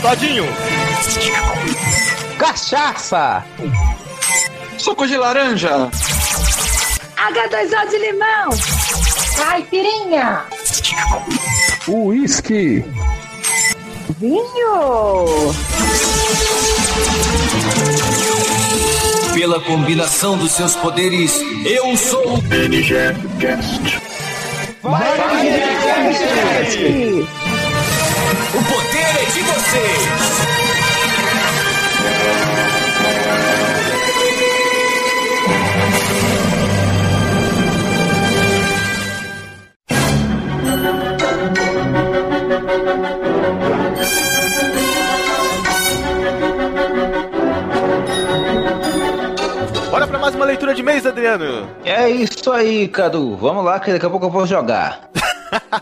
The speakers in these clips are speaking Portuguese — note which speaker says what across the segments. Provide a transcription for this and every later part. Speaker 1: geladinho.
Speaker 2: Cachaça.
Speaker 1: Suco de laranja.
Speaker 3: H2O de limão. Caipirinha.
Speaker 2: Uísque.
Speaker 3: Vinho.
Speaker 4: Pela combinação dos seus poderes, eu sou o Cast. Vai, Cast. O poder é de vocês.
Speaker 5: Bora pra mais uma leitura de mês, Adriano.
Speaker 2: É isso aí, Cadu. Vamos lá, que daqui a pouco eu vou jogar.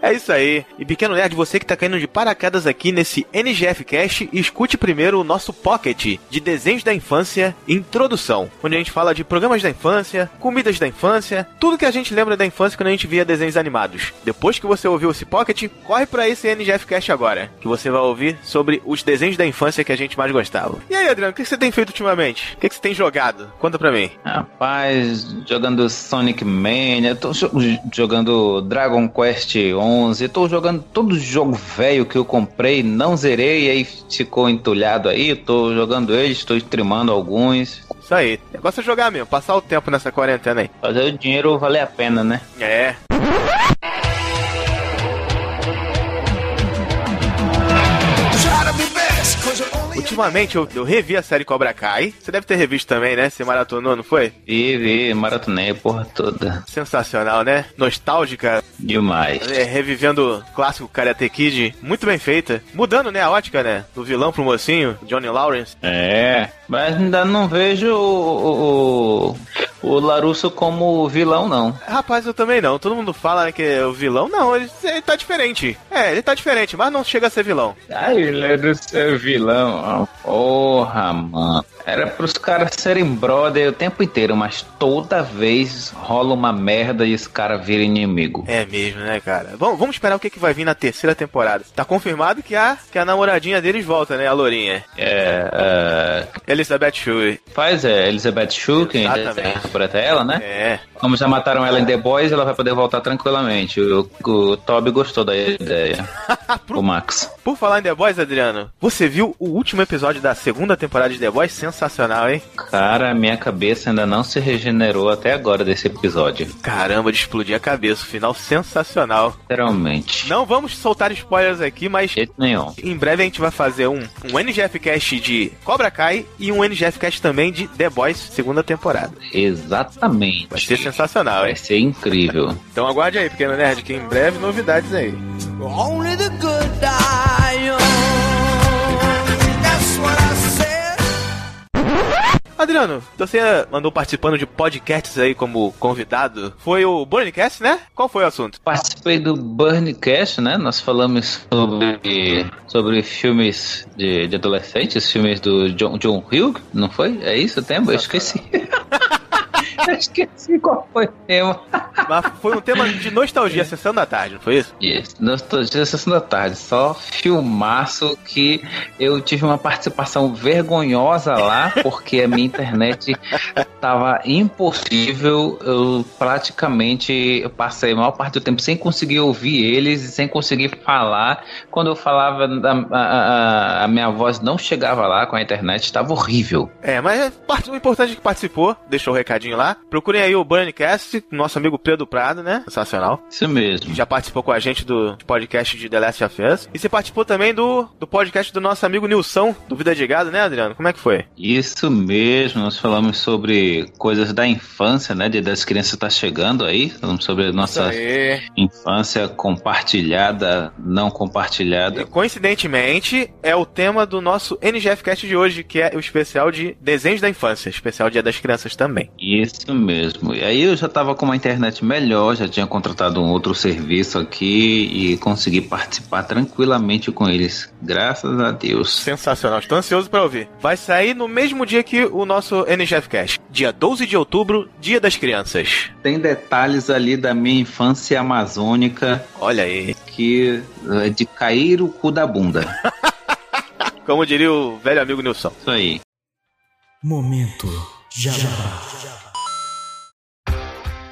Speaker 5: é isso aí. E pequeno nerd, você que tá caindo de paraquedas aqui nesse NGF Cast, escute primeiro o nosso Pocket de desenhos da infância introdução, onde a gente fala de programas da infância, comidas da infância, tudo que a gente lembra da infância quando a gente via desenhos animados. Depois que você ouviu esse Pocket, corre para esse NGF Cast agora, que você vai ouvir sobre os desenhos da infância que a gente mais gostava. E aí, Adriano, o que você tem feito ultimamente? O que você tem jogado? Conta pra mim.
Speaker 2: Rapaz, jogando Sonic Mania, tô jogando Dragon Dragon Quest 11. Tô jogando todo jogo velho que eu comprei, não zerei, aí ficou entulhado aí. Tô jogando eles, tô streamando alguns.
Speaker 5: Isso aí. Gosta de jogar mesmo, passar o tempo nessa quarentena aí.
Speaker 2: Fazer o dinheiro valer a pena, né?
Speaker 5: É. Ultimamente eu, eu, revi a série Cobra Kai. Você deve ter revisto também, né? Você maratonou, não foi?
Speaker 2: Vi, vi, maratonei a porra toda.
Speaker 5: Sensacional, né? Nostálgica.
Speaker 2: Demais.
Speaker 5: É, revivendo o clássico Karate Kid. Muito bem feita. Mudando, né, a ótica, né? Do vilão pro mocinho, Johnny Lawrence.
Speaker 2: É. Mas ainda não vejo o, o, o Larusso como vilão, não.
Speaker 5: Rapaz, eu também não. Todo mundo fala que é o vilão. Não, ele, ele tá diferente. É, ele tá diferente, mas não chega a ser vilão.
Speaker 2: Ai, Larusso é vilão. Porra, mano. Era pros caras serem brother o tempo inteiro, mas toda vez rola uma merda e esse cara vira inimigo.
Speaker 5: É mesmo, né, cara? Bom, vamos esperar o que, que vai vir na terceira temporada. Tá confirmado que a, que a namoradinha deles volta, né, a Lourinha?
Speaker 2: É.
Speaker 5: Uh... Elizabeth Shue.
Speaker 2: Faz, é, Elizabeth Shue, que interpreta ela, né?
Speaker 5: É.
Speaker 2: Como já mataram ela em The Boys, ela vai poder voltar tranquilamente. O, o Toby gostou da ideia.
Speaker 5: Pro,
Speaker 2: o Max.
Speaker 5: Por falar em The Boys, Adriano, você viu o último episódio da segunda temporada de The Boys? sensacional, hein?
Speaker 2: Cara, minha cabeça ainda não se regenerou até agora desse episódio.
Speaker 5: Caramba, de explodir a cabeça. Final sensacional.
Speaker 2: Literalmente.
Speaker 5: Não vamos soltar spoilers aqui, mas.
Speaker 2: Jeito nenhum.
Speaker 5: Em breve a gente vai fazer um, um NGF Cast de Cobra Kai e um NGF Cast também de The Boys, segunda temporada.
Speaker 2: Exatamente.
Speaker 5: Vai ser sensacional,
Speaker 2: Vai
Speaker 5: hein?
Speaker 2: ser incrível.
Speaker 5: Então aguarde aí, pequeno nerd, que em breve novidades aí. Only the good die on. That's what I say. Adriano, você andou participando de podcasts aí como convidado. Foi o Burncast, né? Qual foi o assunto?
Speaker 2: Participei do Burncast, né? Nós falamos sobre, sobre filmes de, de adolescentes, filmes do John, John Hughes, não foi? É isso o tema? Eu esqueci. Eu esqueci qual foi o tema. É.
Speaker 5: Mas foi um tema de nostalgia, sessão da tarde, não foi isso?
Speaker 2: Isso, nostalgia, sessão da tarde. Só filmaço que eu tive uma participação vergonhosa lá, porque a minha internet tava impossível. Eu praticamente eu passei a maior parte do tempo sem conseguir ouvir eles e sem conseguir falar. Quando eu falava, a, a, a, minha voz não chegava lá com a internet, estava horrível.
Speaker 5: É, mas o importante é que participou, deixou o recadinho lá. Procurem aí o Burncast, nosso amigo Pedro Prado, né? Sensacional.
Speaker 2: Isso mesmo.
Speaker 5: Já participou com a gente do podcast de The Last of Us. E você participou também do, do podcast do nosso amigo Nilson, do Vida de Gado, né, Adriano? Como é que foi?
Speaker 2: Isso mesmo. Nós falamos sobre coisas da infância, né? De, das crianças tá chegando aí. Falamos sobre a nossa infância compartilhada, não compartilhada.
Speaker 5: E coincidentemente, é o tema do nosso NGFcast de hoje, que é o especial de desenhos da infância, especial Dia das Crianças também.
Speaker 2: Isso. Isso mesmo. E aí eu já estava com uma internet melhor, já tinha contratado um outro serviço aqui e consegui participar tranquilamente com eles. Graças a Deus.
Speaker 5: Sensacional. Estou ansioso para ouvir. Vai sair no mesmo dia que o nosso NGF Cash. Dia 12 de outubro, Dia das Crianças.
Speaker 2: Tem detalhes ali da minha infância amazônica. eh,
Speaker 5: Olha aí.
Speaker 2: Que é de cair o cu da bunda.
Speaker 5: Como diria o velho amigo Nilson.
Speaker 2: Isso aí.
Speaker 6: Momento Jabá.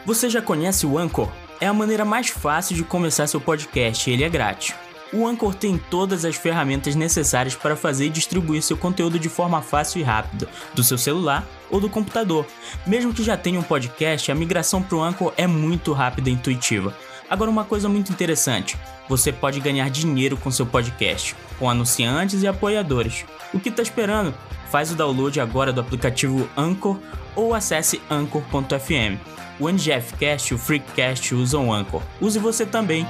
Speaker 6: Você já conhece o Anchor? É a maneira mais fácil de começar seu podcast e ele é grátis. O Anchor tem todas as ferramentas necessárias para fazer e distribuir seu conteúdo de forma fácil e rápida, do seu celular ou do computador. Mesmo que já tenha um podcast, a migração para o Anchor é muito rápida e intuitiva. Agora, uma coisa muito interessante: você pode ganhar dinheiro com seu podcast, com anunciantes e apoiadores. O que está esperando? Faz o download agora do aplicativo Anchor ou acesse anchor.fm. O NGFcast e o Freakcast usam Anchor. Use você também.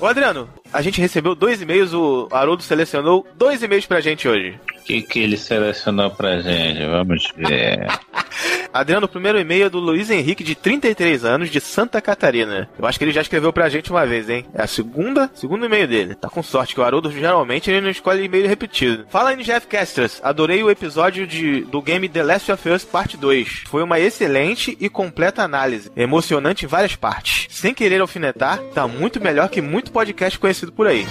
Speaker 5: Ô Adriano, a gente recebeu dois e-mails, o Haroldo selecionou dois e-mails pra gente hoje.
Speaker 2: O que, que ele selecionou pra gente? Vamos ver.
Speaker 5: Adriano, o primeiro e-mail é do Luiz Henrique, de 33 anos, de Santa Catarina. Eu acho que ele já escreveu pra gente uma vez, hein? É a segunda, segundo e-mail dele. Tá com sorte que o Haroldo geralmente ele não escolhe e-mail repetido. Fala NGF Castras, adorei o episódio de, do game The Last of Us Parte 2. Foi uma excelente e completa análise, emocionante em várias partes. Sem querer alfinetar, tá muito melhor que muito podcast conhecido por aí.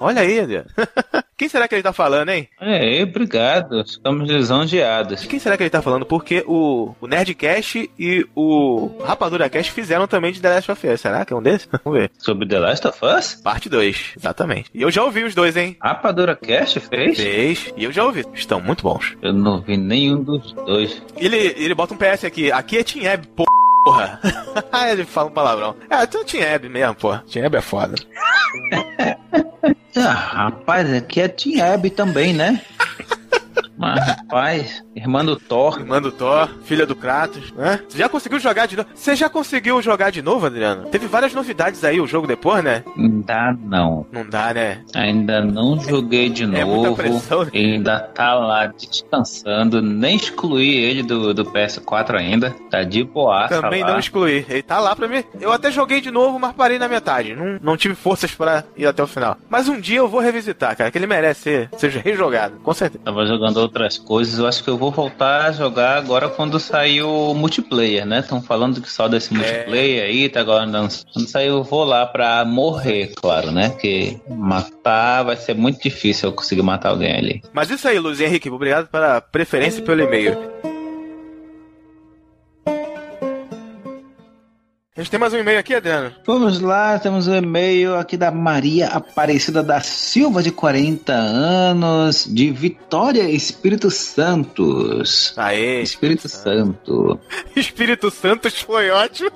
Speaker 5: Olha aí, Adriano. Quem será que ele tá falando, hein?
Speaker 2: É, obrigado. Estamos lisonjeados.
Speaker 5: De quem será que ele tá falando? Porque o, o Nerdcast e o Rapadura Cast fizeram também de The Last of Us. Será que é um desses? Vamos ver.
Speaker 2: Sobre The Last of Us?
Speaker 5: Parte 2, exatamente. E eu já ouvi os dois, hein?
Speaker 2: Rapadura Cast fez?
Speaker 5: Fez. E eu já ouvi. Estão muito bons.
Speaker 2: Eu não vi nenhum dos dois.
Speaker 5: Ele, ele bota um PS aqui. Aqui é Team Web, porra. Porra. ele fala um palavrão. É, tu Tineb mesmo, porra. Tineb é foda.
Speaker 2: ah, rapaz, aqui é Tineb também, né? Mas, rapaz, irmã do Thor.
Speaker 5: Irmã do Thor, filha do Kratos, né? Você já conseguiu jogar de novo? Você já conseguiu jogar de novo, Adriano? Teve várias novidades aí o jogo depois, né?
Speaker 2: Não dá, não.
Speaker 5: Não dá, né?
Speaker 2: Ainda não joguei de é, novo. É ainda tá lá descansando. Nem excluí ele do, do PS4 ainda. Tá de boa.
Speaker 5: Também lá. não excluí. Ele tá lá pra mim. Eu até joguei de novo, mas parei na metade. Não, não tive forças para ir até o final. Mas um dia eu vou revisitar, cara, que ele merece ser, seja rejogado, com certeza.
Speaker 2: Tava jogando outras coisas. Eu acho que eu vou voltar a jogar agora quando sair o multiplayer, né? Estão falando que só desse multiplayer é. aí, tá agora não. Quando sair, eu vou lá pra morrer, claro, né? Porque matar vai ser muito difícil eu conseguir matar alguém ali.
Speaker 5: Mas isso aí, Luiz Henrique, obrigado pela preferência pelo e-mail. A gente tem mais um e-mail aqui, Adriano?
Speaker 2: Vamos lá, temos um e-mail aqui da Maria Aparecida da Silva, de 40 anos, de Vitória, Espírito Santos.
Speaker 5: Aê!
Speaker 2: Espírito Santo.
Speaker 5: Espírito Santos foi ótimo.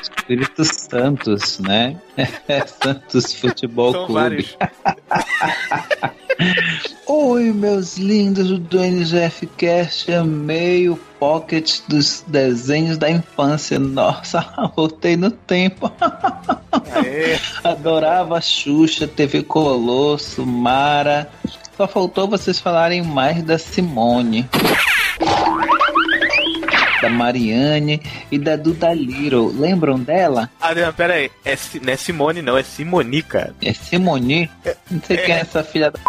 Speaker 2: Espírito Santos, né? Santos Futebol São Clube. Oi, meus lindos do NGFcast, amei o pocket dos desenhos da infância. Nossa, voltei no tempo. Aê. Adorava Xuxa, TV Colosso, Mara. Só faltou vocês falarem mais da Simone. da Mariane e da Duda Little. Lembram dela?
Speaker 5: Adriano, pera aí. É, não é Simone, não. É Simoni, cara.
Speaker 2: É Simoni? Não sei é. quem é essa filha da p...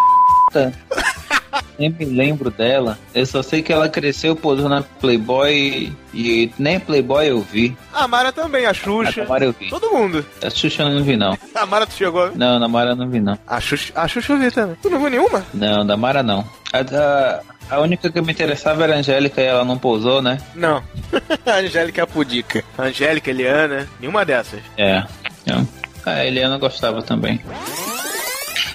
Speaker 2: Nem me lembro dela. Eu só sei que ela cresceu posando na Playboy e nem Playboy eu vi.
Speaker 5: A Mara também, a Xuxa.
Speaker 2: A Mara eu vi.
Speaker 5: Todo mundo.
Speaker 2: A Xuxa eu não vi, não.
Speaker 5: a Mara tu chegou?
Speaker 2: Não, da Mara eu não vi, não.
Speaker 5: A Xuxa, a Xuxa eu vi também. Tu não viu nenhuma?
Speaker 2: Não, da Mara não. A, da, a única que me interessava era a Angélica e ela não pousou, né?
Speaker 5: Não. a Angélica é a pudica. A Angélica, Eliana, nenhuma dessas.
Speaker 2: É. Eu, Ah, a Eliana gostava também.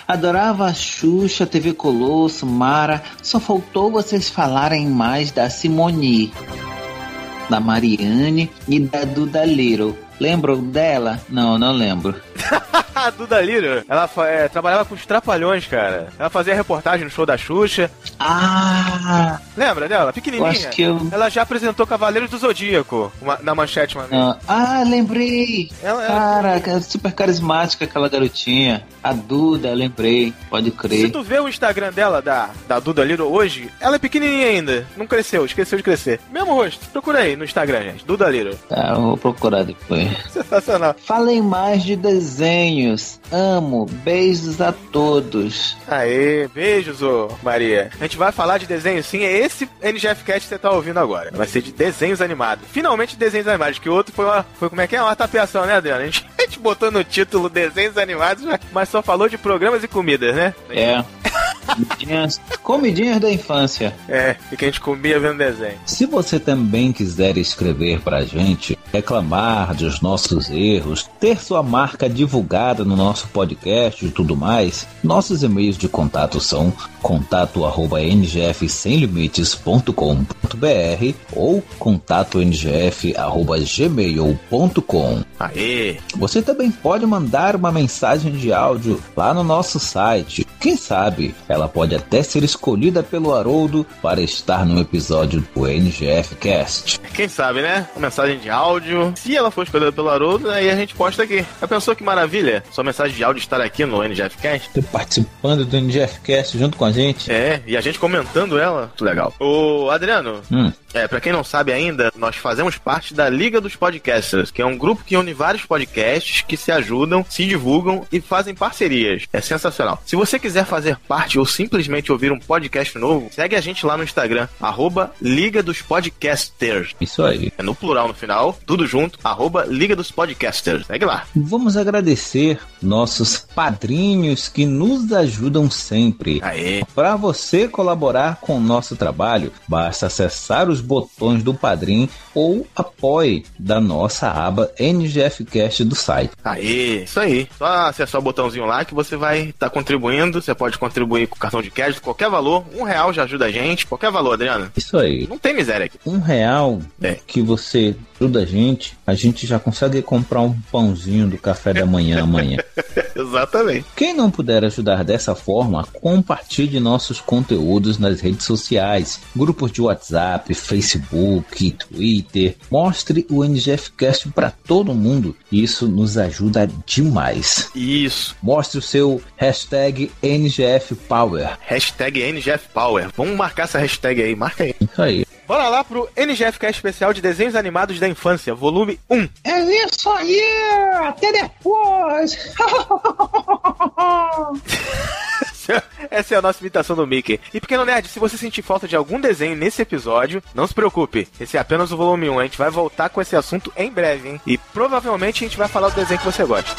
Speaker 2: Adorava a Xuxa, TV Colosso, Mara. Só faltou vocês falarem mais da Simoni, da Mariane e da Duda Little. Lembram dela? Não, não lembro.
Speaker 5: a Duda Little, ela é, trabalhava com os Trapalhões, cara. Ela fazia reportagem no show da Xuxa.
Speaker 2: Ah!
Speaker 5: Lembra dela? Pequenininha.
Speaker 2: acho que eu...
Speaker 5: Ela já apresentou Cavaleiros do Zodíaco uma, na manchete uma vez.
Speaker 2: Não. Ah, lembrei!
Speaker 5: É,
Speaker 2: Ela, ela... Cara, é tipo, super carismática aquela garotinha. A Duda, lembrei. Pode crer.
Speaker 5: Se tu vê o Instagram dela, da, da Duda Little, hoje, ela é pequenininha ainda. Não cresceu, esqueceu de crescer. Mesmo rosto. Procura aí no Instagram, gente. Duda Little.
Speaker 2: Tá, eu vou procurar depois.
Speaker 5: Sensacional.
Speaker 2: Falem mais de desenho. Amo. Beijos a todos.
Speaker 5: Aê, beijos, ô Maria. A gente vai falar de desenho sim. É esse NGFcast que você tá ouvindo agora. Vai ser de desenhos animados. Finalmente desenhos animados, que o outro foi uma. Foi como é que é? Uma tapeação, né, Adriano? A gente gente botou no título desenhos animados, mas só falou de programas e comidas, né?
Speaker 2: É. Comidinhas, comidinhas da infância.
Speaker 5: É, e que a gente comia vendo desenho.
Speaker 2: Se você também quiser escrever pra gente, reclamar dos nossos erros, ter sua marca divulgada no nosso podcast e tudo mais, nossos e-mails de contato são contato@ngfsemlimites.com.br ou contato@ngf@gmail.com.
Speaker 5: Aê!
Speaker 2: Você também pode mandar uma mensagem de áudio lá no nosso site. Quem sabe ela pode até ser escolhida pelo Haroldo para estar no episódio do NGF Cast.
Speaker 5: Quem sabe, né? Uma mensagem de áudio. Se ela for escolhida pelo Haroldo, aí a gente posta aqui. Já pensou que maravilha? Sua mensagem de áudio estar aqui no NGF Cast?
Speaker 2: Tô participando do NGF Cast junto com a gente.
Speaker 5: É, e a gente comentando ela. Muito legal. Ô, Adriano.
Speaker 2: Hum.
Speaker 5: É, pra quem não sabe ainda, nós fazemos parte da Liga dos Podcasters, que é um grupo que une vários podcasts que se ajudam, se divulgam e fazem parcerias. É sensacional. Se você quiser fazer parte ou simplesmente ouvir um podcast novo, segue a gente lá no Instagram, arroba Liga dos Podcasters.
Speaker 2: Isso aí.
Speaker 5: É no plural no final, tudo junto, arroba Liga dos Podcasters. Segue lá.
Speaker 2: Vamos agradecer nossos padrinhos que nos ajudam sempre.
Speaker 5: Aê.
Speaker 2: Para você colaborar com o nosso trabalho, basta acessar os os botões do Padrim ou apoie da nossa aba NGFcast do site.
Speaker 5: Aí, isso aí. Só acessar o botãozinho lá que você vai estar tá contribuindo. Você pode contribuir com cartão de crédito, qualquer valor. Um real já ajuda a gente. Qualquer valor, Adriano.
Speaker 2: Isso aí.
Speaker 5: Não tem miséria aqui.
Speaker 2: Um real
Speaker 5: É.
Speaker 2: que você ajuda a gente, a gente já consegue comprar um pãozinho do café da manhã amanhã.
Speaker 5: Exatamente.
Speaker 2: Quem não puder ajudar dessa forma, compartilhe nossos conteúdos nas redes sociais, grupos de WhatsApp, Facebook, Twitter. Mostre o NGFcast para todo mundo. Isso nos ajuda demais.
Speaker 5: Isso.
Speaker 2: Mostre o seu hashtag NGFPower.
Speaker 5: Hashtag NGF Power. Vamos marcar essa hashtag aí. Marca aí.
Speaker 2: Isso aí.
Speaker 5: Bora lá pro NGF Cast Especial de Desenhos Animados da Infância, volume 1.
Speaker 3: É isso aí! Até depois!
Speaker 5: Essa é a nossa imitação do Mickey. E Pequeno Nerd, se você sentir falta de algum desenho nesse episódio, não se preocupe. Esse é apenas o volume 1. A gente vai voltar com esse assunto em breve, hein? E provavelmente a gente vai falar do desenho que você gosta.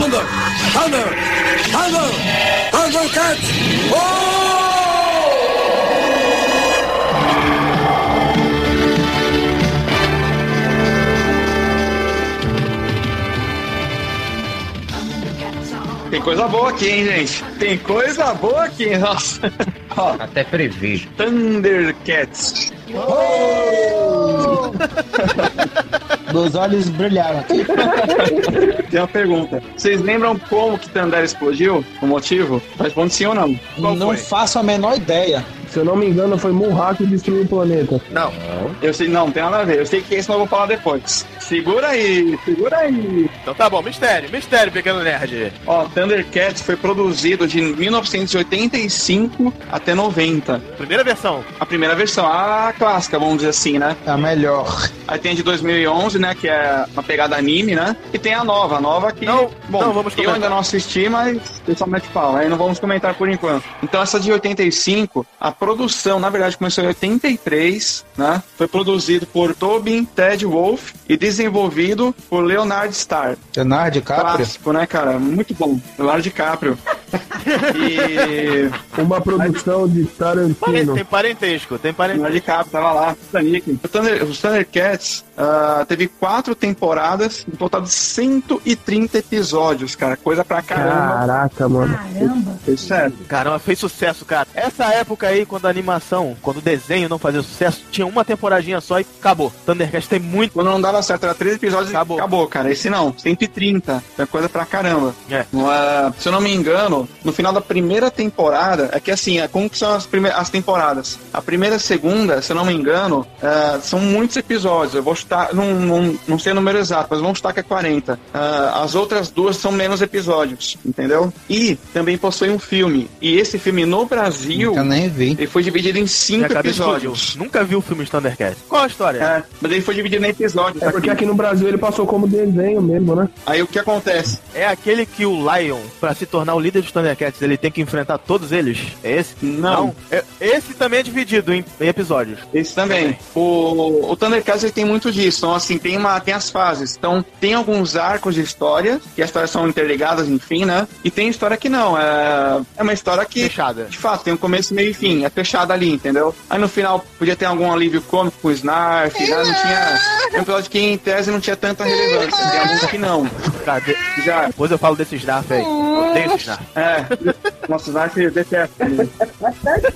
Speaker 4: Hunger! Hunger! Hunger! Hunger Cat! Oh!
Speaker 1: Tem coisa boa aqui, hein, gente? Tem coisa boa aqui, nossa. Ó,
Speaker 2: Até prevejo.
Speaker 1: Thundercats.
Speaker 7: Meus olhos brilharam aqui.
Speaker 1: Tem uma pergunta. Vocês lembram como que Thunder explodiu? O motivo? Responde sim ou não. Qual
Speaker 7: não
Speaker 1: foi?
Speaker 7: faço a menor ideia.
Speaker 8: Se eu não me engano, foi Monra que destruiu o planeta.
Speaker 5: Não,
Speaker 1: Eu sei, não, tem nada a ver. Eu sei que esse nós vamos falar depois. Segura aí, segura aí.
Speaker 5: então tá bom, mistério, mistério, Pequeno Nerd.
Speaker 1: Ó, Thundercats foi produzido de 1985 até 90.
Speaker 5: Primeira versão.
Speaker 1: A primeira versão, a clássica, vamos dizer assim, né?
Speaker 7: É a melhor.
Speaker 1: Aí tem a de 2011, né? Que é uma pegada anime, né? E tem a nova, a nova que.
Speaker 5: Não,
Speaker 1: bom,
Speaker 5: não vamos
Speaker 1: eu
Speaker 5: comentar.
Speaker 1: ainda não assisti, mas o pessoal mete pau. né? Aí não vamos comentar por enquanto. Então, essa de 85, a produção, na verdade, começou em 83, né? Foi produzido por Tobin Ted Wolf e desenvolvido por Leonard Starr.
Speaker 7: Leonardo DiCaprio?
Speaker 1: Clássico, né, cara? Muito bom. Leonardo DiCaprio. e.
Speaker 8: Uma produção de Tarantino.
Speaker 5: Tem parentesco, tem
Speaker 1: Leonardo
Speaker 5: parentesco.
Speaker 1: DiCaprio é tava lá, Titanic. O Thunder, os Thundercats ah, teve quatro temporadas, um total de 130 episódios, cara. Coisa pra caramba.
Speaker 8: Caraca, mano.
Speaker 3: Caramba!
Speaker 1: Isso é.
Speaker 5: Caramba, fez sucesso, cara. Essa época aí, quando a animação, quando o desenho não fazia sucesso, tinha uma temporadinha só e acabou. Thundercats tem muito.
Speaker 1: Quando não dava certo, era três episódios e
Speaker 5: Acabou.
Speaker 1: acabou, cara. Esse não, 130. É coisa pra caramba.
Speaker 5: É.
Speaker 1: Não é- se eu não me engano, no, no final da primeira temporada, é que assim, é como que são as, prime- as temporadas? A primeira e a segunda, se eu não me engano, ah, são muitos episódios. Eu vou chutar, não, não, não sei o número exato, mas vamos chutar que é 40. Ah, as outras duas são menos episódios, entendeu? E também possui um filme. E esse filme no Brasil,
Speaker 7: Eu nem vi.
Speaker 1: ele foi dividido em
Speaker 5: Minha
Speaker 1: cinco
Speaker 5: cabeça
Speaker 1: episódios.
Speaker 5: explodiu. Nunca vi o filme de Thundercats. Qual a história?
Speaker 1: É, mas ele foi dividido em episódios.
Speaker 8: É
Speaker 1: aqui.
Speaker 8: porque aqui no Brasil ele passou como desenho mesmo, né?
Speaker 1: Aí o que acontece?
Speaker 5: É aquele que o Lion, pra se tornar o líder dos Thundercats, ele tem que enfrentar todos eles? É esse?
Speaker 1: Não.
Speaker 5: É- esse também é dividido em, em episódios.
Speaker 1: Esse também. O, o Thundercats ele tem muito disso. Então, assim, tem, uma, tem as fases. Então, tem alguns arcos de história, que as histórias são interligadas, enfim, né? E tem história que não. É, é uma história que,
Speaker 5: Fechada.
Speaker 1: de fato, tem um começo, meio e fim. É fechada ali, entendeu? Aí no final podia ter algum alívio cômico com o Snarf, né? Não tinha. É um episódio que, em tese, não tinha tanta relevância. Tem alguns que não.
Speaker 5: Cadê?
Speaker 1: Já.
Speaker 5: Tá, Depois eu falo desse Snarf aí. Odeio esse Snarf.
Speaker 1: É. Nossa, o Snarf detesta. ele.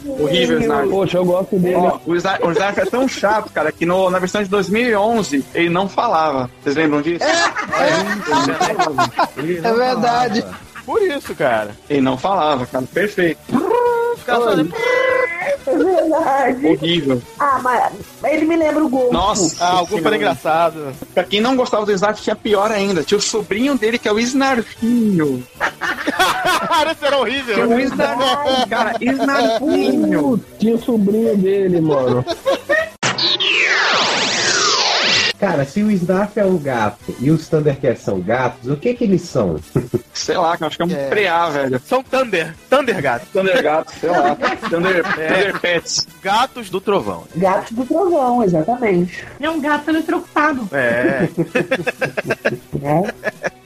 Speaker 1: Horrível o Snarf.
Speaker 8: Poxa, eu gosto dele.
Speaker 1: Ó, o Zar- o Zarf é tão chato, cara, que no- na versão de 2011 ele não falava. Vocês lembram disso?
Speaker 7: É verdade.
Speaker 5: Por isso, cara.
Speaker 1: Ele não falava, cara. Perfeito.
Speaker 5: Os caras fazem...
Speaker 9: É verdade.
Speaker 1: Horrível.
Speaker 9: Ah, mas ele me lembra o Golfo.
Speaker 1: Nossa,
Speaker 5: Ah, o grupo era engraçado.
Speaker 1: Pra quem não gostava do Snarf, tinha pior ainda. Tinha o sobrinho dele, que é o Snarfinho.
Speaker 5: Cara, isso era
Speaker 1: Que é
Speaker 5: horrível.
Speaker 1: o Snarfinho, cara. Snarfinho.
Speaker 8: Putz, Tinha o sobrinho dele, mano.
Speaker 10: Cara, se o Snarf é um gato e os Thundercats são gatos, o que que eles são?
Speaker 1: Sei lá, cara. Acho que é um preá, velho.
Speaker 5: São Thunder. Thunder gato.
Speaker 1: Thunder Gato, sei lá. Thunder, Thunder Pets.
Speaker 5: Gatos do trovão.
Speaker 9: Gato do Trovão, exatamente.
Speaker 11: É um gato eletrocutado.
Speaker 5: É.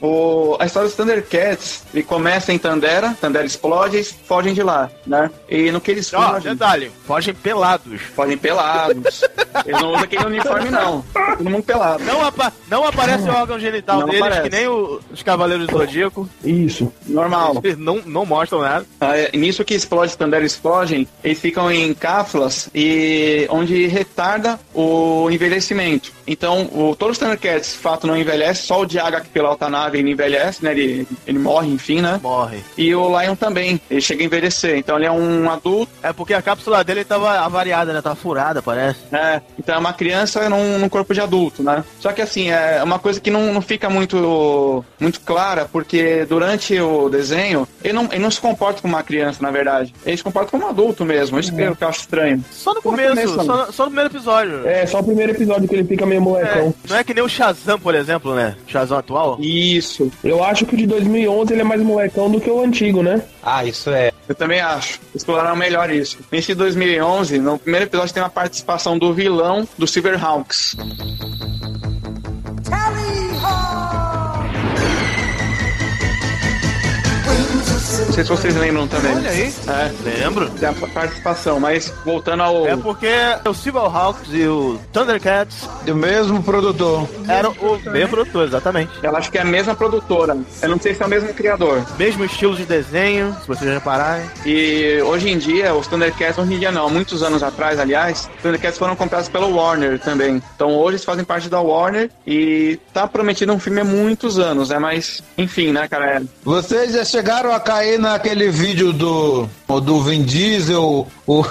Speaker 1: O, a história dos Thundercats, ele começa em Tandera, Tandera explode, eles fogem de lá, né? E no que eles
Speaker 5: Ó,
Speaker 1: fogem...
Speaker 5: detalhe. Fogem pelados.
Speaker 1: Podem pelados. Eles não usam aquele uniforme, não. Tá Todo mundo pelado.
Speaker 5: Não, apa não aparece o órgão genital
Speaker 1: Não
Speaker 5: deles,
Speaker 1: aparece.
Speaker 5: que nem o- os Cavaleiros do Zodíaco.
Speaker 8: Isso.
Speaker 1: Normal.
Speaker 5: Eles não, não mostram nada.
Speaker 1: Ah, é, nisso que explode, Tandera explodem, eles ficam em cápsulas e onde retarda o envelhecimento. Então, o, todos os Thundercats, de fato, não envelhecem, só o Diaga que pilota a nave ele envelhece, né? Ele, ele morre, enfim, né?
Speaker 5: Morre.
Speaker 1: E o Lion também, ele chega a envelhecer. Então, ele é um adulto,
Speaker 5: É porque a cápsula dele tava avariada, né? Tava furada, parece.
Speaker 1: né? Então, é uma criança num, num corpo de adulto, né? Só que, assim, é uma coisa que não, não fica muito, muito clara, porque durante o desenho, ele não, ele não se comporta como uma criança, na verdade. Ele se comporta como um adulto mesmo. Isso que eu que eu acho estranho. Só
Speaker 5: Só no
Speaker 1: no
Speaker 5: começo,
Speaker 1: começo,
Speaker 5: só,
Speaker 1: mano.
Speaker 5: no- só no primeiro episódio.
Speaker 8: É, só o primeiro episódio que ele fica meio
Speaker 5: É,
Speaker 8: molecão.
Speaker 5: não é que nem o Shazam, por exemplo, né? Shazam atual.
Speaker 1: Isso,
Speaker 8: Eu acho que o de 2011 ele é mais molecão do que o antigo, né?
Speaker 7: Ah, isso é.
Speaker 1: eu também acho. Exploraram melhor isso. Nesse 2011, no primeiro episódio, tem uma participação do vilão do Silverhawks.
Speaker 5: É.
Speaker 1: Não sei se vocês lembram também.
Speaker 5: Olha aí.
Speaker 1: É.
Speaker 5: Lembro.
Speaker 1: da participação, mas voltando ao.
Speaker 5: É porque o Silverhawks e o Thundercats
Speaker 7: Do mesmo produtor.
Speaker 5: eram o mesmo produtor, exatamente.
Speaker 1: Eu acho que é a mesma produtora. Eu não sei se é o mesmo criador.
Speaker 5: Mesmo estilo de desenho, se vocês repararem.
Speaker 1: E hoje em dia, os Thundercats, hoje em dia não, muitos anos atrás, aliás, os Thundercats foram comprados pela Warner também. Então hoje eles fazem parte da Warner e tá prometido um filme há muitos anos, né? Mas, enfim, né, cara? é-
Speaker 7: Vocês já chegaram a cair naquele vídeo do, do Vin Diesel, o,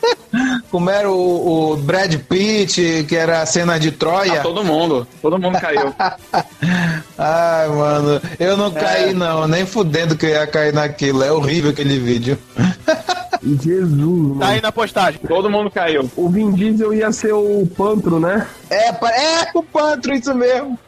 Speaker 7: como era o, o Brad Pitt, que era a cena de
Speaker 1: Ah,
Speaker 7: Troia?
Speaker 1: todo mundo, todo mundo caiu.
Speaker 7: Ai, mano, eu
Speaker 8: É.
Speaker 7: não caí não, nem fudendo que eu ia cair naquilo. É horrível aquele vídeo.
Speaker 8: Jesus,
Speaker 5: Tá
Speaker 8: mano.
Speaker 5: aí na postagem.
Speaker 1: todo mundo caiu.
Speaker 8: O Vin Diesel ia ser o Pantro, né?
Speaker 7: É, pa- é o Pantro, isso mesmo.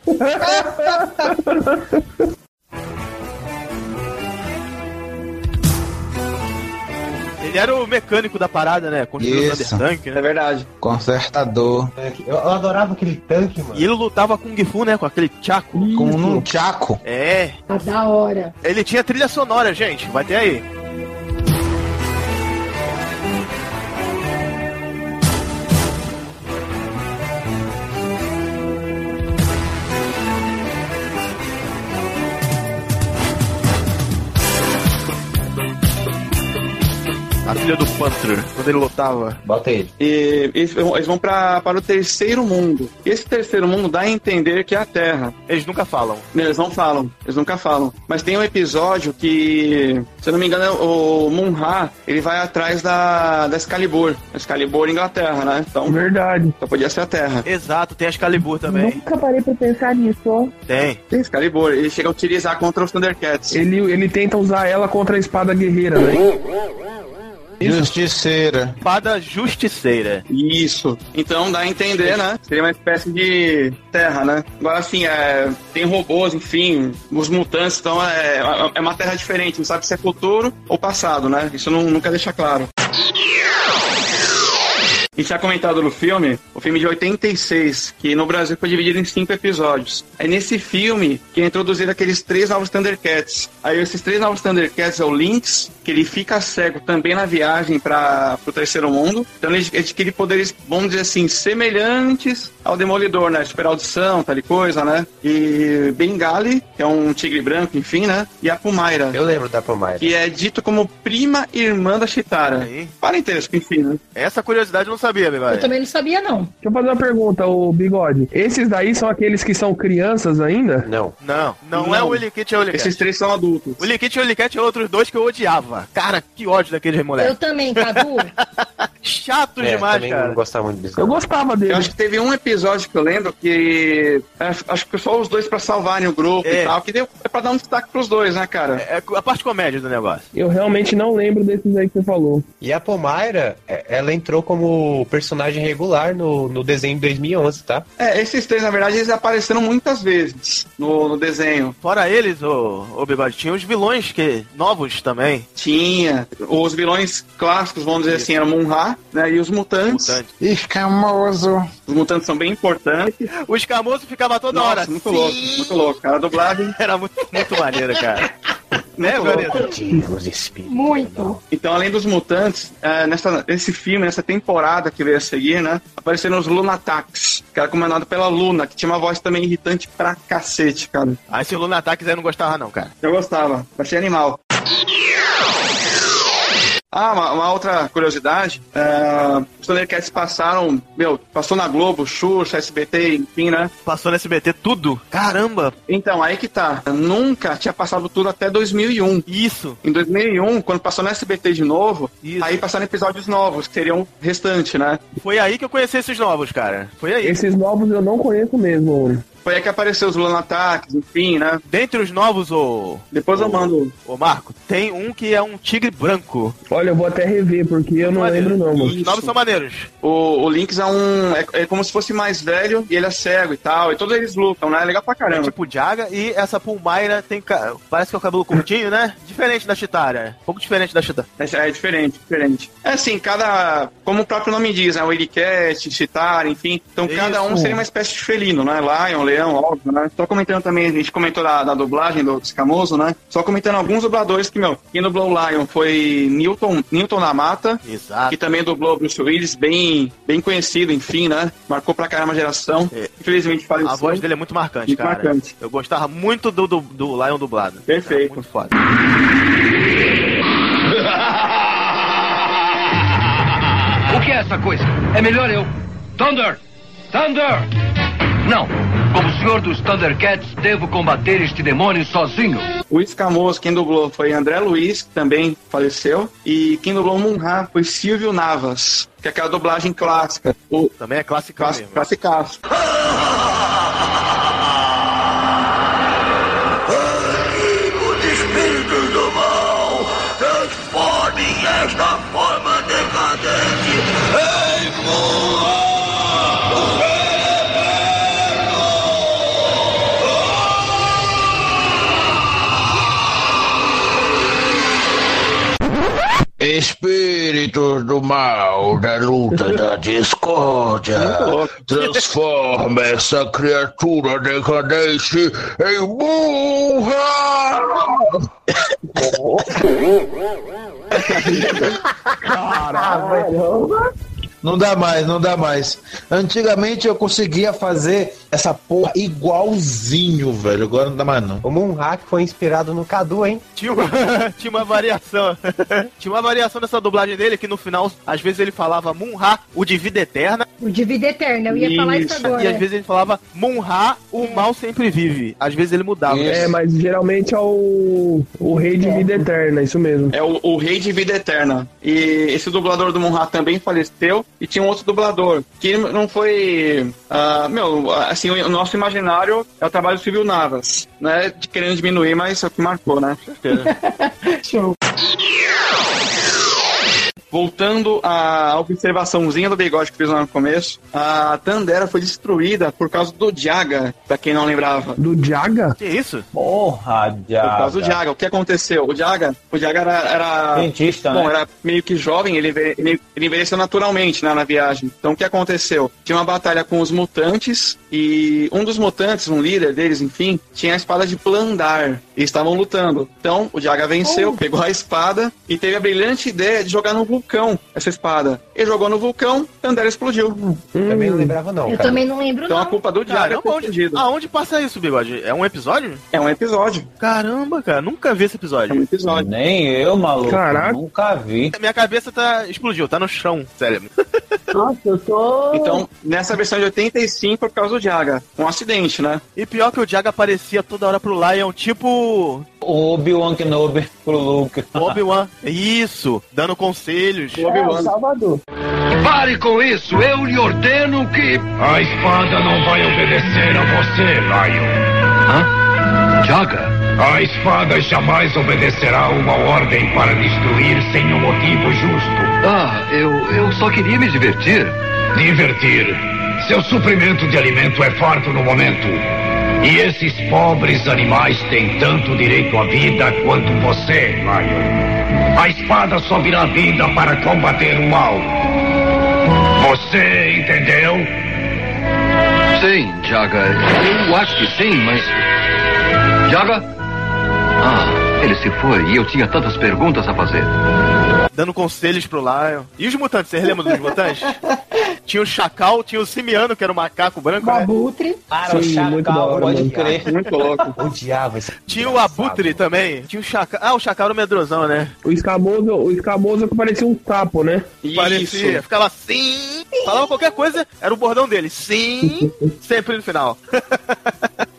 Speaker 5: Ele era o mecânico da parada, né? Construiu o
Speaker 7: Isso.
Speaker 5: Thundertank,
Speaker 1: É
Speaker 5: né?
Speaker 1: verdade.
Speaker 7: Consertador.
Speaker 10: Eu, eu adorava aquele tanque, mano.
Speaker 5: E ele lutava com o Gifu, né? Com aquele tchaco.
Speaker 7: Com um tchaco.
Speaker 5: É.
Speaker 11: Tá da hora.
Speaker 5: Ele tinha trilha sonora, gente. Vai ter aí. A Batalha do Panther, quando ele lutava.
Speaker 1: Bota ele. E eles, eles vão pra, para o terceiro mundo. Esse terceiro mundo dá a entender que é a Terra.
Speaker 5: Eles nunca falam.
Speaker 1: Eles não falam, eles nunca falam. Mas tem um episódio que, se eu não me engano, o Munra, ele vai atrás da, da Excalibur. Excalibur Inglaterra, né? Então,
Speaker 8: Verdade.
Speaker 1: Só podia ser a Terra.
Speaker 5: Exato, tem a Excalibur também.
Speaker 9: Nunca parei pra pensar nisso, ó.
Speaker 5: Tem.
Speaker 1: Tem Excalibur, ele chega a utilizar contra os Thundercats.
Speaker 8: Ele, ele tenta usar ela contra a espada guerreira, né?
Speaker 7: Justiceira.
Speaker 5: Espada Justiceira.
Speaker 1: Isso. Então dá a entender, né? Seria uma espécie de terra, né? Agora, assim, é, tem robôs, enfim, os mutantes, então é, é uma terra diferente. Não sabe se é futuro ou passado, né? Isso não, nunca deixa claro. E tinha comentado no filme, o filme de 86, que no Brasil foi dividido em cinco episódios. É nesse filme que é introduzido aqueles três novos Thundercats. Aí esses três novos Thundercats é o Lynx, que ele fica cego também na viagem para o terceiro mundo. Então ele adquire poderes, vamos dizer assim, semelhantes ao Demolidor, né? Super audição, tal e coisa, né? E Bengali, que é um tigre branco, enfim, né? E a Pumaira.
Speaker 2: Eu lembro da Pumaira.
Speaker 1: Que é dito como prima irmã da Chitara. Parentesco, enfim, né?
Speaker 5: Essa curiosidade eu não sabia, meu
Speaker 11: Eu também não sabia, não.
Speaker 8: Deixa eu fazer uma pergunta, ô Bigode. Esses daí são aqueles que são crianças ainda?
Speaker 2: Não.
Speaker 5: Não, não, é o Willikit, é o Willikit.
Speaker 1: Esses três são adultos.
Speaker 5: O Willikit e o Willikit é outros dois que eu odiava. Cara, que ódio daqueles moleques.
Speaker 11: Eu também, Cadu.
Speaker 5: Chato
Speaker 2: É,
Speaker 5: demais,
Speaker 2: também
Speaker 5: cara.
Speaker 2: não gostava muito disso.
Speaker 8: Eu gostava dele.
Speaker 1: Eu acho que teve um episódio que eu lembro que. é, acho que só os dois pra salvarem o grupo
Speaker 5: É.
Speaker 1: e tal. Que deu é pra dar um destaque pros dois,
Speaker 2: Ah,
Speaker 1: né, cara?
Speaker 5: É a parte comédia do negócio.
Speaker 8: Eu realmente não lembro desses aí que você falou.
Speaker 2: E a Pomaira, é, ela entrou como personagem regular no, no desenho de 2011, tá?
Speaker 1: É, esses três, na verdade, eles apareceram muitas vezes no, no desenho.
Speaker 5: Fora eles, ô, ô Bigode, tinha os vilões que novos também.
Speaker 1: Tinha. Os vilões clássicos, vamos dizer assim, eram Munra, né? E os mutantes.
Speaker 5: Mutante.
Speaker 7: Escamoso.
Speaker 1: Os mutantes são bem importantes.
Speaker 5: O escamoso ficava toda
Speaker 1: Nossa,
Speaker 5: hora.
Speaker 1: muito
Speaker 5: Sim.
Speaker 1: louco, muito louco. Cara, a dublagem.
Speaker 5: Era muito, muito maneiro, cara. né,
Speaker 1: louco.
Speaker 5: Vanessa?
Speaker 2: Antigos espíritos.
Speaker 11: Muito.
Speaker 1: Então, além dos mutantes, eh, nessa, nesse filme, nessa temporada que veio a seguir, né? Apareceram os Lunatax, que era comandado pela Luna, que tinha uma voz também irritante pra cacete, cara.
Speaker 5: Ah, esse Luna Ataques aí eu não gostava, não, cara.
Speaker 1: Eu gostava, achei animal. Ah, uma, uma outra curiosidade. eh, os Thundercats passaram, meu, passou na Globo, Xuxa, SBT, enfim, né?
Speaker 5: Passou no SBT tudo. Caramba,
Speaker 1: Então, aí que tá. Nunca tinha passado tudo até 2001.
Speaker 5: isso.
Speaker 1: Em 2001, quando passou no SBT de novo,
Speaker 5: Isso.
Speaker 1: aí passaram episódios novos, que seriam o restante, né?
Speaker 5: Foi aí que eu conheci esses novos, cara. Foi aí.
Speaker 8: Esses novos eu não conheço mesmo, mano.
Speaker 1: Foi aí que apareceu os Lunataques, enfim, né?
Speaker 5: Dentre os novos, ô,
Speaker 1: Depois eu mando.
Speaker 5: ô Marco, tem um que é um tigre branco.
Speaker 8: Olha, eu vou até rever, porque eu não
Speaker 5: Maneiro.
Speaker 8: lembro não, mano.
Speaker 5: Os novos são maneiros.
Speaker 1: O, o Lynx é um. É, é como se fosse mais velho e ele é cego e tal. E todos eles lutam, né? É legal pra
Speaker 5: É
Speaker 1: caramba.
Speaker 5: tipo Jaga e essa Pulmaira tem. ca- Parece que é o cabelo curtinho, né? Diferente da Chitara. Um pouco diferente da Chitara.
Speaker 1: É, é diferente, diferente. É assim, cada. Como o próprio nome diz, né? O Cat, Chitar, enfim. Então cada um
Speaker 8: Isso.
Speaker 1: seria uma espécie de felino, né? Lion, leão, óbvio, né? Só comentando também, a gente comentou da, da dublagem do Escamoso, né? Só comentando alguns dubladores que, meu, quem dublou o Lion foi Newton, Newton na Mata.
Speaker 5: Exato.
Speaker 1: que também dublou Bruce Willis, bem, bem conhecido, enfim, né? Marcou pra caramba a geração.
Speaker 5: É.
Speaker 1: Infelizmente faleceu.
Speaker 5: A voz dele é muito marcante,
Speaker 1: Muito
Speaker 5: cara.
Speaker 1: marcante.
Speaker 5: Eu gostava muito do, do, do Lion dublado.
Speaker 1: Perfeito.
Speaker 5: Era muito foda.
Speaker 4: O que é essa coisa? É melhor eu. Thunder! Thunder! Não, como senhor dos Thundercats, devo combater este demônio sozinho.
Speaker 1: O Escamoso, quem dublou foi André Luiz, que também faleceu. E quem dublou Munra foi Silvio Navas, que é aquela dublagem clássica. O
Speaker 5: Também é clássico
Speaker 1: clássico,
Speaker 5: mesmo.
Speaker 1: classicaço.
Speaker 4: Os espíritos do mal, transformem esta forma decadente em
Speaker 7: Espíritos do mal, da luta, da discórdia, transforma essa criatura decadente em burra! Não dá mais, não dá mais. Antigamente eu conseguia fazer essa porra igualzinho, velho. Agora não dá mais, não.
Speaker 10: O Moonhack foi inspirado no Cadu, hein?
Speaker 5: Tinha uma, tinha uma variação. tinha uma variação dessa dublagem dele que no final, às vezes ele falava Munha, o de vida eterna.
Speaker 11: O de vida eterna, eu ia falar isso agora.
Speaker 5: E às vezes ele falava Munha, o mal sempre vive. Às vezes ele mudava.
Speaker 8: É, mas geralmente é o, o rei
Speaker 11: É.
Speaker 8: de vida eterna, isso mesmo.
Speaker 1: É o, o Rei de Vida Eterna. E esse dublador do Munra também faleceu. E tinha um outro dublador, que não foi. ah, meu, assim, o nosso imaginário é o trabalho do Silvio Navas. Né? De- Querendo diminuir, mas é o que marcou, né?
Speaker 9: Show.
Speaker 1: Voltando à observaçãozinha do bigode que fiz lá no começo, a Tandera foi destruída por causa do Jaga, pra quem não lembrava.
Speaker 8: Do Jaga?
Speaker 5: Que isso?
Speaker 1: Porra, Jaga. Por causa do Jaga. O que aconteceu? O Jaga, o Jaga era, era-
Speaker 12: Cientista,
Speaker 1: bom,
Speaker 12: né?
Speaker 1: era meio que jovem, ele, enve- ele, ele envelheceu naturalmente né, na viagem. Então o que aconteceu? Tinha uma batalha com os mutantes e um dos mutantes, um líder deles, enfim, tinha a espada de Plandar. E estavam lutando. Então o Jaga venceu,
Speaker 11: Oh.
Speaker 1: pegou a espada e teve a brilhante ideia de jogar no vulcão essa espada. Ele jogou no vulcão, Tandera explodiu.
Speaker 10: Também não lembrava, não.
Speaker 11: Hum. Eu também não lembro,
Speaker 1: Então a
Speaker 11: não.
Speaker 1: culpa do Jaga é
Speaker 5: Caramba, onde,
Speaker 1: confundido.
Speaker 5: aonde passa isso, Bigode? É um episódio?
Speaker 1: É um episódio.
Speaker 5: Caramba, cara, nunca vi esse episódio.
Speaker 1: É um episódio.
Speaker 12: Nem eu, maluco.
Speaker 5: Caraca.
Speaker 12: Nunca vi.
Speaker 5: Minha cabeça tá explodiu, tá no chão, sério.
Speaker 9: Nossa, eu tô.
Speaker 1: Então, nessa versão de 85 por causa do Jaga. Um acidente, né?
Speaker 5: E pior que o Jaga aparecia toda hora pro Lion, tipo
Speaker 12: O Obi-Wan Kenobi pro Luke.
Speaker 5: Obi-Wan. Isso, dando conselhos.
Speaker 1: É,
Speaker 11: Obi-Wan.
Speaker 9: Salvador.
Speaker 4: Pare com isso, eu lhe ordeno que. A espada não vai obedecer a você, Lion. Hã? Jaga?
Speaker 13: A espada jamais obedecerá uma ordem para destruir sem um motivo justo.
Speaker 4: Ah, eu, eu só queria me divertir.
Speaker 13: Divertir. Seu suprimento de alimento é farto no momento. E esses pobres animais têm tanto direito à vida quanto você, Lion. A espada só virá vida para combater o mal. Você entendeu?
Speaker 4: Sim, Jaga. Eu acho que sim, mas. Jaga? Ah, ele se foi e eu tinha tantas perguntas a fazer.
Speaker 5: Dando conselhos pro Lion. E os mutantes, vocês lembram dos mutantes? tinha o Chacal, tinha o Simiano, que era o macaco branco, né?
Speaker 9: Abutre.
Speaker 12: Cara, o Chacal, pode crer.
Speaker 1: Muito louco.
Speaker 10: Odiava esse.
Speaker 5: Tinha o Abutre também. Tinha o Chacal. Ah, o Chacal era o medrosão, né?
Speaker 8: O escamoso, o escamoso que parecia um sapo, né?
Speaker 5: Parecia, ficava sim, falava qualquer coisa, era o bordão dele, sim, sempre no final.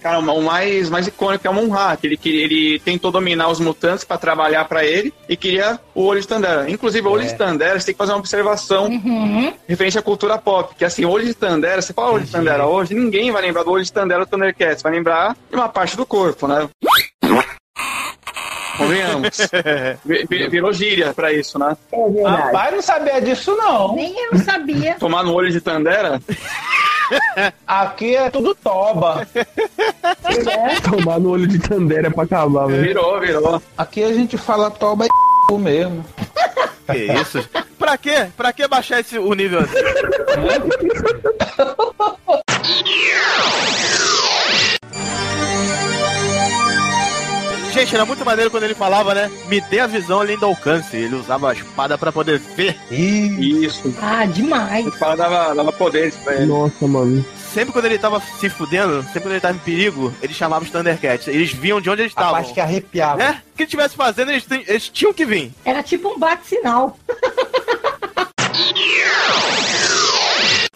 Speaker 1: Cara, o mais, mais icônico é o Monra, que ele, que ele tentou dominar os mutantes pra trabalhar pra ele e queria o Olho de Tandera. Inclusive, o Olho
Speaker 9: É.
Speaker 1: de Tandera, você tem que fazer uma observação
Speaker 9: Uhum.
Speaker 1: referente à cultura pop, que assim, Olho de Tandera, você fala Olho de Tandera
Speaker 9: Uhum.
Speaker 1: hoje, ninguém vai lembrar do Olho de Tandera do Thundercats, vai lembrar de uma parte do corpo, né? Convenhamos. Vi- vi- Virou gíria pra isso, né?
Speaker 9: É verdade.
Speaker 12: Rapaz, não sabia disso, não.
Speaker 11: Nem eu sabia.
Speaker 1: Tomar no olho de Tandera?
Speaker 12: Aqui é tudo toba.
Speaker 8: Tomar no olho de Tandera pra acabar, velho.
Speaker 1: Virou, virou.
Speaker 12: Aqui a gente fala toba e c... mesmo.
Speaker 5: Que isso? Pra quê? Pra que baixar esse, o nível assim? Gente, era muito maneiro quando ele falava, né? Me dê a visão além do alcance. Ele usava a espada pra poder ver.
Speaker 1: Isso.
Speaker 11: Ah, demais.
Speaker 1: Fala, dava, dava poderes pra ele.
Speaker 8: Nossa, mano.
Speaker 5: Sempre quando ele tava se fudendo, sempre quando ele tava em perigo, ele chamava os Thundercats. Eles viam de onde eles
Speaker 10: A
Speaker 5: estavam.
Speaker 10: parte que arrepiava.
Speaker 5: Né? O que ele estivesse fazendo, eles, tin- eles tinham que vir.
Speaker 11: Era tipo um bate-sinal.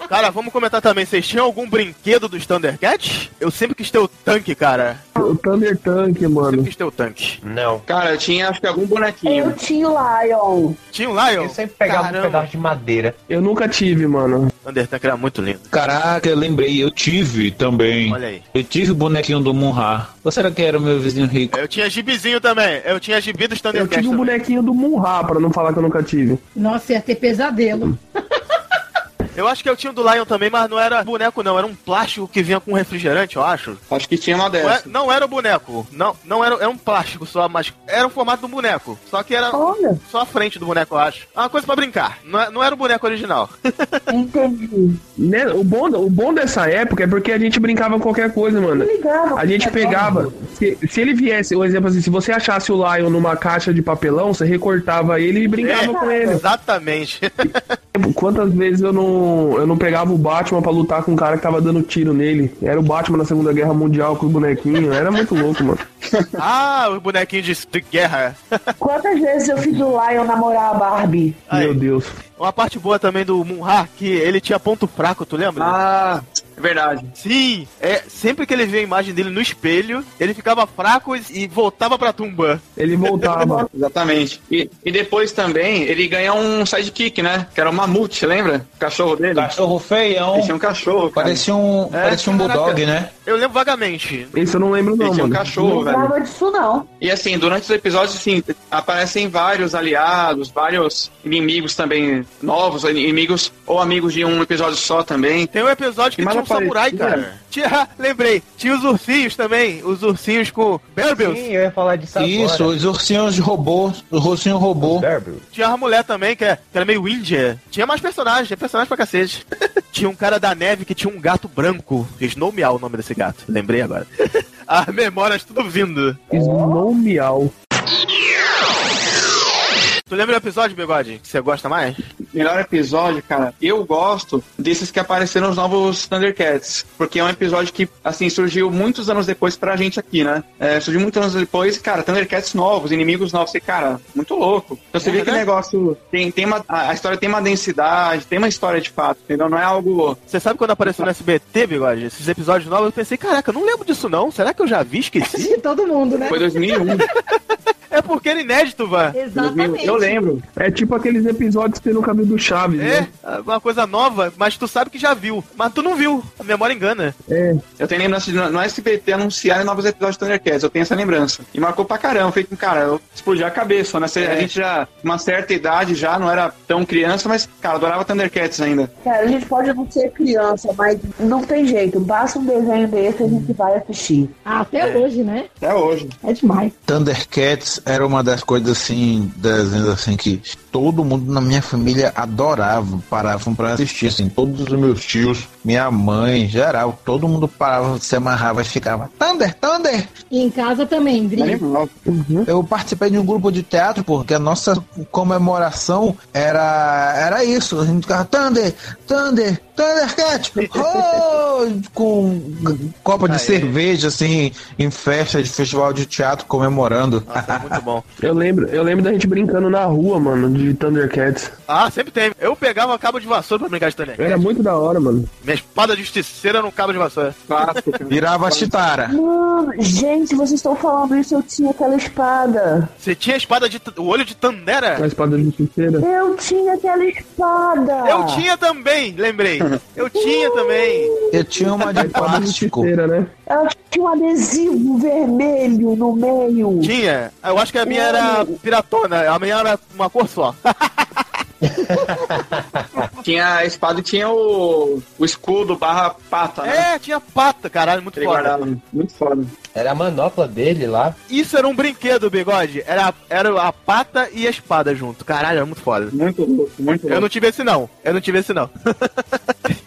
Speaker 5: Cara, vamos comentar também. Vocês tinham algum brinquedo dos Thundercats? Eu sempre quis ter o tanque, cara.
Speaker 8: O Thunder Tank, mano.
Speaker 5: Quis ter o tanque.
Speaker 10: Não.
Speaker 1: Cara, eu tinha acho que algum bonequinho.
Speaker 9: Eu tinha o Lion.
Speaker 5: Tinha o Lion?
Speaker 10: Eu sempre pegava um pedaço de madeira.
Speaker 8: Eu nunca tive, mano.
Speaker 5: Thundertank era é muito lindo.
Speaker 12: Caraca, eu lembrei, eu tive também.
Speaker 5: Olha aí.
Speaker 12: Eu tive o bonequinho do Munra. Ou será que era o meu vizinho rico?
Speaker 5: Eu tinha gibizinho também. Eu tinha gibi dos
Speaker 8: Eu
Speaker 5: Thundercats.
Speaker 8: tive
Speaker 10: um
Speaker 8: o bonequinho do Munra, pra não falar que eu nunca tive.
Speaker 11: Nossa, ia ter pesadelo.
Speaker 5: também. Eu acho que eu tinha o do Lion também, mas não era boneco, não. Era um plástico que vinha com refrigerante, eu acho.
Speaker 1: Acho que tinha uma
Speaker 5: Não é-
Speaker 1: dessas.
Speaker 5: não era o boneco. Não, não era, era um plástico só, mas era o formato do boneco. Só que era
Speaker 9: Olha.
Speaker 5: só a frente do boneco, eu acho. É Uma coisa pra brincar. Não, é- não era o boneco original.
Speaker 9: Entendi.
Speaker 8: Né, O bom, o bom dessa época é porque a gente brincava com qualquer coisa, mano.
Speaker 9: Ligava.
Speaker 8: A gente pegava. Se, se ele viesse, um exemplo assim, se você achasse o Lion numa caixa de papelão, você recortava ele e brincava
Speaker 5: É,
Speaker 8: com ele.
Speaker 5: Exatamente.
Speaker 8: quantas vezes eu não, eu não pegava o Batman pra lutar com um cara que tava dando tiro nele. Era o Batman na Segunda Guerra Mundial com os bonequinhos. Era muito louco, mano.
Speaker 5: Ah, o bonequinho de, de guerra.
Speaker 9: Quantas vezes eu fiz o Lion namorar a Barbie?
Speaker 8: Meu Deus.
Speaker 5: Uma parte boa também do Munha, que ele tinha ponto fraco, tu lembra?
Speaker 1: Ah, é verdade.
Speaker 5: Sim, é, sempre que ele via a imagem dele no espelho, ele ficava fraco e- e voltava pra tumba.
Speaker 8: Ele voltava.
Speaker 1: Exatamente. E, e depois também ele ganha um sidekick, né? Que era o mamute, lembra? O cachorro dele.
Speaker 7: Cachorro feião.
Speaker 1: Ele tinha um cachorro. cara.
Speaker 7: Parecia um,
Speaker 1: É,
Speaker 7: parecia um
Speaker 1: caraca.
Speaker 7: bulldog, né?
Speaker 5: Eu lembro vagamente.
Speaker 8: Isso eu não lembro,
Speaker 1: Ele tinha um cachorro, velho.
Speaker 9: disso, não.
Speaker 1: E assim, durante os episódios, assim, aparecem vários aliados, vários inimigos também novos, inimigos ou amigos de um episódio só também.
Speaker 5: Tem um episódio que
Speaker 1: Mas
Speaker 5: tinha um samurai,
Speaker 1: aparecia.
Speaker 10: né?
Speaker 5: cara. Tinha, lembrei, tinha os ursinhos também, os ursinhos com Berbels.
Speaker 10: Sim, eu ia falar disso agora.
Speaker 7: Isso, os ursinhos de robô, os ursinhos robô.
Speaker 5: Tinha uma mulher também, que é- que era meio índia. Tinha mais personagens, tinha personagens pra cacete. tinha um cara da neve que tinha um gato branco. Snow Meow o nome desse gato, lembrei agora. As memórias tudo vindo.
Speaker 8: Snow Miau.
Speaker 5: Tu lembra o episódio, Bigode, que você gosta mais?
Speaker 1: Melhor episódio, cara, eu gosto desses que apareceram os novos Thundercats. Porque é um episódio que, assim, surgiu muitos anos depois pra gente aqui, né? É, surgiu muitos anos depois, e, cara, Thundercats novos, inimigos novos. E, cara, muito louco. Então você
Speaker 5: É
Speaker 1: vê que o negócio tem, tem uma. A a história tem uma densidade, tem uma história de fato, entendeu? Não é algo.
Speaker 5: Você sabe quando apareceu no SBT, Bigode, esses episódios novos, eu pensei, caraca, eu não lembro disso não. Será que eu já vi? Esqueci.
Speaker 11: De todo mundo, né?
Speaker 1: Foi 2001.
Speaker 5: é porque era inédito, Van.
Speaker 11: Exatamente.
Speaker 8: É tipo aqueles episódios que você nunca viu do Chaves,
Speaker 5: É,
Speaker 8: né?
Speaker 5: uma coisa nova, mas tu sabe que já viu. Mas tu não viu. A memória engana.
Speaker 8: É.
Speaker 1: Eu tenho lembrança de no no SBT anunciarem novos episódios de Thundercats, eu tenho essa lembrança. E marcou pra caramba, feito, um cara, eu explodi a cabeça, né? Cê- A gente já, uma certa idade já, não era tão criança, mas, cara, adorava Thundercats ainda.
Speaker 9: Cara, a gente pode não ser criança, mas não tem jeito. Basta um desenho desse e a gente vai assistir.
Speaker 11: Até
Speaker 5: É.
Speaker 11: hoje, né?
Speaker 1: Até hoje.
Speaker 9: É demais.
Speaker 7: Thundercats era uma das coisas assim, desenhos assim que todo mundo na minha família adorava, paravam pra assistir, assim, todos os meus tios, minha mãe, geral, todo mundo parava, se amarrava e ficava Thunder, Thunder!
Speaker 11: E em casa também, Dri.
Speaker 5: Uhum.
Speaker 7: Eu participei de um grupo de teatro porque a nossa comemoração era era isso, a gente ficava Thunder, Thunder, Thundercat! Oh! com g- copa
Speaker 5: Ah, é.
Speaker 7: de cerveja assim em festa de festival de teatro comemorando.
Speaker 5: Ah, tá
Speaker 1: Tá
Speaker 5: Muito bom.
Speaker 8: Eu lembro, eu lembro da gente brincando na rua, mano, de Thundercats.
Speaker 5: Ah, sempre teve. Eu pegava cabo de vassoura pra brincar de Thundercats.
Speaker 8: Era muito da hora, mano.
Speaker 5: Minha espada justiceira era um cabo de vassoura.
Speaker 7: Virava chitara.
Speaker 9: Mano, gente, vocês estão falando isso, eu tinha aquela espada.
Speaker 5: Você tinha a espada de. t- O olho de Tandera?
Speaker 8: A espada justiceira.
Speaker 9: Eu tinha aquela espada.
Speaker 5: Eu tinha também, lembrei. Eu tinha também.
Speaker 7: Eu tinha uma de plástico.
Speaker 1: né?
Speaker 9: Ela tinha um adesivo vermelho no meio.
Speaker 5: Tinha. Eu acho que a minha era piratona. A minha era uma cor só.
Speaker 1: Tinha a espada e tinha o, o escudo barra pata, né?
Speaker 5: É, tinha pata, caralho, muito
Speaker 1: Ele
Speaker 5: foda.
Speaker 1: guardava. Muito foda.
Speaker 10: Era a manopla dele lá.
Speaker 5: Isso era um brinquedo, bigode. Era, era a pata e a espada junto. Caralho, era muito foda.
Speaker 1: Muito louco, muito
Speaker 5: Eu
Speaker 1: louco.
Speaker 5: não tive esse não. Eu não tive esse não.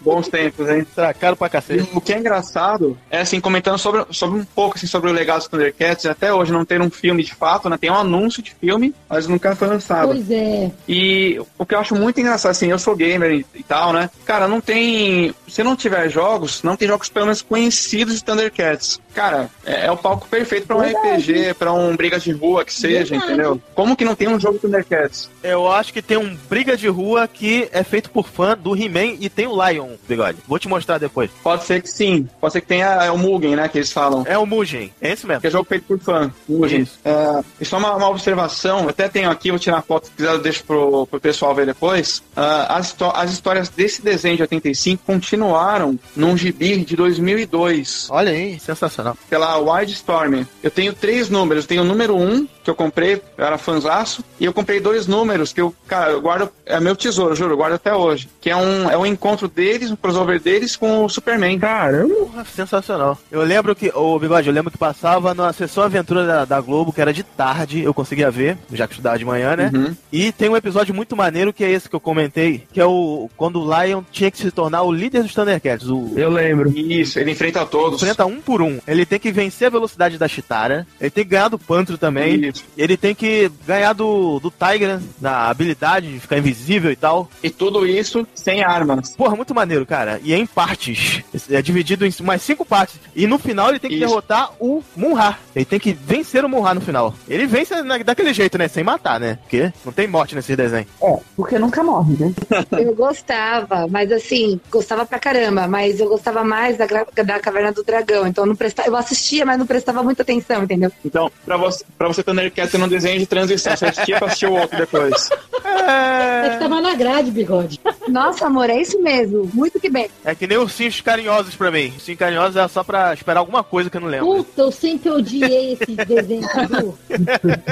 Speaker 1: Bons tempos, hein?
Speaker 5: Será caro pra
Speaker 1: E
Speaker 5: cacete?
Speaker 1: o que é engraçado é, assim, comentando sobre, sobre um pouco assim, sobre o legado dos Thundercats, até hoje não ter um filme de fato, né? Tem um anúncio de filme, mas nunca foi lançado.
Speaker 11: Pois é.
Speaker 1: E o que eu acho muito engraçado, assim, eu sou gamer e- e tal, né? Cara, não tem. Se não tiver jogos, não tem jogos pelo menos conhecidos de Thundercats. Cara, é, é o palco perfeito pra um RPG, pra um briga de rua que seja,
Speaker 11: Verdade.
Speaker 1: entendeu? Como que não tem um jogo de Thundercats?
Speaker 5: Eu acho que tem um briga de rua que é feito por fã do He-Man e tem o Lion, bigode. Vou te mostrar depois.
Speaker 1: Pode ser que sim. Pode ser que tenha é o Mugen, né? Que eles falam.
Speaker 5: É o Mugen. É esse mesmo.
Speaker 1: Que é jogo feito por fã. Mugen.
Speaker 5: Isso.
Speaker 1: É, e só uma, uma observação, eu até tenho aqui, vou tirar a foto, se quiser eu deixo pro, pro pessoal ver depois. Ah, as, histó- as histórias desse desenho de 85 continuaram num gibi de 2002,
Speaker 5: Olha aí, sensacional.
Speaker 1: pela Wildstorm. Eu tenho três números, eu tenho o número um, que eu comprei, eu era fãzaço, e eu comprei dois números que eu, cara, eu guardo, é meu tesouro, juro, eu guardo até hoje, que é um, é um encontro deles deles, um crossover deles com o Superman. Caramba!
Speaker 5: Porra, sensacional. Eu lembro que, ô Bigode, eu lembro que passava na sessão aventura da, da Globo, que era de tarde, eu conseguia ver, já que estudava de manhã, né?
Speaker 1: Uhum.
Speaker 5: E tem um episódio muito maneiro que é esse que eu comentei, que é o quando o Lion tinha que se tornar o líder dos Thundercats.
Speaker 8: Eu lembro.
Speaker 1: Isso, ele enfrenta todos.
Speaker 5: Enfrenta um por um. Ele tem que vencer a velocidade da Chitara, ele tem que ganhar do Pantro também, ele tem que ganhar do, do Tiger, né? da habilidade de ficar invisível e tal.
Speaker 1: E tudo isso sem armas.
Speaker 5: Porra, muito maneiro, cara. E é em partes. É dividido em mais cinco partes. E no final ele tem que derrotar o Munra. Ele tem que vencer o Munra no final. Ele vence na- daquele jeito, né? Sem matar, né? Porque não tem morte nesse desenho.
Speaker 9: É, porque nunca morre, né?
Speaker 14: Eu gostava, mas assim, gostava pra caramba, mas eu gostava mais da, gra- da Caverna do Dragão. Então eu, não prestava, eu assistia, mas não prestava muita atenção, entendeu?
Speaker 1: Então, pra você, pra você Thundercats é um desenho de transição, você assistia pra assistir o outro depois.
Speaker 14: É que tava na grade, bigode. Nossa, amor, é isso mesmo. Muito que bem.
Speaker 5: É que nem os cinhos carinhosos pra mim. Os cinhos carinhosos é só pra esperar alguma coisa que eu não lembro.
Speaker 11: Puta, eu sempre odiei esse desenho. Cadu.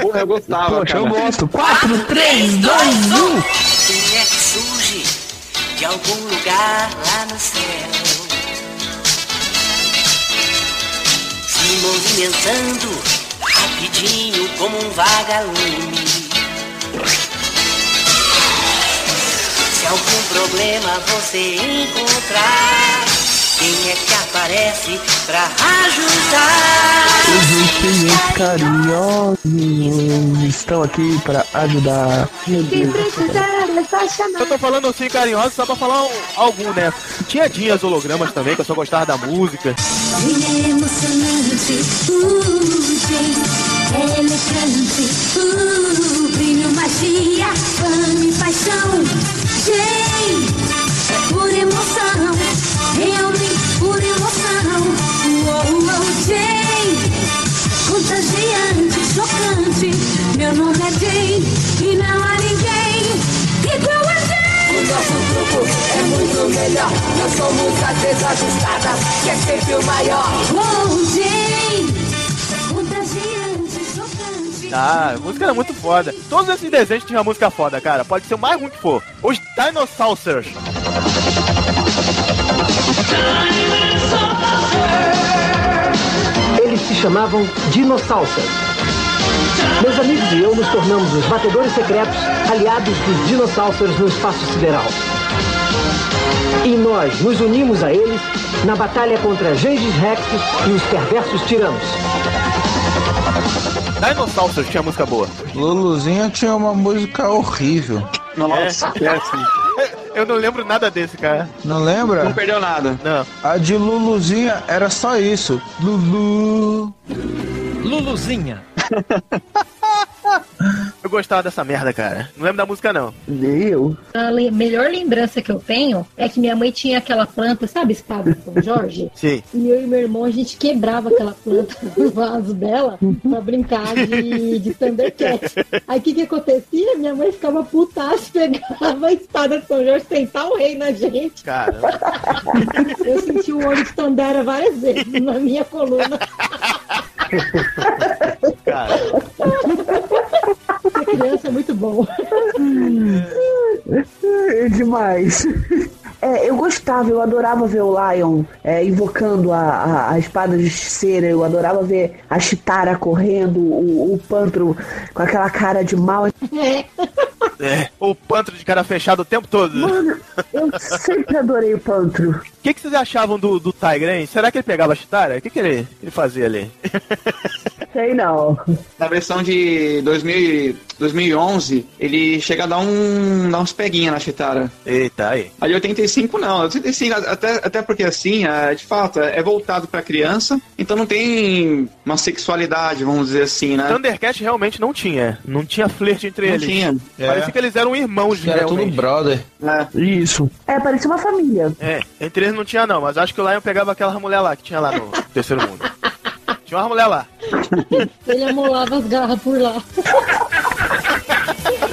Speaker 1: Porra, eu gostava,
Speaker 8: Poxa, eu
Speaker 1: cara.
Speaker 8: gosto. 4, 3, 2, 1.
Speaker 15: Quem é que surge de algum lugar lá no céu? Se movimentando rapidinho como um vagalume. Se algum problema você encontrar, quem é que aparece pra ajudar?
Speaker 8: Os carinhosos estão aqui pra ajudar. Meu
Speaker 14: Quem
Speaker 8: Deus.
Speaker 14: precisar é só
Speaker 5: Eu
Speaker 14: chamar.
Speaker 5: tô falando assim carinhoso só pra falar um- algum, né? Tinha dias hologramas também, que eu só gostava da música.
Speaker 15: É emocionante, urgente, elegante, uh, brilho, magia, fama e paixão. Gente, é pura emoção, realmente pura emoção. Uou, uou, gente, contagiante, chocante. Meu nome é Jane e não há ninguém igual a Jane. O nosso grupo é muito melhor, nós somos a desajustada, que é sempre o maior. Oh, Jane, contagiante, chocante.
Speaker 5: Ah, a música era muito foda. Todos esses desenhos tinham música foda, cara. Pode ser o mais ruim que for. Os Dinosaurs.
Speaker 16: Eles se chamavam Dinossauros. Meus amigos e eu nos tornamos os batedores secretos, aliados dos dinossauros no espaço sideral. E nós nos unimos a eles na batalha contra Gengis Rex e os perversos tiranos.
Speaker 5: Dinossauros tinha música boa.
Speaker 7: Luluzinho tinha uma música horrível.
Speaker 5: Nossa, Eu não lembro nada desse, cara.
Speaker 7: É, assim. Não lembra?
Speaker 1: Não perdeu nada.
Speaker 5: Não.
Speaker 7: A de Luluzinha era só isso. Lulu.
Speaker 5: Luluzinha. eu gostava dessa merda, cara. Não lembro da música, não.
Speaker 7: Nem eu.
Speaker 11: A le- melhor lembrança que eu tenho é que minha mãe tinha aquela planta, sabe, espada São Jorge?
Speaker 5: Sim.
Speaker 11: E eu e meu irmão, a gente quebrava aquela planta no vaso dela pra brincar de, de Thundercat. Aí o que, que acontecia? Minha mãe ficava putaça, pegava a espada de São Jorge, sentar o rei na gente.
Speaker 5: Cara.
Speaker 11: Eu senti o olho de Tandera várias vezes na minha coluna.
Speaker 5: Cara.
Speaker 11: Essa criança é muito bom.
Speaker 9: É demais. É, eu gostava, eu adorava ver o Lion é, invocando a, a, a espada justiceira, eu adorava ver a Chitara correndo, o, o Pantro com aquela cara de mal.
Speaker 5: É. O pantro de cara fechado o tempo todo.
Speaker 9: Mano, eu sempre adorei o Pantro.
Speaker 5: O que, que vocês achavam do, do Tiger, hein? Será que ele pegava a chitara? O que, que ele, ele fazia ali?
Speaker 9: Sei não.
Speaker 1: Na versão de 2000, e- 2011, ele chega a dar, um, dar uns peguinha na Chitara.
Speaker 5: Eita, aí.
Speaker 1: A de 85 não, a de 85, a- até, até porque assim, a- de fato, é voltado pra criança, então não tem uma sexualidade, vamos dizer assim, né?
Speaker 5: Thundercat realmente não tinha. É, Não tinha flerte entre
Speaker 1: Não
Speaker 5: eles.
Speaker 1: tinha. É.
Speaker 5: Parecia que eles eram irmãos,
Speaker 1: Era tudo
Speaker 5: brother.
Speaker 8: Isso.
Speaker 9: É, parecia uma família.
Speaker 5: É, entre eles não tinha não, mas acho que o Lion pegava aquela mulher lá que tinha lá no terceiro mundo. Tinha uma mulher lá.
Speaker 11: Ele amolava as garras por lá.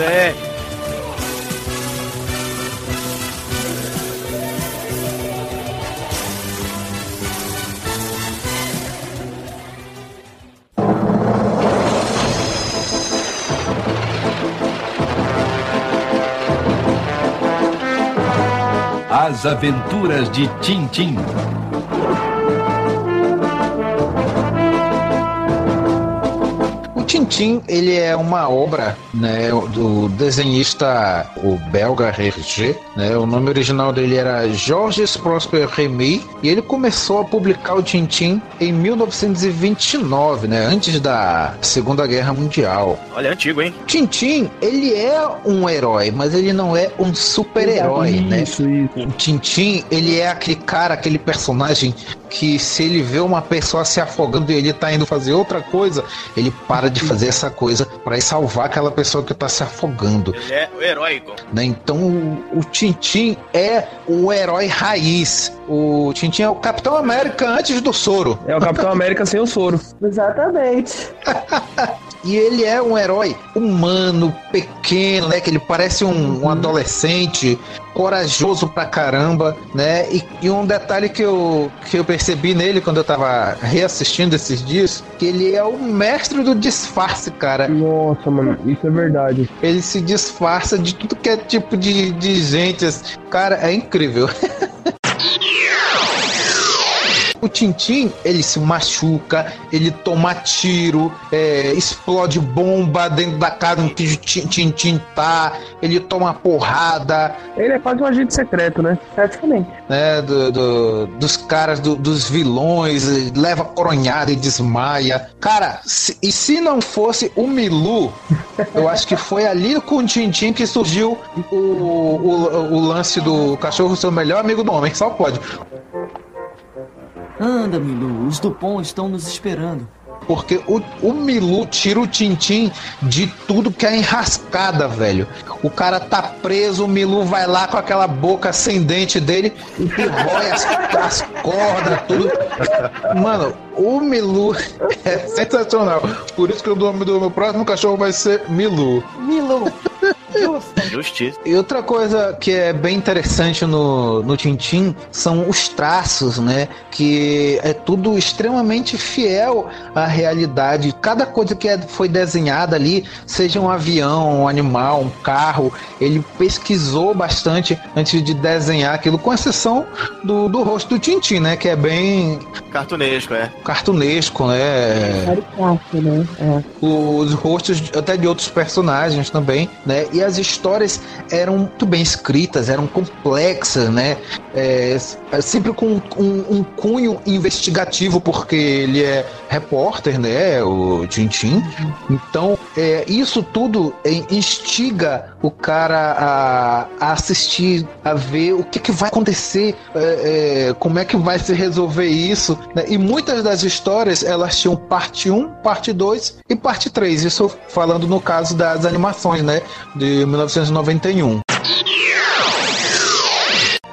Speaker 5: É.
Speaker 2: A
Speaker 17: As Aventuras de Tintim.
Speaker 7: O Tintin, ele é uma obra né, do desenhista o belga Hergé. Né, o nome original dele era Georges Prosper Remy e ele começou a publicar o Tintin em 1929, né, antes da Segunda Guerra Mundial.
Speaker 5: Olha, é antigo, hein?
Speaker 7: Tintin, ele é um herói, mas ele não é um super-herói, né? O Tintin, ele é aquele cara, aquele personagem que se ele vê uma pessoa se afogando e ele tá indo fazer outra coisa, ele para de fazer essa coisa para salvar aquela pessoa que tá se afogando.
Speaker 5: Ele é o heróico.
Speaker 7: Né? Então o, o Tintim é o herói raiz. O Tintim é o Capitão América antes do soro.
Speaker 8: É o Capitão América sem o soro.
Speaker 9: Exatamente.
Speaker 7: E ele é um herói humano, pequeno, né? Que ele parece
Speaker 8: Uhum.
Speaker 7: um, um adolescente, corajoso pra caramba, né? E, e um detalhe que eu, que eu percebi nele quando eu tava reassistindo esses dias, que ele é o mestre do disfarce, cara.
Speaker 8: Nossa, mano, isso é verdade.
Speaker 7: Ele se disfarça de tudo que é tipo de, de gente. Cara, é incrível. O Tintim, ele se machuca, ele toma tiro, é, explode bomba dentro da casa um onde o Tintim tá, ele toma porrada.
Speaker 8: Ele é quase um agente secreto, né?
Speaker 9: Praticamente.
Speaker 7: Né, do, do- dos caras, do- dos vilões, ele leva coronhada e desmaia. Cara, se- e se não fosse o Milu, eu acho que foi ali com o Tintim que surgiu o, o, o lance do cachorro ser o melhor amigo do homem, só pode.
Speaker 18: Anda, Milu, os Dupont estão nos esperando.
Speaker 7: Porque o, o Milu tira o Tintim de tudo que é enrascada, velho. O cara tá preso, o Milu vai lá com aquela boca sem dente dele e rói as, as cordas, tudo. Mano, o Milu é sensacional. Por isso que o nome do meu próximo cachorro vai ser Milu.
Speaker 18: Milu,
Speaker 5: Justiça.
Speaker 7: E outra coisa que é bem interessante no, no Tintim são os traços, né? Que é tudo extremamente fiel à realidade. Cada coisa que é- foi desenhada ali, seja um avião, um animal, um carro, ele pesquisou bastante antes de desenhar aquilo, com exceção do, do rosto do Tintim, né? Que é bem
Speaker 5: Cartunesco, é.
Speaker 7: cartunesco, né?
Speaker 9: Caricato, né? É.
Speaker 7: os rostos de- até de outros personagens também, né? E as histórias eram muito bem escritas, eram complexas, né? É, s- é sempre com um, um cunho investigativo, porque ele é repórter, né? O Tintin.
Speaker 9: Uhum.
Speaker 7: Então, é, isso tudo é, instiga o cara a, a assistir, a ver o que, que vai acontecer, é, é, como é que vai se resolver isso. né? E muitas das histórias elas tinham parte 1, parte 2 e parte 3. Isso falando no caso das animações, né? De 1991.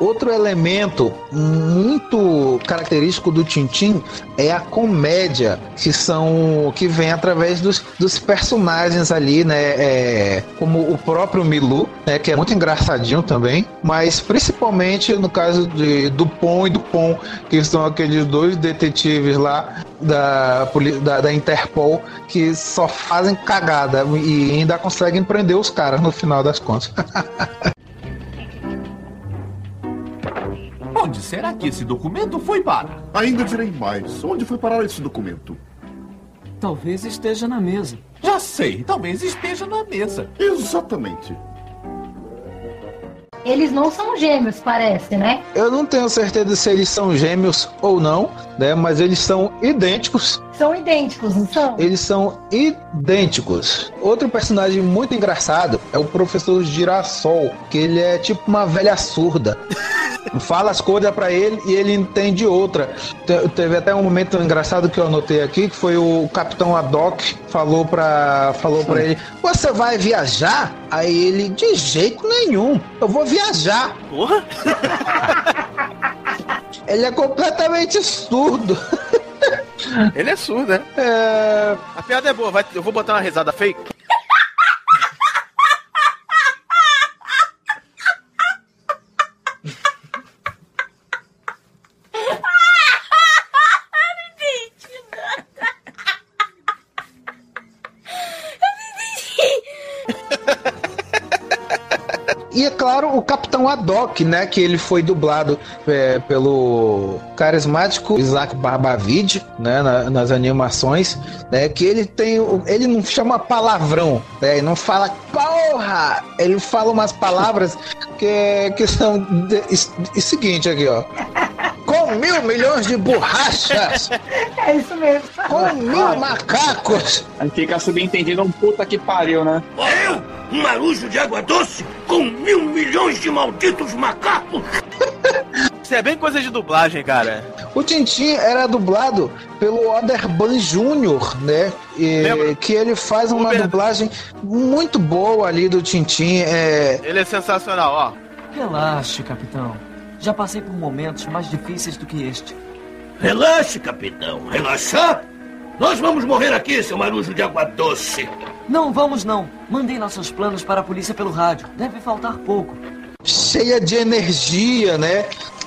Speaker 7: Outro elemento muito característico do Tintim é a comédia, que são que vem através dos, dos personagens ali, né? É, como o próprio Milu, né? Que é muito engraçadinho também, mas principalmente no caso de Dupont e Dupont, que são aqueles dois detetives lá da, poli- da, da Interpol que só fazem cagada e ainda conseguem prender os caras no final das contas.
Speaker 19: Onde será que esse documento foi para? Ainda direi mais. Onde foi parar esse documento?
Speaker 18: talvez esteja na mesa.
Speaker 19: Já sei, talvez esteja na mesa. Exatamente.
Speaker 20: Eles não são gêmeos, parece, né?
Speaker 7: Eu não tenho certeza se eles são gêmeos ou não, né? Mas eles são idênticos.
Speaker 20: São idênticos, não são?
Speaker 7: Eles são idênticos. Outro personagem muito engraçado é o professor Girassol, que ele é tipo uma velha surda. Fala as coisas pra ele e ele entende outra. Te- Teve até um momento engraçado que eu anotei aqui, que foi o Capitão Haddock falou pra, falou pra ele, você vai viajar? Aí ele, de jeito nenhum, eu vou viajar.
Speaker 5: Porra!
Speaker 7: Ele é completamente surdo.
Speaker 5: Ele é surdo, né?
Speaker 7: É...
Speaker 5: A piada é boa, vai- eu vou botar uma risada fake.
Speaker 7: E é claro, o Capitão Haddock, né? Que ele foi dublado é, pelo carismático Isaac Barbavid, né? na- nas animações, né? Que ele tem. o- Ele não chama palavrão, né? Ele não fala porra! Ele fala umas palavras que, que são. de- es- e seguinte aqui, ó. Com mil milhões de borrachas!
Speaker 20: É isso mesmo.
Speaker 7: Com mil macacos!
Speaker 1: Aí fica subentendido um puta que pariu, né?
Speaker 15: Eu, um marujo de água doce com mil milhões de malditos macacos.
Speaker 5: Isso é bem coisa de dublagem, cara.
Speaker 7: O Tintin era dublado pelo Oderban Jr., né? E- que ele faz uma dublagem muito boa ali do Tintin. É,
Speaker 5: Ele é sensacional, ó.
Speaker 18: Relaxe, capitão. Já passei por momentos mais difíceis do que este.
Speaker 13: Relaxe, capitão. Relaxar? Nós vamos morrer aqui, seu marujo de água doce.
Speaker 18: Não vamos não. Mandei nossos planos para a polícia pelo rádio. Deve faltar pouco.
Speaker 7: cheia de energia, né?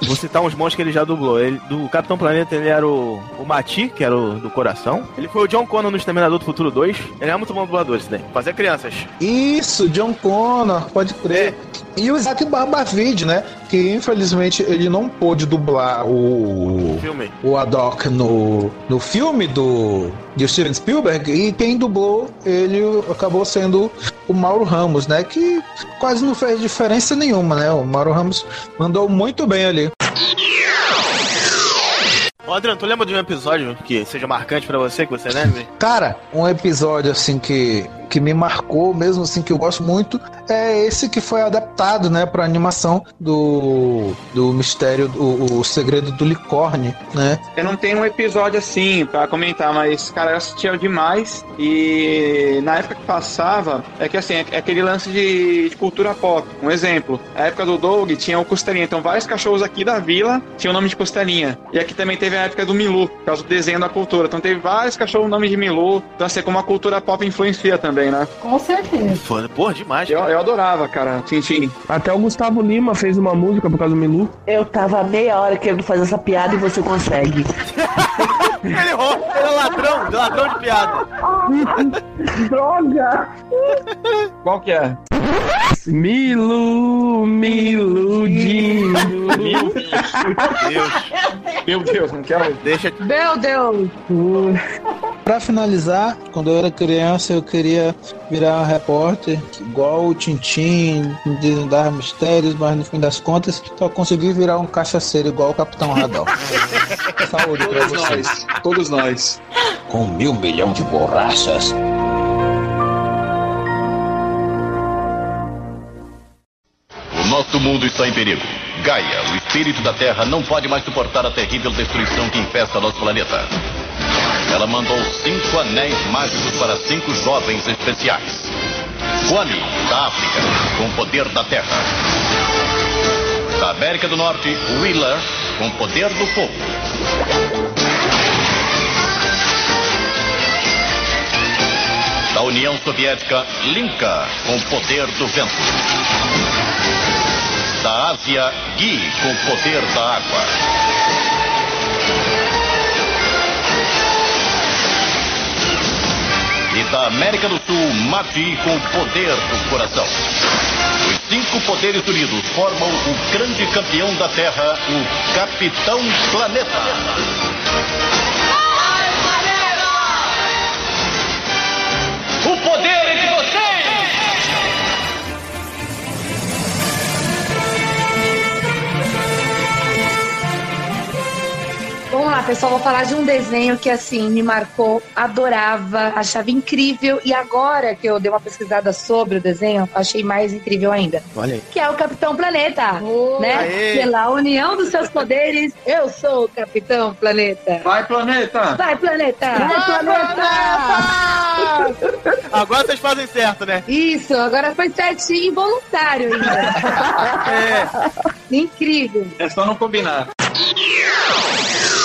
Speaker 5: Vou citar uns monstros que ele já dublou. Ele, do Capitão Planeta, ele era o, o Mati, que era o do coração. Ele foi o John Connor no Exterminador do Futuro 2. Ele é muito bom dublador, esse daí. Fazer crianças.
Speaker 7: Isso, John Connor, pode crer. E o Isaac Barbavid, né? Que infelizmente ele não pôde dublar o.
Speaker 5: Filme.
Speaker 7: O Haddock no, no filme do, de Steven Spielberg. E quem dublou ele acabou sendo o Mauro Ramos, né? Que quase não fez diferença nenhuma, né? O Mauro Ramos mandou muito bem ali.
Speaker 5: Ô, Adriano, tu lembra de um episódio que seja marcante pra você, que você lembre?
Speaker 7: Cara, um episódio assim que, que me marcou, mesmo assim que eu gosto muito, é esse que foi adaptado, né, para animação do do mistério, do, o segredo do licórnio, né?
Speaker 1: Eu não tenho um episódio assim pra comentar, mas, cara, eu assistia demais. E na época que passava, é que assim, é é aquele lance de, de cultura pop. Um exemplo, a época do Doug tinha o Costelinha. Então, vários cachorros aqui da vila tinham o nome de Costelinha. E aqui também teve a época do Milu, por causa do desenho da cultura. Então, teve vários cachorros com nome de Milu. Então, assim, como a cultura pop influencia também, né?
Speaker 20: Com certeza.
Speaker 5: Foda, porra, demais.
Speaker 1: Eu, eu adorava, cara. Tintim.
Speaker 8: Até o Gustavo Lima fez uma música por causa do Milu.
Speaker 9: Eu tava meia hora querendo fazer essa piada e você consegue.
Speaker 5: Ele errou, ele é ladrão, ladrão de piada.
Speaker 9: Droga!
Speaker 1: Qual que é?
Speaker 8: Milu, miludindo.
Speaker 1: Meu Deus. Meu Deus, não quero.
Speaker 5: Deixa.
Speaker 14: Meu Deus!
Speaker 7: Pra finalizar, quando eu era criança, eu queria virar um repórter, igual o Tintim, desvendar mistérios, mas no fim das contas, só consegui virar um cachaceiro igual o Capitão Radal. Saúde pra
Speaker 1: Todos nós. Todos nós.
Speaker 7: Com mil milhão de borrachas.
Speaker 21: O nosso mundo está em perigo. Gaia, o espírito da Terra, não pode mais suportar a terrível destruição que infesta nosso planeta. Ela mandou cinco anéis mágicos para cinco jovens especiais. Kwame, da África, com o poder da Terra. Da América do Norte, Wheeler, com o poder do fogo. Da União Soviética, Linka, com o poder do vento. Da Ásia, Gui, com o poder da água. E da América do Sul, Mati, com o poder do coração. Os cinco poderes unidos formam o grande campeão da Terra, o Capitão Planeta. O poder é de vocês!
Speaker 14: Vamos lá, pessoal, vou falar de um desenho que assim me marcou, adorava, achava incrível e agora que eu dei uma pesquisada sobre o desenho, achei mais incrível ainda.
Speaker 5: Olha aí.
Speaker 14: Que é o Capitão Planeta, né?
Speaker 15: Aê!
Speaker 14: Pela união dos seus poderes, eu sou o Capitão Planeta.
Speaker 1: Vai, planeta!
Speaker 14: Vai, planeta!
Speaker 15: Vai,
Speaker 14: planeta!
Speaker 5: Agora vocês fazem certo, né?
Speaker 14: Isso, agora foi certinho e voluntário ainda. Incrível.
Speaker 1: É só não combinar.
Speaker 14: Gente,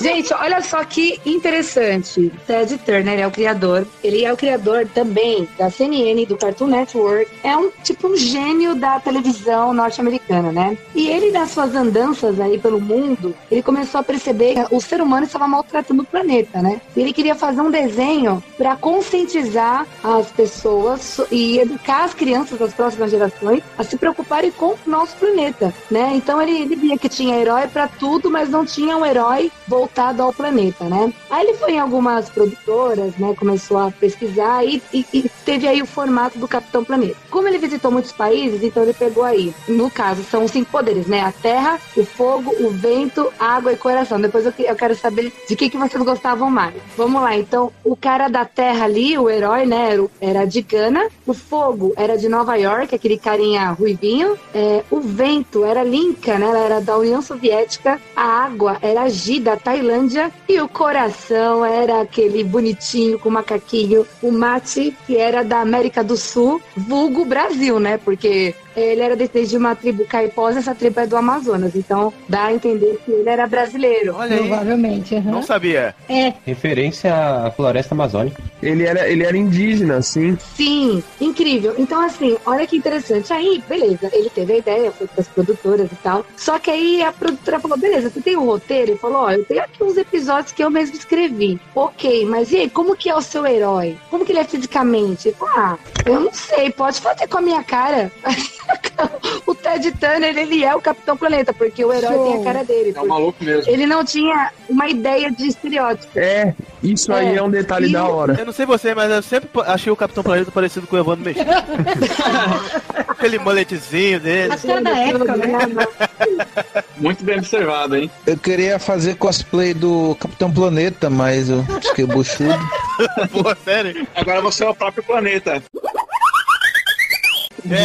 Speaker 14: Gente, olha só que interessante. Ted Turner é o criador. Ele é o criador também da CNN, do Cartoon Network. É um tipo um gênio da televisão norte-americana, né? E ele, nas suas andanças aí pelo mundo, ele começou a perceber que o ser humano estava maltratando o planeta, né? E ele queria fazer um desenho para conscientizar as pessoas e educar as crianças das próximas gerações a se preocuparem com o nosso planeta, né? Então ele, ele via que tinha herói para tudo, mas não tinha um herói voltado ao planeta, né? Aí ele foi em algumas produtoras, né? Começou a pesquisar e, e- e teve aí o formato do Capitão Planeta. Como ele visitou muitos países, então ele pegou aí, no caso, são os cinco poderes, né? A terra, o fogo, o vento, água e coração. Depois eu, que- eu quero saber de que, que vocês gostavam mais. Vamos lá, então, o cara da terra ali, o herói, né? Era, o- era de Gana. O fogo era de Nova York, aquele carinha ruivinho. É, o vento era Linka, né? Ela era da União Soviética. A água era a Gi, da Tailândia. E o coração era aquele bonitinho com macaquinho. O mate, que era da América do Sul, vulgo Brasil, né? Porque ele era descendente de uma tribo caiposa, essa tribo é do Amazonas. Então dá a entender que ele era brasileiro.
Speaker 11: Provavelmente, aham.
Speaker 5: Não sabia.
Speaker 11: É,
Speaker 10: Referência à floresta amazônica.
Speaker 8: Ele era, ele era indígena, sim.
Speaker 14: Sim, incrível. Então, assim, olha que interessante. Aí, beleza, ele teve a ideia, foi para as produtoras e tal. Só que aí a produtora falou: beleza, você tem o roteiro? Ele falou: ó, eu tenho aqui uns episódios que eu mesmo escrevi. Ok, mas e aí, como que é o seu herói? Como que ele é fisicamente? Ele falou, ah, eu não sei, pode fazer com a minha cara. o Ted Turner, ele é o Capitão Planeta, porque o herói tem a cara dele.
Speaker 1: É um maluco mesmo.
Speaker 14: Ele não tinha uma ideia de estereótipo.
Speaker 8: É, isso aí é um detalhe da hora.
Speaker 5: Eu não sei você, mas eu sempre pa- achei o Capitão Planeta parecido com o Evandro Mesquita. Aquele moletezinho dele.
Speaker 11: acho que era da época, né?
Speaker 1: Muito bem observado, hein?
Speaker 7: Eu queria fazer cosplay do Capitão Planeta, mas eu fiquei buchudo.
Speaker 5: Pô, sério?
Speaker 1: Agora você é o próprio planeta.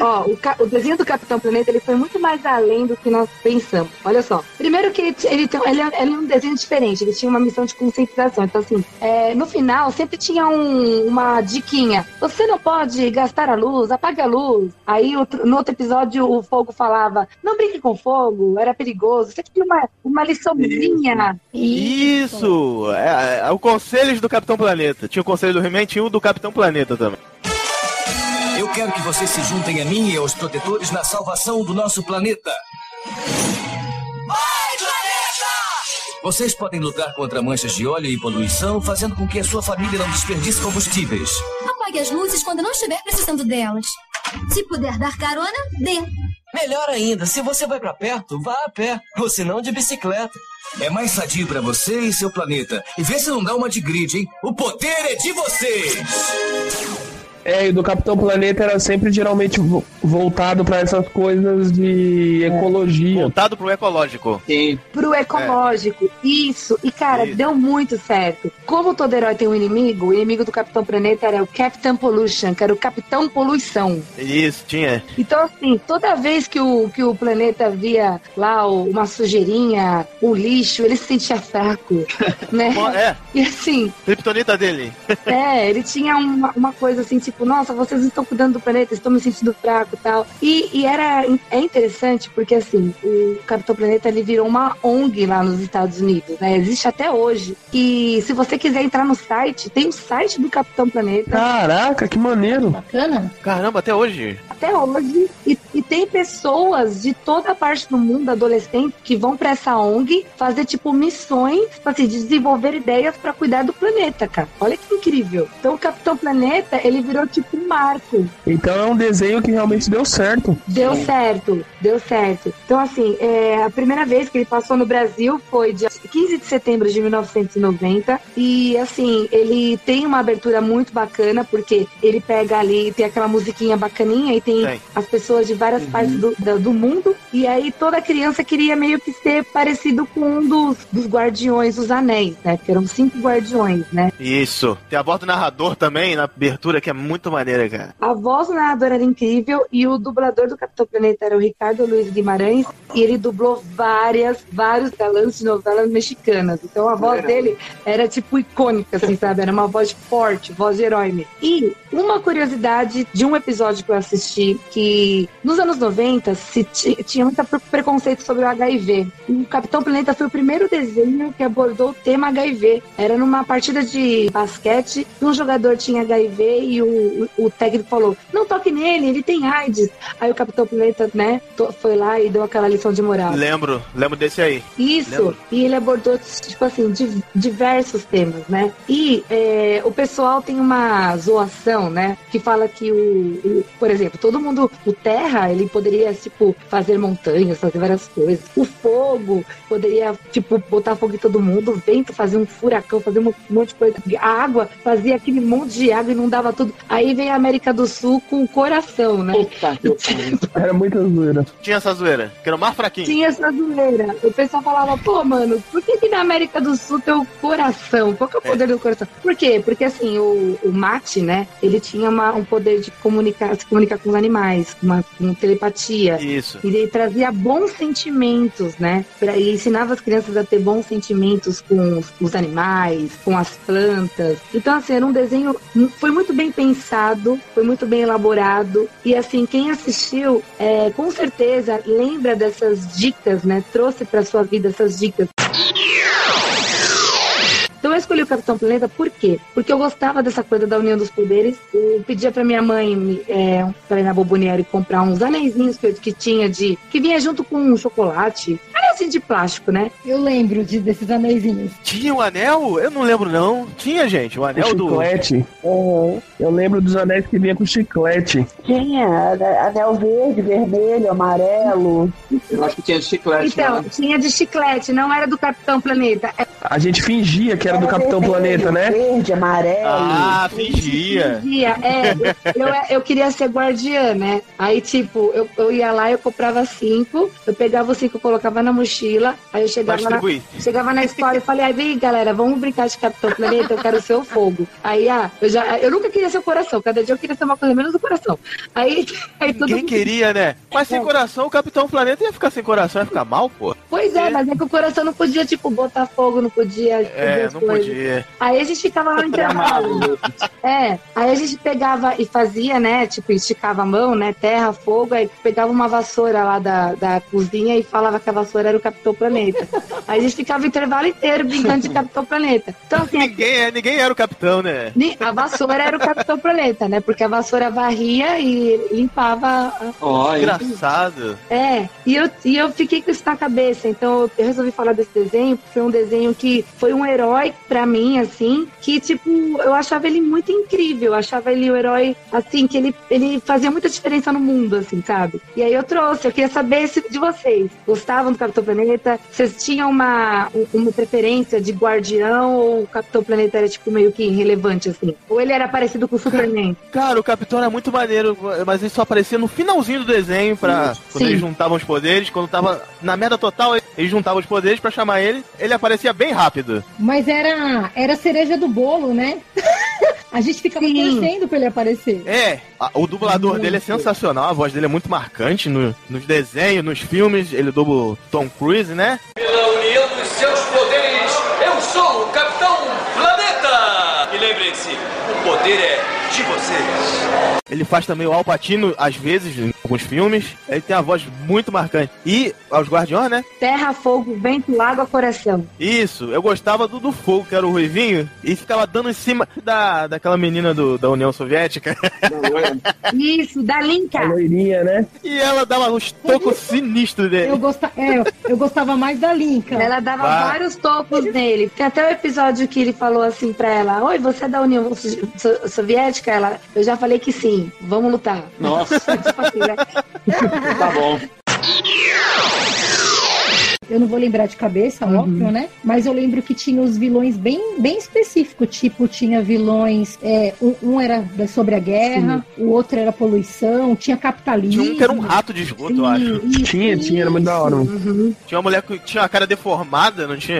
Speaker 14: Ó, o, ca- o desenho do Capitão Planeta ele foi muito mais além do que nós pensamos. Olha só. Primeiro que ele, t- ele, tem- ele, é- ele é um desenho diferente, ele tinha uma missão de conscientização. Então, assim, é, no final sempre tinha um- uma diquinha. Você não pode gastar a luz, apaga a luz. Aí outro- no outro episódio o fogo falava, não brinque com fogo, era perigoso. Sempre tinha uma, uma liçãozinha.
Speaker 5: Isso! É, é, o Conselhos do Capitão Planeta. Tinha o Conselho do He-Man, tinha o do Capitão Planeta também.
Speaker 6: Eu quero que vocês se juntem a mim e aos protetores na salvação do nosso planeta. Vocês podem lutar contra manchas de óleo e poluição, fazendo com que a sua família não desperdice combustíveis.
Speaker 15: Apague as luzes quando não estiver precisando delas. Se puder dar carona, dê.
Speaker 6: Melhor ainda, se você vai pra perto, vá a pé, ou se não de bicicleta. É mais sadio pra você e seu planeta. E vê se não dá uma de grid, hein? O poder é de vocês!
Speaker 8: É, e o do Capitão Planeta era sempre geralmente vo- voltado pra essas coisas de ecologia.
Speaker 5: É, Voltado pro ecológico.
Speaker 1: Sim.
Speaker 14: pro ecológico. Isso. E, cara,
Speaker 5: É. Isso.
Speaker 14: deu muito certo. Como todo herói tem um inimigo, o inimigo do Capitão Planeta era o Capitão Pollution, que era o Capitão Poluição.
Speaker 5: Isso, tinha.
Speaker 14: Então, assim, toda vez que o, que o planeta via lá o- uma sujeirinha, um lixo, ele se sentia fraco, né?
Speaker 5: É.
Speaker 14: E assim,
Speaker 5: Kryptonita dele.
Speaker 14: é, ele tinha uma, uma coisa assim, tipo, nossa, vocês não estão cuidando do planeta, estou me sentindo fraco e tal. E, e era é interessante porque, assim, o Capitão Planeta ele virou uma ONG lá nos Estados Unidos, né? Existe até hoje. E se você quiser entrar no site, tem o site do Capitão Planeta.
Speaker 8: Caraca, que maneiro.
Speaker 14: Bacana.
Speaker 5: Caramba, até hoje.
Speaker 14: Até hoje. E, e tem pessoas de toda parte do mundo, adolescentes, que vão pra essa ONG fazer, tipo, missões pra se desenvolver ideias pra cuidar do planeta, cara. Olha que incrível. Então, o Capitão Planeta, ele virou, tipo, um marco.
Speaker 8: Então é um desenho que realmente deu certo.
Speaker 14: Deu certo, deu certo. Então, assim, é, a primeira vez que ele passou no Brasil foi dia 15 de setembro de 1990. E, assim, ele tem uma abertura muito bacana, porque ele pega ali, tem aquela musiquinha bacaninha e tem
Speaker 5: Tem.
Speaker 14: as pessoas de várias partes do, da- do mundo. E aí toda criança queria meio que ser parecido com um dos, dos guardiões dos anéis, né? Porque eram cinco guardiões, né?
Speaker 5: Isso. Tem a voz do narrador também na abertura, que é muito maneira, cara.
Speaker 14: A voz do narrador era incrível e o dublador do Capitão Planeta era o Ricardo Luiz Guimarães e ele dublou várias, vários galãs de novelas mexi- americanas. Então a voz dele era tipo icônica, assim, sabe? Era uma voz forte, voz de herói mesmo. E uma curiosidade de um episódio que eu assisti que nos anos 90 se ti- tinha muito pre- preconceito sobre o HIV. E o Capitão Planeta foi o primeiro desenho que abordou o tema HIV. Era numa partida de basquete, e um jogador tinha HIV e o, o o técnico falou: "Não toque nele, ele tem AIDS". Aí o Capitão Planeta, né, to- foi lá e deu aquela lição de
Speaker 11: Ah.
Speaker 14: moral.
Speaker 5: Lembro, lembro desse aí.
Speaker 14: Isso,
Speaker 5: Lembro.
Speaker 14: e ele abordou, tipo assim, di- diversos temas, né? E é, o pessoal tem uma zoação, né? Que fala que o, o- por exemplo, todo mundo, o terra, ele poderia, tipo, fazer montanhas, fazer várias coisas. O fogo poderia, tipo, botar fogo em todo mundo. O vento fazia um furacão, fazia um monte de coisa. A água fazia aquele monte de água, inundava tudo. Aí vem a América do Sul com o coração, né?
Speaker 8: Era muita zoeira.
Speaker 5: Tinha essa zoeira, que era o mais fraquinho.
Speaker 14: Tinha essa zoeira. O pessoal falava, pô, mano, por que, que na América do Sul tem o coração? Qual que é o poder do coração? Por quê? Porque assim, o, o mate, né? Ele tinha uma- um poder de comunicar, se comunicar com os animais, uma, com telepatia.
Speaker 5: Isso.
Speaker 14: E ele trazia bons sentimentos, né? Pra- E ensinava as crianças a ter bons sentimentos com os, os animais, com as plantas. Então, assim, era um desenho. Foi muito bem pensado, foi muito bem elaborado. E, assim, quem assistiu, é, com certeza, lembra dessas dicas, né? Trouxe pra sua vida essas dicas. Então eu escolhi o Capitão Planeta por quê? Porque eu gostava dessa coisa da união dos poderes. Eu pedia pra minha mãe me, é, pra ir na Bomboniere comprar uns anezinhos que, eu- que tinha de. que vinha junto com um chocolate. Anelzinho de plástico, né?
Speaker 11: Eu lembro de, desses anéisinhos.
Speaker 5: Tinha o anel? Eu não lembro, não. Tinha, gente, É o anel
Speaker 8: o
Speaker 5: do.
Speaker 8: chiclete. Uhum. Eu lembro dos anéis que vinha com chiclete.
Speaker 9: Tinha ane- anel verde, vermelho, amarelo.
Speaker 1: Eu acho que tinha chiclete. né?
Speaker 14: Então, tinha de chiclete, não era do Capitão Planeta. É-
Speaker 8: A gente fingia que era do Capitão Planeta, né?
Speaker 9: Verde, amarelo.
Speaker 5: Ah, fingia.
Speaker 14: Dia, é, eu, eu- eu queria ser guardiã, né? Aí, tipo, eu, eu ia lá, eu comprava cinco, eu pegava os cinco, eu colocava na mochila, aí eu chegava
Speaker 5: Vai
Speaker 14: na,
Speaker 5: distribuir.
Speaker 14: chegava na escola e falei, aí vem galera, vamos brincar de Capitão Planeta, eu quero ser o fogo. Aí, ah, eu já, eu nunca queria ser o coração, cada dia eu queria ser uma coisa menos o coração. Aí, aí todo
Speaker 5: Ninguém
Speaker 14: mundo-
Speaker 5: queria, né? Mas sem coração, o Capitão Planeta ia ficar sem coração, ia ficar mal, pô.
Speaker 14: Pois é, mas é que o coração não podia, tipo, botar fogo, não podia. fazer
Speaker 5: É,
Speaker 14: as
Speaker 5: não
Speaker 14: coisas.
Speaker 5: podia.
Speaker 14: Aí a gente ficava lá no intervalo. É, aí a gente pegava e fazia, né? Tipo, esticava a mão, né? Terra, fogo, aí pegava uma vassoura lá da, da cozinha e falava que a vassoura era o Capitão Planeta. Aí a gente ficava o intervalo inteiro brincando de Capitão Planeta. Então, assim,
Speaker 5: Ninguém, é- ninguém era o capitão, né?
Speaker 14: ni- a vassoura era o Capitão Planeta, né? Porque a vassoura varria e limpava a-
Speaker 5: Engraçado.
Speaker 14: é, e eu, e eu fiquei com isso na cabeça, então eu resolvi falar desse desenho, porque foi um desenho que foi um herói pra mim, assim, que, tipo, eu achava ele muito incrível, eu achava ele o herói, assim, que ele, ele fazia muita diferença no mundo, assim, sabe? E aí eu trouxe, eu queria saber se de vocês gostavam do Capitão Planeta, vocês tinham uma, um- uma preferência de guardião ou o Capitão Planeta era, tipo, meio que irrelevante, assim? Ou ele era parecido com o Superman?
Speaker 5: Cara, o Capitão era muito maneiro, mas ele só aparecia no finalzinho do desenho pra. Quando
Speaker 14: Sim.
Speaker 5: eles juntavam os poderes, quando tava na merda total, eles juntavam os poderes pra chamar ele, ele aparecia bem rápido.
Speaker 11: Mas era, era a cereja do bolo, né? a gente ficava torcendo pra ele aparecer.
Speaker 5: É, a- o dublador dele é sensacional, a voz dele é muito marcante no- nos desenhos, nos filmes, ele dubla o Tom Cruise, né?
Speaker 3: Pela união dos seus poderes, eu sou o Capitão Planeta! E lembrem-se, o poder é de vocês.
Speaker 5: Ele faz também o Alpatino, às vezes, em alguns filmes. Ele tem uma voz muito marcante. E aos Guardiões, né?
Speaker 14: Terra, fogo, vento, água, coração.
Speaker 5: Isso, eu gostava do, do fogo, que era o Ruivinho, e ficava dando em cima da, daquela menina do- da União Soviética.
Speaker 14: Isso, da Linka!
Speaker 8: é, loirinha, né?
Speaker 5: E ela dava uns tocos sinistros
Speaker 11: Eu,
Speaker 5: dele.
Speaker 11: gosta... é, eu gostava mais da Linka.
Speaker 14: Ela dava
Speaker 5: Vai.
Speaker 14: vários topos nele. Tem até o episódio que ele falou assim pra ela: Oi, você é da União So- So- Soviética? Ela, eu já falei que sim, vamos lutar.
Speaker 1: Nossa. tá bom.
Speaker 11: Eu não vou lembrar de cabeça,
Speaker 5: Uhum.
Speaker 11: óbvio, né? Mas eu lembro que tinha os vilões bem, bem específicos. Tipo, tinha vilões. é, um, um era da- sobre a guerra, o outro era poluição, tinha capitalismo.
Speaker 5: Tinha um que era um rato de esgoto, eu acho.
Speaker 8: Tinha, tinha, era muito da hora. mano.
Speaker 5: Tinha uma mulher que tinha uma cara deformada, não tinha?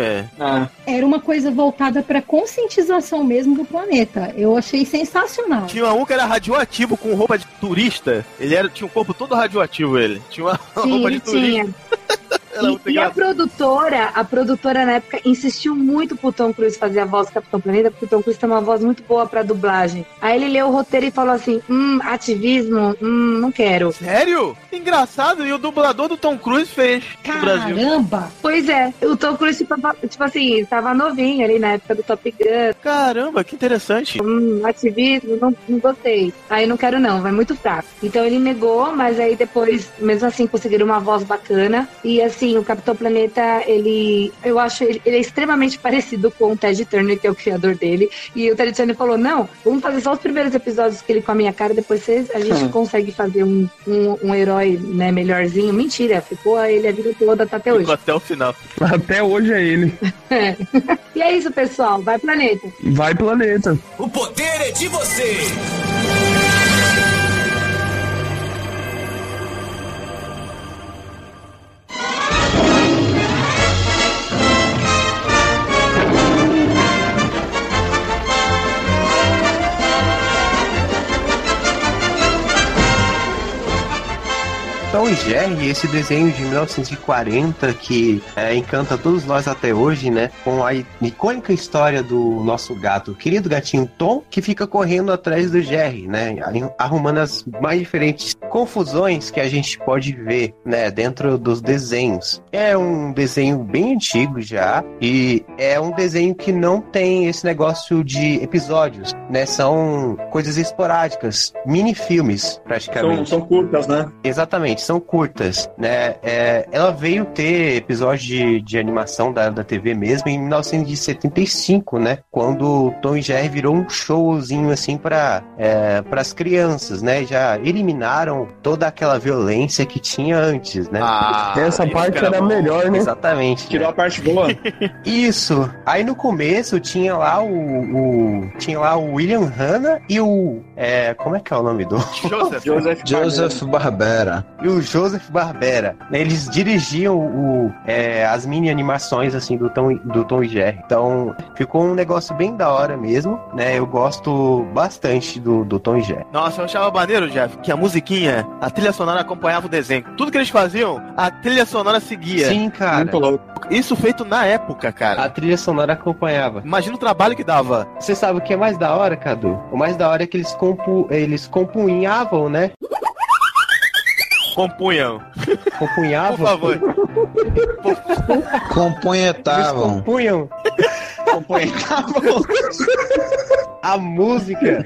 Speaker 22: É.
Speaker 11: Era uma coisa voltada pra conscientização mesmo do planeta. Eu achei sensacional.
Speaker 5: Tinha um que era radioativo com roupa de é turista. Ele era, tinha um corpo todo radioativo, ele. Tinha uma
Speaker 11: Sim,
Speaker 5: roupa de turista.
Speaker 11: tinha.
Speaker 14: E, e a produtora, a produtora na época insistiu muito pro Tom Cruise fazer a voz do Capitão Planeta, porque o Tom Cruise tem uma voz muito boa pra dublagem. Aí ele leu o roteiro e falou assim: hum, ativismo, hum, não quero.
Speaker 5: Sério? Engraçado, e o dublador do Tom Cruise fez no Brasil.
Speaker 14: Pois é, o Tom Cruise, tipo, tipo assim, tava novinho ali na época do Top Gun.
Speaker 5: Caramba, que interessante.
Speaker 14: Hum, ativismo, não, não gostei. Aí não quero não, vai muito fraco. Então ele negou, mas aí depois, mesmo assim, conseguiram uma voz bacana. E assim, o Capitão Planeta, ele... Eu acho ele, ele é extremamente parecido com o Ted Turner, que é o criador dele. E o Ted Turner falou, não, vamos fazer só os primeiros episódios que ele com a minha cara, depois vocês, a gente
Speaker 4: Hum.
Speaker 14: consegue fazer um, um, um herói, né, melhorzinho. Mentira, ficou ele a vida toda, tá até hoje.
Speaker 5: Ficou até o final.
Speaker 8: Até hoje é ele.
Speaker 14: É. e é isso, pessoal. Vai, planeta.
Speaker 8: Vai, planeta.
Speaker 6: O poder é de você!
Speaker 22: Tom e Jerry, esse desenho de 1940 que é, encanta todos nós até hoje, né? Com a icônica história do nosso gato, o querido gatinho Tom, que fica correndo atrás do Jerry, né? Arrumando as mais diferentes confusões que a gente pode ver, né? Dentro dos desenhos. É um desenho bem antigo já e é um desenho que não tem esse negócio de episódios, né? São coisas esporádicas, mini filmes praticamente.
Speaker 1: São- são curtas, né?
Speaker 22: Exatamente, são curtas, né? É, ela veio ter episódio de, de animação da, da TV mesmo em 1975, né? Quando o Tom e Jerry virou um showzinho assim para as crianças, né? Já eliminaram toda aquela violência que tinha antes, né?
Speaker 5: Ah,
Speaker 8: Essa aí parte fica era bom. melhor, né?
Speaker 22: Exatamente.
Speaker 1: Tirou a parte boa.
Speaker 22: Isso. Aí no começo tinha lá o, o- tinha lá o William Hanna e o é, como é que é o nome do
Speaker 5: Joseph.
Speaker 22: Joseph Barbera. E o Joseph Barbera. né, Eles dirigiam o, é, as mini animações assim do Tom, do Tom e Jerry. Então ficou um negócio bem da hora mesmo. Né? Eu gosto bastante do, do Tom e Jerry.
Speaker 5: Nossa, eu achava maneiro, Jeff, que a musiquinha, a trilha sonora acompanhava o desenho. Tudo que eles faziam, a trilha sonora seguia.
Speaker 22: Sim, cara. Muito louco.
Speaker 5: Isso feito na época, cara.
Speaker 22: A trilha sonora acompanhava.
Speaker 5: Imagina o trabalho que dava.
Speaker 22: Você sabe o que é mais da hora, Cadu? O mais da hora é que eles, compu eles compunhavam, né?
Speaker 5: Compunham.
Speaker 22: Compunhavam.
Speaker 5: Por favor.
Speaker 22: Compunhetavam. Compunham. Compunhetavam. A música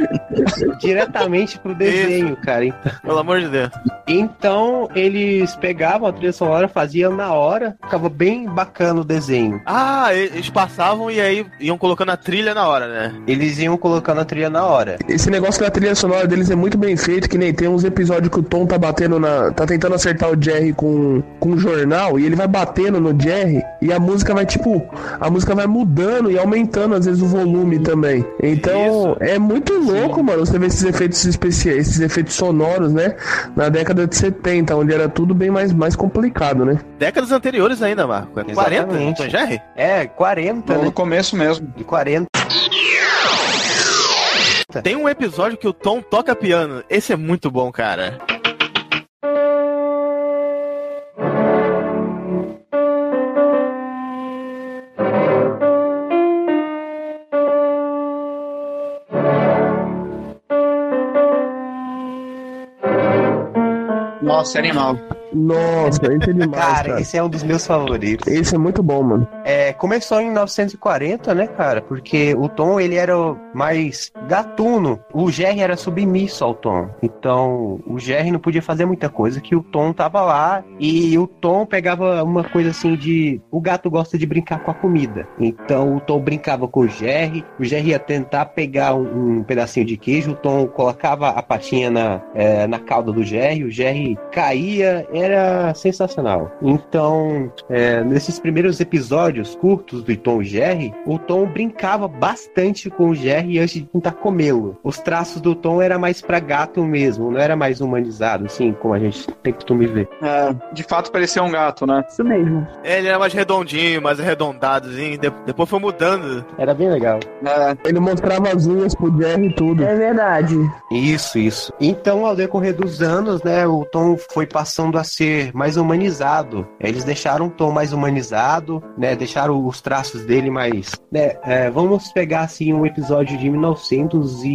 Speaker 22: diretamente pro desenho, cara. Então,
Speaker 5: Pelo amor de Deus.
Speaker 22: então, eles pegavam a trilha sonora, faziam na hora, ficava bem bacana o desenho.
Speaker 5: Ah, e- eles passavam e aí iam colocando a trilha na hora, né?
Speaker 22: Eles iam colocando a trilha na hora.
Speaker 8: Esse negócio da trilha sonora deles é muito bem feito, que nem tem uns episódios que o Tom tá batendo na. tá tentando acertar o Jerry com, com um jornal, e ele vai batendo no Jerry, e a música vai tipo. a música vai mudando e aumentando, às vezes, o volume também. Então, é muito louco, mano, você ver esses efeitos especiais, esses efeitos sonoros, né? Na década de 70, onde era tudo bem mais, mais complicado, né?
Speaker 5: Décadas anteriores ainda, Marco. É 40, Tom e Jerry?
Speaker 22: É, 40,
Speaker 1: No começo mesmo.
Speaker 22: De 40.
Speaker 5: Tem um episódio que o Tom toca piano. Esse é muito bom, cara.
Speaker 1: Nossa, animal.
Speaker 8: Nossa, é demais,
Speaker 22: Cara,
Speaker 8: cara,
Speaker 22: esse é um dos meus favoritos.
Speaker 8: Esse é muito bom, mano.
Speaker 22: É, começou em 1940, né, cara? Porque o Tom, ele era o mais gatuno. O Jerry era submisso ao Tom. Então, o Jerry não podia fazer muita coisa, que o Tom tava lá e o Tom pegava uma coisa assim de... O gato gosta de brincar com a comida. Então, o Tom brincava com o Jerry. O Jerry ia tentar pegar um, um pedacinho de queijo. O Tom colocava a patinha na, é, na cauda do Jerry. O Jerry caía. Era sensacional. Então, é, nesses primeiros episódios curtos do Tom e Jerry, o Tom brincava bastante com o Jerry antes de tentar comê-lo. Os traços do Tom era mais pra gato mesmo, não era mais humanizado, assim, como a gente tem costume ver.
Speaker 1: É, de fato parecia um gato, né?
Speaker 22: Isso mesmo.
Speaker 5: É, Ele era mais redondinho, mais arredondadozinho. De- depois foi mudando.
Speaker 22: Era bem legal.
Speaker 8: É, Ele mostrava as unhas pro Jerry e tudo.
Speaker 22: É verdade. Isso, isso. Então, ao decorrer dos anos, né, o Tom foi passando a ser mais humanizado. Eles deixaram o tom mais humanizado, né? Deixaram os traços dele mais. né, é, vamos pegar assim um episódio de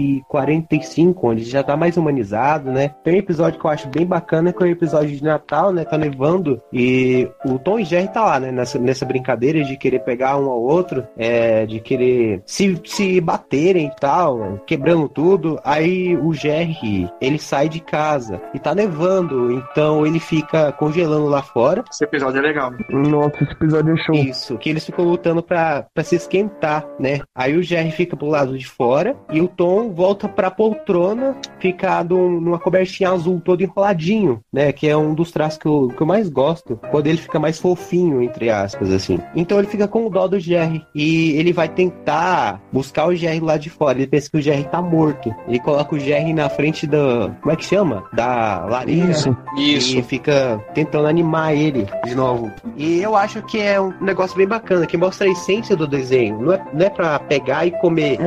Speaker 22: 1945, onde já tá mais humanizado, né? Tem um episódio que eu acho bem bacana, que é o episódio de Natal, né? Tá nevando. E o Tom e Jerry tá lá, né? Nessa, nessa brincadeira de querer pegar um ao outro, é, de querer se, se baterem e tal, quebrando tudo. Aí o Jerry, ele sai de casa e tá nevando, então ele fica congelando lá fora.
Speaker 1: Esse episódio é legal.
Speaker 22: Nossa, esse episódio é show. Isso, que eles ficam lutando pra, pra se esquentar, né? Aí o Jerry fica pro lado de fora e o Tom volta pra poltrona, ficado um, numa cobertinha azul todo enroladinho, né? Que é um dos traços que eu, que eu mais gosto, quando ele fica mais fofinho, entre aspas, assim. Então ele fica com o dó do Jerry e ele vai tentar buscar o Jerry lá de fora. Ele pensa que o Jerry tá morto. Ele coloca o Jerry na frente da. Como é que chama? Da lareira.
Speaker 1: Isso.
Speaker 22: E fica tentando animar ele de novo. E eu acho que é um negócio bem bacana, que mostra a essência do desenho. Não é, não é pra pegar e comer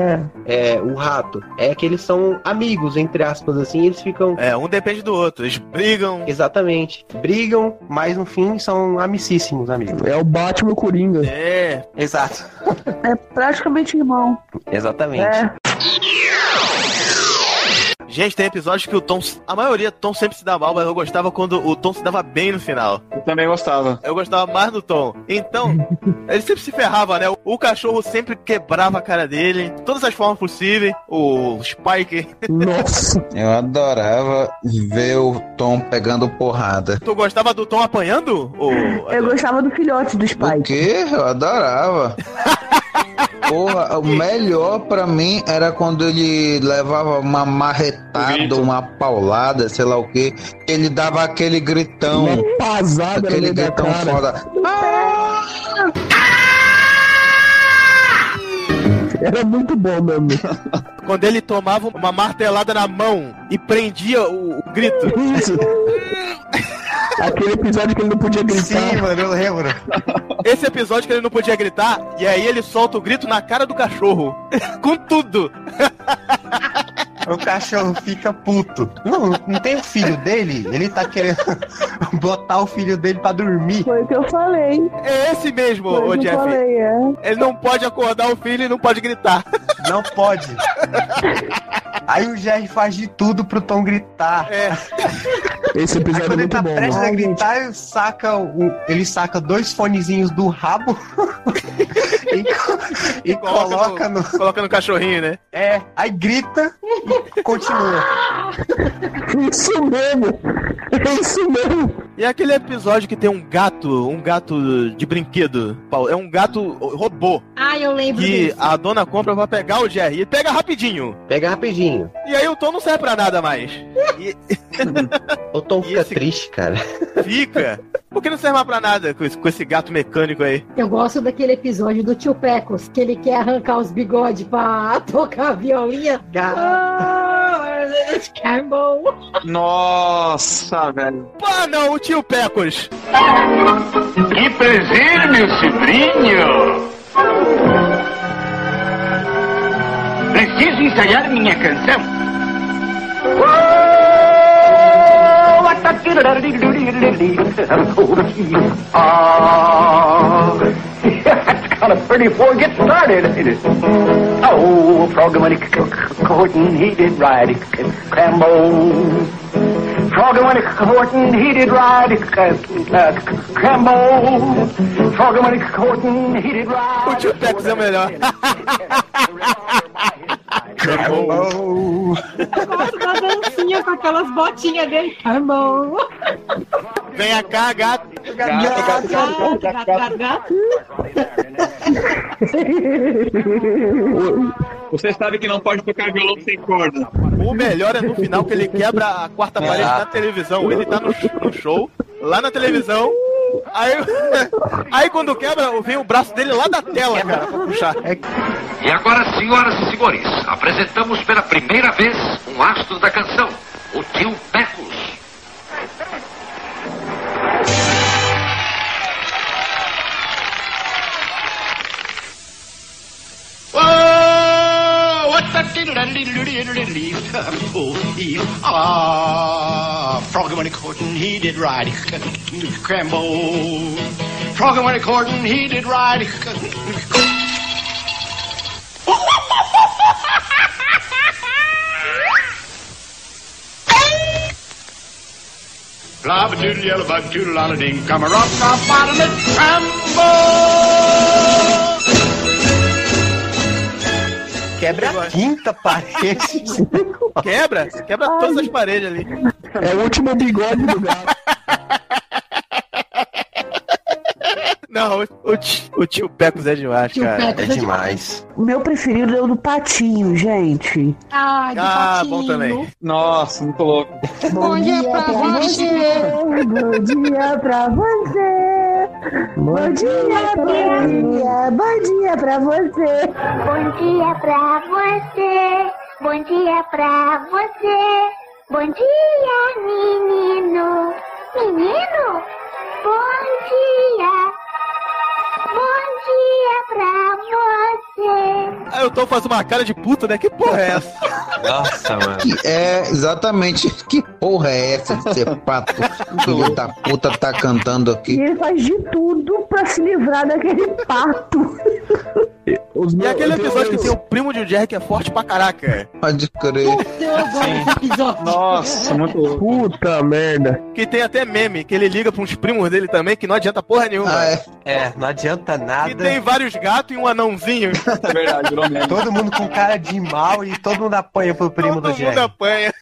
Speaker 22: é, o rato. É que eles são amigos, entre aspas, assim, eles ficam.
Speaker 5: É, um depende do outro. Eles brigam.
Speaker 22: Exatamente. Brigam, mas no fim são amicíssimos, amigos.
Speaker 8: É o Batman e o Coringa.
Speaker 5: É.
Speaker 22: Exato.
Speaker 9: É praticamente irmão.
Speaker 22: Exatamente.
Speaker 9: É.
Speaker 5: Gente, tem episódios que o Tom. A maioria do Tom sempre se dá mal, mas eu gostava quando o Tom se dava bem no final.
Speaker 1: Eu também gostava.
Speaker 5: Eu gostava mais do Tom. Então, ele sempre se ferrava, né? O cachorro sempre quebrava a cara dele, de todas as formas possíveis. O Spike.
Speaker 8: Nossa.
Speaker 7: Eu adorava ver o Tom pegando porrada.
Speaker 5: Tu gostava do Tom apanhando? Ou...
Speaker 9: Eu gostava do filhote do Spike.
Speaker 7: O quê? Eu adorava. Porra, o melhor pra mim era quando ele levava uma marretada, uma paulada, sei lá o quê. Ele dava aquele gritão.
Speaker 8: Uma pasada
Speaker 7: aquele
Speaker 8: no meio da
Speaker 7: gritão
Speaker 8: cara.
Speaker 7: foda.
Speaker 8: Era muito bom mesmo.
Speaker 5: Quando ele tomava uma martelada na mão e prendia o, o grito.
Speaker 8: Isso. Aquele episódio que ele não podia gritar.
Speaker 5: Sim,
Speaker 7: mano, eu lembro.
Speaker 5: Esse episódio que ele não podia gritar, e aí ele solta o grito na cara do cachorro. Com tudo.
Speaker 22: O cachorro fica puto. Não, não tem o filho dele? Ele tá querendo botar o filho dele pra dormir.
Speaker 9: Foi o que eu falei.
Speaker 5: É esse mesmo,
Speaker 9: Foi o
Speaker 5: ô
Speaker 9: que eu
Speaker 5: Jeff.
Speaker 9: falei, é.
Speaker 5: Ele não pode acordar o filho e não pode gritar.
Speaker 22: Não pode. Aí o Jerry faz de tudo pro Tom gritar.
Speaker 5: É.
Speaker 8: Esse episódio
Speaker 22: Aí quando
Speaker 8: é
Speaker 22: ele tá
Speaker 8: muito bom,
Speaker 22: prestes
Speaker 8: né?
Speaker 22: a gritar, ele saca, o- ele saca dois fonezinhos do rabo e, co- e coloca no...
Speaker 5: Coloca no cachorrinho, né?
Speaker 22: É, aí grita e continua.
Speaker 8: Isso mesmo. É isso mesmo.
Speaker 5: E é aquele episódio que tem um gato, um gato de brinquedo, Paulo, é um gato robô.
Speaker 11: Ah, eu lembro
Speaker 5: Que
Speaker 11: disso.
Speaker 5: a dona compra pra pegar o Jerry. E pega rapidinho.
Speaker 22: Pega rapidinho.
Speaker 5: E aí o Tom não serve pra nada mais.
Speaker 22: O Tom fica triste, cara.
Speaker 5: Fica. Por que não serve mais pra nada com esse, com esse gato mecânico aí?
Speaker 11: Eu gosto daquele episódio do tio Pecos, que ele quer arrancar os bigodes pra tocar a violinha. Oh, Campbell.
Speaker 1: Nossa, velho.
Speaker 5: Pá, Ah, não, o tio Pecos.
Speaker 15: Que prazer, meu sobrinho! Preciso ensaiar minha canção. Oh, that's kind of pretty for get started, ain't it? Oh, frog when he c- c- courting, he did ride it, c- Crambo. Frog when he courting, he did ride it, c- uh, c- Crambo. Frog when he courting, he did ride
Speaker 5: O tio Pecos é o melhor.
Speaker 11: Eu gosto da dancinha com aquelas botinhas dele. Campbell.
Speaker 5: Venha cá, gato.
Speaker 11: Gato, gato, gato, gato, gato.
Speaker 1: Você sabe que não pode tocar violão sem corda.
Speaker 5: O melhor é no final que ele quebra a quarta parede na televisão. Ele tá no, sh- no show, lá na televisão. Aí, aí quando quebra, vem o braço dele lá da tela, cara, pra puxar.
Speaker 15: E agora, senhoras e senhores, apresentamos pela primeira vez um astro da canção, o tio Pecos. Oh, what
Speaker 4: Oh, he, ah, Froggy Money Corton, he did right. Crambo. Froggy Money Corton, he did right. Blob a doodle yellow bug doodle on a ding. Come a rock, rock, bottom it, Crambo.
Speaker 5: Quebra a
Speaker 22: quinta parede.
Speaker 5: Quebra? Quebra todas as paredes ali.
Speaker 8: É o último bigode do gato.
Speaker 5: Não, o, ti- o tio Pecos é demais,
Speaker 9: Tio
Speaker 5: cara.
Speaker 9: Pecos é
Speaker 22: demais.
Speaker 9: O meu preferido é o do patinho, gente.
Speaker 11: Ah, de patinho.
Speaker 1: Nossa, muito louco.
Speaker 11: Bom dia pra você.
Speaker 9: Bom dia pra você. Bom dia pra você. Bom dia pra você.
Speaker 15: Bom dia pra você, bom dia pra você, bom dia menino, menino, bom dia, bom dia pra você.
Speaker 5: Aí Ah, eu tô fazendo uma cara de puta, né? Que porra é essa?
Speaker 7: Ah.
Speaker 22: Nossa, mano.
Speaker 7: Que é exatamente que porra é essa de ser pato? Filho da puta tá cantando
Speaker 9: E
Speaker 7: aqui.
Speaker 9: ele faz de tudo pra se livrar daquele pato.
Speaker 5: E aquele episódio que tem o primo de Jerry que é forte pra caraca.
Speaker 7: Pode crer.
Speaker 1: Nossa, é muito louco.
Speaker 8: Puta merda.
Speaker 5: Que tem até meme, que ele liga pra uns primos dele também, que não adianta porra nenhuma.
Speaker 22: É, não adianta nada.
Speaker 5: E tem vários gatos e um anãozinho. É
Speaker 1: verdade, virou meme.
Speaker 22: Todo mundo com cara de mal e todo mundo apanha pro primo do
Speaker 5: Todo mundo
Speaker 22: Jerry.
Speaker 5: apanha.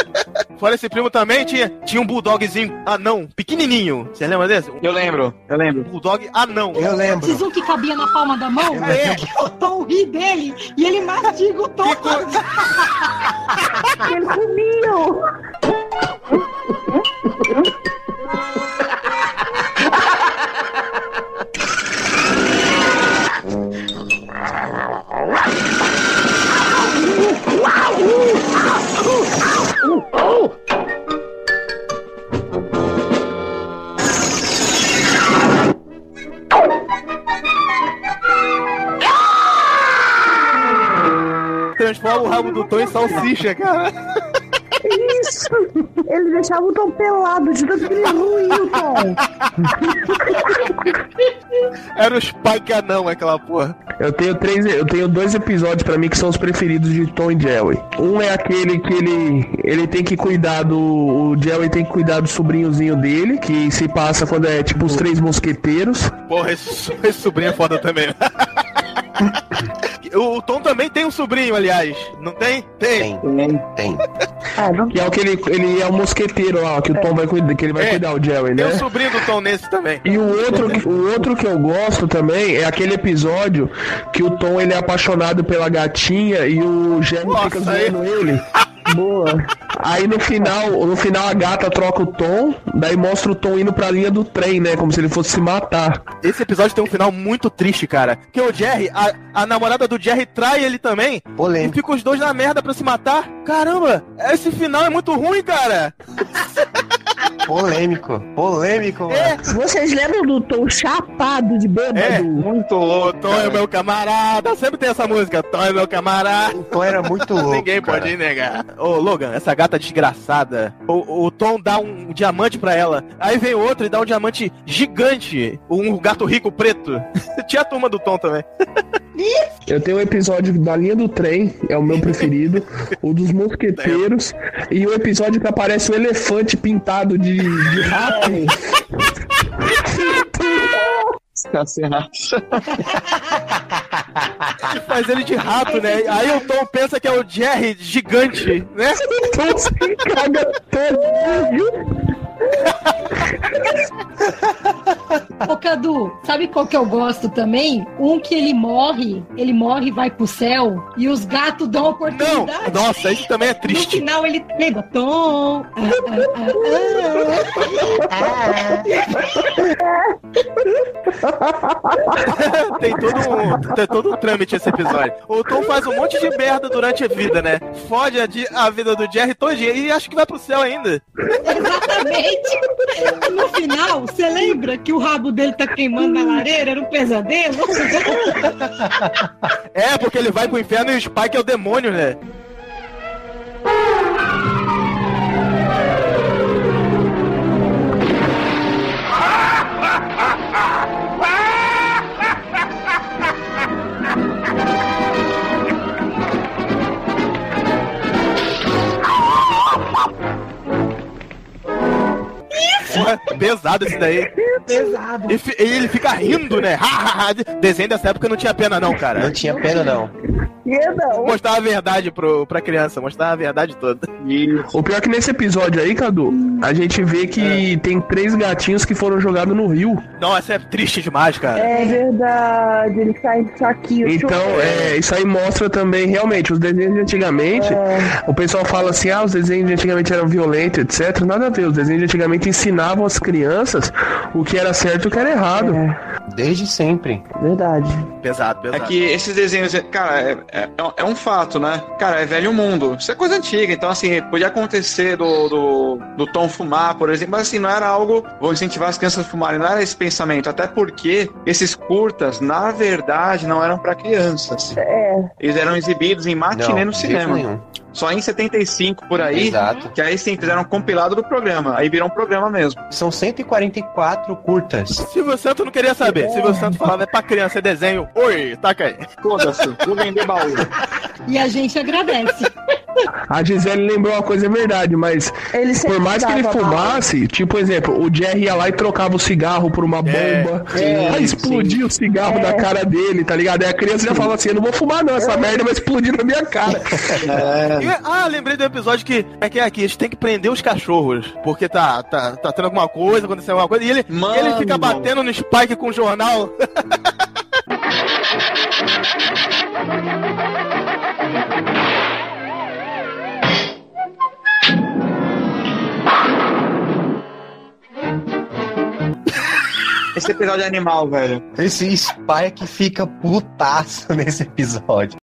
Speaker 5: Fora esse primo também, tinha, tinha um bulldogzinho anão, pequenininho. Você lembra desse? Um
Speaker 1: Eu lembro, eu lembro.
Speaker 5: Bulldog anão.
Speaker 22: Eu lembro.
Speaker 11: Diz um que cabia na palma da mão.
Speaker 5: É.
Speaker 11: que O Tom ri dele e ele mastiga o Tom.
Speaker 9: Ele sumiu.
Speaker 5: Transforma o rabo do Tom em salsicha, cara.
Speaker 9: Isso. Ele deixava o Tom pelado de tanto que ele ruiu, Tom.
Speaker 5: Era os Spike anão aquela porra.
Speaker 8: Eu tenho três, eu tenho dois episódios pra mim que são os preferidos de Tom e Jerry. Um é aquele que ele ele tem que cuidar do o Jerry tem que cuidar do sobrinhozinho dele, que se passa quando é tipo os três mosqueteiros.
Speaker 5: Porra, esse, esse sobrinho é foda também. o, o Tom também tem um sobrinho, aliás. Não tem? Tem.
Speaker 22: Tem.
Speaker 8: Que é o que ele, ele é o mosqueteiro lá, ó, que o Tom vai cuidar, que ele vai cuidar o Jerry, né?
Speaker 5: Tem um sobrinho do Tom nesse também.
Speaker 8: E o outro, que- o outro que eu gosto também é aquele episódio que o Tom ele é apaixonado pela gatinha e o Jerry fica
Speaker 5: Nossa, aí-
Speaker 8: zoando ele. Boa. Aí no final, no final a gata troca o Tom, daí mostra o Tom indo pra linha do trem, né? Como se ele fosse se matar.
Speaker 5: Esse episódio tem um final muito triste, cara. Que é o Jerry, a, a namorada do Jerry trai ele também.
Speaker 22: Polêmico.
Speaker 5: E fica os dois na merda pra se matar. Caramba, esse final é muito ruim, cara.
Speaker 22: Polêmico. Polêmico, mano.
Speaker 5: É.
Speaker 9: Vocês lembram do Tom chapado de bêbado?
Speaker 1: muito louco.
Speaker 5: Tom é meu camarada. Sempre tem essa música. Tom é meu camarada.
Speaker 22: O Tom era muito louco.
Speaker 5: Ninguém
Speaker 22: cara.
Speaker 5: pode né? negar. Ô, Logan, essa gata desgraçada. O, o Tom dá um diamante pra ela. Aí vem outro e dá um diamante gigante. Um gato rico preto. Tinha a turma do Tom também.
Speaker 8: Eu tenho um episódio da linha do trem, é o meu preferido, o dos mosqueteiros, e o episódio que aparece um elefante pintado de, de rato.
Speaker 1: Tá cerrado.
Speaker 5: Faz ele de rato, né? Aí o Tom pensa que é o Jerry gigante, né?
Speaker 8: Tom se caga todo.
Speaker 11: Ô, Cadu, sabe qual que eu gosto também? Um que ele morre, ele morre e vai pro céu, e os gatos dão a
Speaker 5: Não,
Speaker 11: oportunidade.
Speaker 5: nossa, isso também é
Speaker 11: No
Speaker 5: triste.
Speaker 11: final ele lembra, Tom. ah, ah, ah,
Speaker 5: tem, todo um, tem todo um trâmite esse episódio. O Tom faz um monte de merda durante a vida, né? Fode a, di- a vida do Jerry todinha e acha que vai pro céu ainda.
Speaker 11: ah. Exatamente. No final, você lembra que o rabo dele tá queimando na lareira? Era um pesadelo?
Speaker 5: É, porque ele vai pro inferno e o Spike é o demônio, né? Porra, pesado esse daí.
Speaker 20: Pesado.
Speaker 5: E fi- e ele fica rindo, né? Ha, ha, ha. Desenho dessa época não tinha pena, não, cara.
Speaker 22: Não tinha pena, não.
Speaker 5: Mostrar a verdade pro, pra criança, mostrar a verdade toda.
Speaker 8: O pior é que nesse episódio aí, Cadu, a gente vê que tem três gatinhos que foram jogados no rio.
Speaker 5: É. Nossa, é triste demais, cara.
Speaker 9: É verdade, ele sai de saquinho.
Speaker 8: Então, é, isso aí mostra também realmente os desenhos de antigamente.
Speaker 9: É.
Speaker 8: O pessoal fala assim: ah, os desenhos de antigamente eram violentos, etc. Nada a ver. Os desenhos de antigamente ensinavam as crianças o que era certo e o que era errado.
Speaker 22: Desde sempre.
Speaker 9: É. Verdade.
Speaker 5: Pesado,
Speaker 1: É que esses desenhos, cara, é, é- é um fato, né? Cara, é velho mundo. Isso é coisa antiga. Então, assim, podia acontecer do, do, do Tom fumar, por exemplo, mas assim, não era algo. Vou incentivar as crianças a fumarem, não era esse pensamento. Até porque esses curtas, na verdade, não eram pra crianças.
Speaker 9: É.
Speaker 1: Eles eram exibidos em matinê
Speaker 22: Não,
Speaker 1: no
Speaker 22: de jeito
Speaker 1: cinema.
Speaker 22: nenhum.
Speaker 1: Só em 75 por aí.
Speaker 22: Exato.
Speaker 1: Que aí sim fizeram um compilado do programa. Aí virou um programa mesmo.
Speaker 22: São 144 curtas.
Speaker 5: Silvio Santos não queria saber. Silvio Santos falava, é pra criança, é desenho. Oi, taca aí.
Speaker 1: Foda-se, vou vender baú.
Speaker 11: E a gente agradece.
Speaker 8: A Gisele lembrou uma coisa, é verdade, mas
Speaker 9: Ele
Speaker 8: por mais que ele
Speaker 9: dava
Speaker 8: fumasse, tipo, exemplo, o Jerry ia lá e trocava o cigarro por
Speaker 1: É.
Speaker 8: uma bomba,
Speaker 9: sim,
Speaker 8: aí explodia o cigarro
Speaker 9: É.
Speaker 8: da cara dele, tá ligado? Aí a criança já falava assim: eu não vou fumar não, essa merda vai explodir na minha cara.
Speaker 22: É.
Speaker 5: E, ah, lembrei do episódio que é que aqui, a gente tem que prender os cachorros. Porque tá, tá, tá tendo alguma coisa, aconteceu alguma coisa. E ele,
Speaker 1: Mano.
Speaker 5: ele fica batendo no Spike com o jornal.
Speaker 1: Esse episódio é animal, velho.
Speaker 22: Esse Spike fica putaço nesse episódio.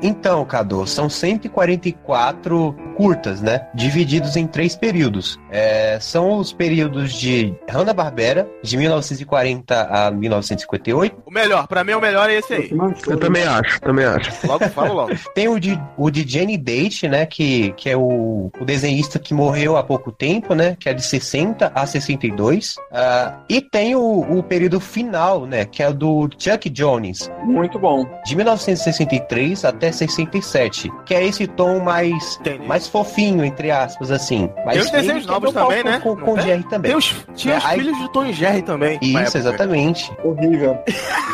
Speaker 22: Então, Cadu, são 144 curtas, né? Divididos em três períodos. É, são os períodos de Hanna-Barbera, de 1940 a 1958.
Speaker 5: O melhor, pra mim o melhor é esse aí.
Speaker 8: Eu também acho, também acho.
Speaker 5: Logo, falo logo.
Speaker 22: Tem o de, o de Jenny Date, né? Que, que é o, o desenhista que morreu há pouco tempo, né? Que é de 60 a 62. Ah, e tem o, o período final, né? Que é o do Chuck Jones.
Speaker 1: Muito bom.
Speaker 22: De 1963 até 67. Que é esse tom mais, mais fofinho, entre aspas, assim. Mas
Speaker 5: Tem os
Speaker 22: ele
Speaker 5: desenhos
Speaker 22: quebrou
Speaker 5: novos
Speaker 22: o
Speaker 5: também,
Speaker 22: pau
Speaker 5: né?
Speaker 22: Com,
Speaker 5: Não
Speaker 22: com o
Speaker 5: tem?
Speaker 22: Jerry também. Né?
Speaker 5: Tem os- tinha os filhos de Tom e Jerry também. na
Speaker 22: Isso,
Speaker 5: época. né?
Speaker 22: exatamente.
Speaker 1: Horrível.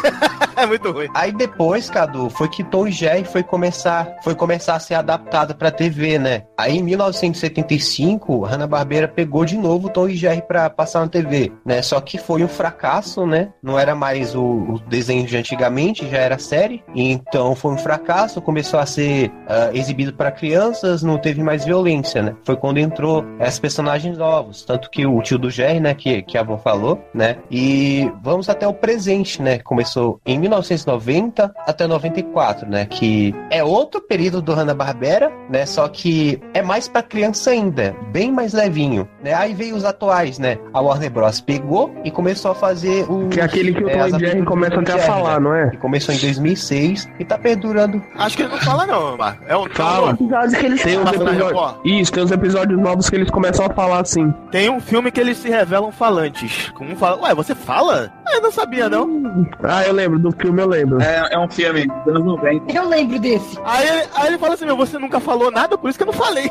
Speaker 5: é muito ruim.
Speaker 22: Aí depois, Cadu, foi que Tom e Jerry foi começar, foi começar a ser adaptado pra TV, né? Aí em 1975, Hanna-Barbera pegou de novo Tom e Jerry pra passar na TV, né? Só que foi um fracasso, né? Não era mais o, o desenho de antigamente, já era série. Então foi um fracasso, começou a ser ah, exibido pra crianças, não teve mais violência, né? Foi quando entrou esses personagens novos, tanto que o tio do Jerry, né, que, que a avó falou, né? E vamos até o presente, né? Começou em 1990 até 94, né? Que é outro período do Hanna-Barbera, né? Só que é mais pra criança ainda, bem mais levinho, né? Aí veio os atuais, né? A Warner Bros pegou e começou a fazer o
Speaker 8: Que é aquele que o Tom e Jerry começam até a falar, não é?
Speaker 22: né? Que começou em 2006 e tá perdurando
Speaker 5: Acho que ele não fala, não, Marco. É um
Speaker 8: Fala. Tem uns episódios... Isso, tem uns episódios novos que eles começam a falar assim.
Speaker 5: Tem um filme que eles se revelam falantes. Um fala, ué, você fala? Ah, eu não sabia, não.
Speaker 8: Ah, eu lembro, do filme eu lembro.
Speaker 1: É, é um filme dos anos 90.
Speaker 11: Eu lembro desse.
Speaker 5: Aí, ele- aí ele fala assim, meu, você nunca falou nada, por isso que eu não falei.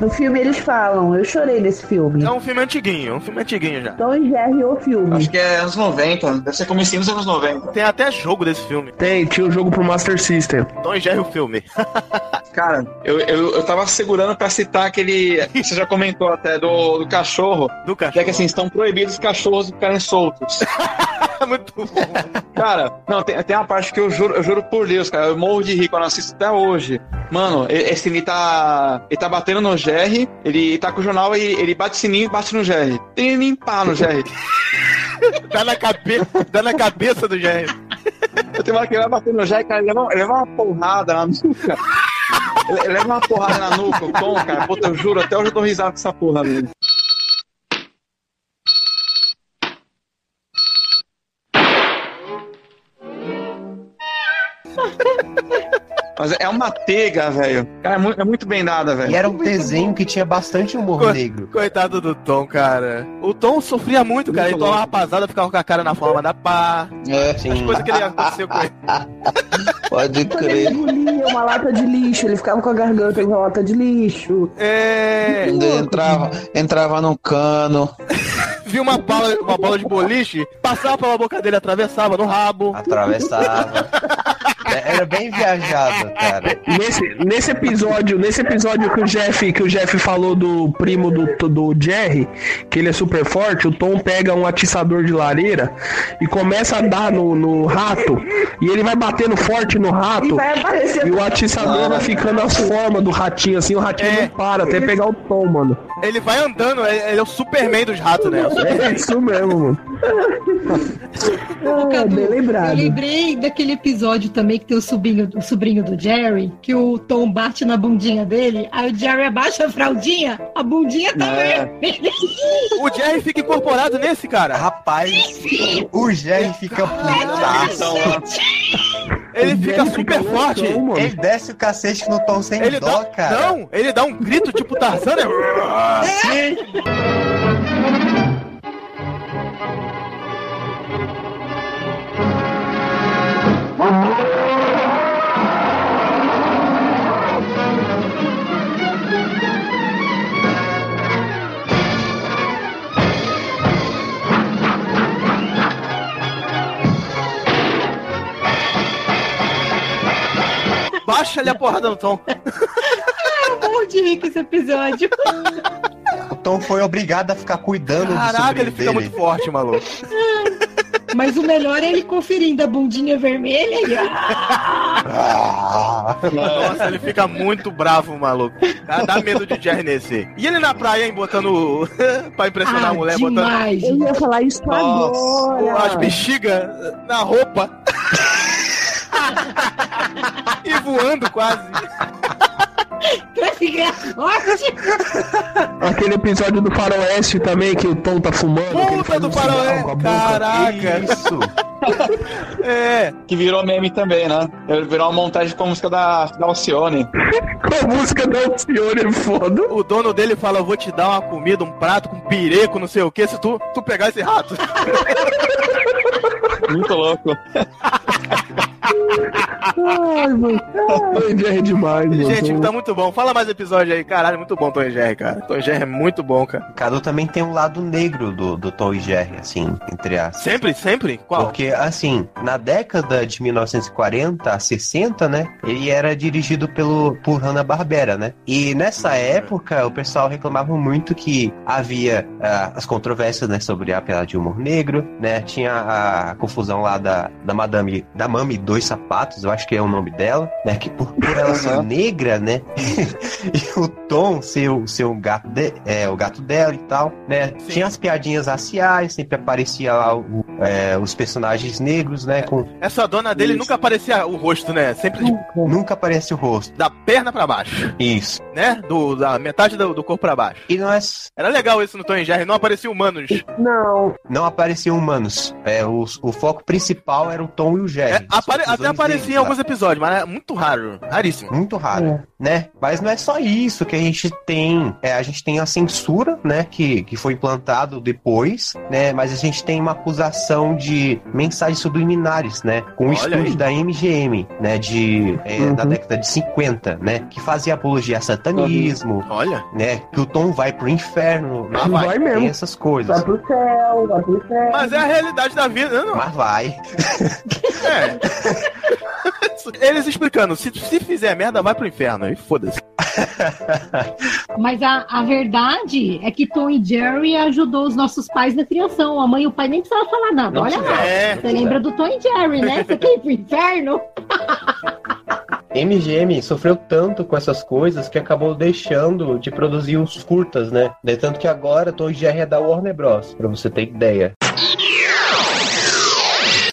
Speaker 9: No filme eles falam, eu chorei nesse filme.
Speaker 5: É um filme antiguinho, um filme antiguinho já.
Speaker 9: Tom e Jerry o filme.
Speaker 1: Acho que é anos 90. Deve ser comecinho dos anos 90.
Speaker 5: Tem até jogo desse filme.
Speaker 8: Tem, tinha um jogo pro Master System.
Speaker 5: Tom e Jerry o filme.
Speaker 1: Cara, eu, eu, eu tava segurando pra citar aquele. Você já comentou até do, do cachorro.
Speaker 5: Do cachorro.
Speaker 1: Que é que assim, estão proibidos os cachorros de ficarem soltos.
Speaker 5: Muito bom.
Speaker 1: Cara, não, tem, tem uma parte que eu juro, eu juro por Deus, cara. Eu morro de rir quando eu assisto até hoje. Mano, e- esse ele tá. Ele tá batendo no Jerry, ele tá com o jornal e ele bate sininho e bate no Jerry. Tem que limpar no Jerry.
Speaker 5: Dá na cabeça, dá na cabeça do Jerry.
Speaker 1: Eu tenho uma hora que ele vai bater no Jerry, cara, ele leva, ele leva uma porrada na nuca. le- leva uma porrada na nuca, o Tom, cara. Puta, eu juro, até hoje eu tô risado com essa porra, velho. Mas é uma teiga, velho. Cara, é mu- é muito bem dada, velho.
Speaker 22: E era um desenho que tinha bastante humor negro.
Speaker 5: Coitado do Tom, cara. O Tom sofria muito, cara. Ele tomava rapazada, ficava com a cara na forma da pá.
Speaker 22: É, sim.
Speaker 5: As coisas que ele aconteceu com ele.
Speaker 22: Pode
Speaker 9: Quando ele engolia uma lata de lixo, ele ficava com a garganta com uma lata de lixo.
Speaker 5: É.
Speaker 22: Quando ele entrava, entrava num cano.
Speaker 5: Viu uma bola, uma bola de boliche, passava pela boca dele, atravessava no rabo.
Speaker 22: Atravessava. Era é bem viajado, cara.
Speaker 8: Nesse, nesse episódio, nesse episódio que o Jeff, que o Jeff falou do primo do, do Jerry, que ele é super forte, o Tom pega um atiçador de lareira e começa a dar no, no rato. E ele vai batendo forte no rato.
Speaker 9: E vai aparecendo.
Speaker 8: e o atiçador vai ficando as formas do ratinho, assim, o ratinho
Speaker 5: É.
Speaker 8: não para até pegar o Tom, mano.
Speaker 5: Ele vai andando, é- ele é o Superman dos ratos, né?
Speaker 8: É isso mesmo, mano.
Speaker 11: Ô, Cadu,
Speaker 9: bem lembrado.
Speaker 11: Eu lembrei daquele episódio também que tem o sobrinho, o sobrinho do Jerry, que o Tom bate na bundinha dele, aí o Jerry abaixa a fraldinha, a bundinha tá
Speaker 22: É.
Speaker 11: vermelha.
Speaker 5: O Jerry fica incorporado nesse, cara.
Speaker 22: Rapaz, o Jerry fica putaço.
Speaker 5: Ele fica super forte.
Speaker 22: Ele desce o cacete no Tom sem
Speaker 5: Ele
Speaker 22: dó,
Speaker 5: dá, um-
Speaker 22: cara.
Speaker 5: não, ele dá um grito tipo Tarzan, né? Baixa ali a porrada no Tom.
Speaker 11: Eu morro de rir com esse episódio.
Speaker 22: O Tom Então foi obrigado a ficar cuidando do
Speaker 5: Caraca,
Speaker 22: sobrinho
Speaker 5: ele fica
Speaker 22: dele.
Speaker 5: muito forte, maluco.
Speaker 11: Mas o melhor é ele conferindo a bundinha vermelha e. ah!
Speaker 5: Nossa, ele fica muito bravo, maluco. Dá, dá medo de Jerry nesse. E ele na praia, hein, botando. o- pra
Speaker 8: Ah,
Speaker 5: impressionar a mulher,
Speaker 9: Ah, Eu ia falar isso
Speaker 5: botando.
Speaker 9: agora.
Speaker 5: As bexigas na roupa. e voando quase.
Speaker 8: Aquele episódio do Faroeste também, que o Tom tá fumando. que ele
Speaker 5: Puta
Speaker 8: faz
Speaker 5: do
Speaker 8: um cigarro
Speaker 5: Paraná.
Speaker 8: com a boca.
Speaker 5: Caraca.
Speaker 22: Isso.
Speaker 5: É.
Speaker 1: Que virou meme também, né? Virou uma montagem com a música da, da Alcione.
Speaker 8: A música da Alcione é foda.
Speaker 5: O dono dele fala: vou te dar uma comida, um prato com pireco, não sei o que, se tu, tu pegar esse rato.
Speaker 1: Muito louco.
Speaker 8: Ai, mano. Ai, Jerry é demais, mano.
Speaker 5: Gente, tá muito bom. Fala mais episódio aí, caralho. Muito bom, Tom e Jerry, cara. Tom e Jerry é muito bom, cara.
Speaker 22: Cadu também tem um lado negro do, do Tom e Jerry, assim, entre as.
Speaker 5: Sempre, sempre? Qual?
Speaker 22: Porque, assim, na década de 1940 a 60, né? Ele era dirigido pelo, por Hanna-Barbera, né? E nessa
Speaker 5: Uhum.
Speaker 22: época, o pessoal reclamava muito que havia ah, as controvérsias, né? Sobre a piada de humor negro, né? Tinha a confusão lá da, da Madame... Da Mami Dois Sapatos, eu acho que é o nome dela, né? Que por, por ela
Speaker 5: Uhum.
Speaker 22: ser negra, né? e o Tom ser o, ser o, gato, de- é, o gato dela e tal, né? Tinha as piadinhas raciais, sempre aparecia lá o- é, os personagens negros, né? Com,
Speaker 5: Essa dona dele nunca aparecia o rosto, né? Sempre de-
Speaker 22: nunca aparece o rosto.
Speaker 5: da perna pra baixo,
Speaker 22: Isso.
Speaker 5: né? Do, da metade do, do corpo pra baixo.
Speaker 22: E nós
Speaker 5: Era legal isso no Tom e Jerry, não aparecia humanos.
Speaker 9: Não.
Speaker 22: não apareciam humanos. É, os- o foco principal era o Tom e o Jerry. Os-
Speaker 5: É, Apare-
Speaker 22: os
Speaker 5: até
Speaker 22: dois
Speaker 5: aparecia em
Speaker 22: negros lá.
Speaker 5: alguns episódios, mas era muito raro, raríssimo.
Speaker 22: Muito raro, né? Mas não é só isso que a gente tem. É, a gente tem a censura, né? Que, que foi implantado depois, né? Mas a gente tem uma acusação de mensagens subliminares, né? Com o
Speaker 5: Olha
Speaker 22: estudo
Speaker 5: aí.
Speaker 22: da MGM, né? De, é, Da
Speaker 8: Uhum.
Speaker 22: década de 50, né? Que fazia apologia a satanismo,
Speaker 5: Olha.
Speaker 22: né? Que o Tom vai pro inferno. né?
Speaker 5: Ah, vai. Vai
Speaker 22: Tem
Speaker 5: mesmo.
Speaker 22: essas coisas.
Speaker 9: Vai pro céu, vai pro céu.
Speaker 5: Mas é a realidade da vida, né?
Speaker 22: Mas vai.
Speaker 5: É. Eles explicando, se, se fizer merda, vai pro inferno. E foda-se.
Speaker 11: Mas a, a verdade é que Tom e Jerry ajudou os nossos pais na criação. A mãe e o pai nem precisavam falar nada.
Speaker 22: Não
Speaker 11: Olha lá.
Speaker 5: É.
Speaker 11: Você lembra do Tom e Jerry, né? Você quer ir pro inferno?
Speaker 22: MGM sofreu tanto com essas coisas que acabou deixando de produzir os curtas, né? De tanto que agora Tom e Jerry é da Warner Bros, pra você ter ideia.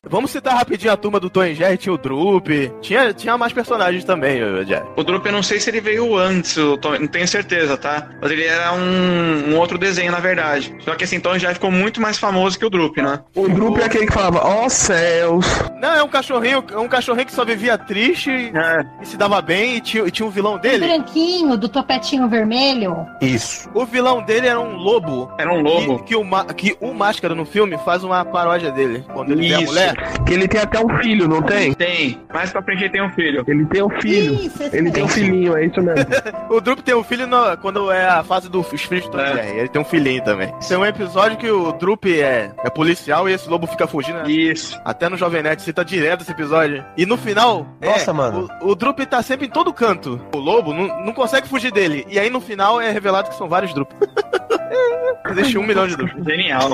Speaker 5: Vamos citar rapidinho a turma do Tom e Jerry, tinha o Droop, tinha, tinha mais personagens também, o Jerry.
Speaker 1: O Drup, eu não sei se ele veio antes, eu tô- não tenho certeza, tá? Mas ele era um, um outro desenho, na verdade. Só que assim, então já ficou muito mais famoso que o Drup, né?
Speaker 8: O Drup é aquele que falava, ó céus.
Speaker 5: Não, é um cachorrinho, é um cachorrinho que só vivia triste e,
Speaker 8: É.
Speaker 5: e se dava bem e tinha, e tinha um vilão
Speaker 11: O
Speaker 5: dele.
Speaker 11: branquinho, do topetinho vermelho.
Speaker 5: Isso. O vilão dele era um lobo.
Speaker 1: Era um
Speaker 5: lobo. Que, que o, ma- que o Máscara no filme faz uma paródia dele. Quando ele vê a mulher.
Speaker 8: Que ele tem até um filho, não tem?
Speaker 1: Tem. Mais pra frente ele tem um filho.
Speaker 8: Ele tem um filho.
Speaker 11: Isso,
Speaker 8: ele tem um filhinho, é isso mesmo.
Speaker 5: O Drup tem um filho no- quando é a fase dos filhos do é. Ele tem um filhinho também. Esse é um episódio que o Drup é, é policial e esse lobo fica fugindo. né?
Speaker 1: Isso.
Speaker 5: Até no Jovem Nerd cita direto esse episódio. E no final.
Speaker 22: Nossa,
Speaker 5: é,
Speaker 22: mano.
Speaker 5: O, o Drup tá sempre em todo canto. O lobo não, não consegue fugir dele. E aí no final é revelado que são vários Drup. Existe um milhão de Drup.
Speaker 1: Genial.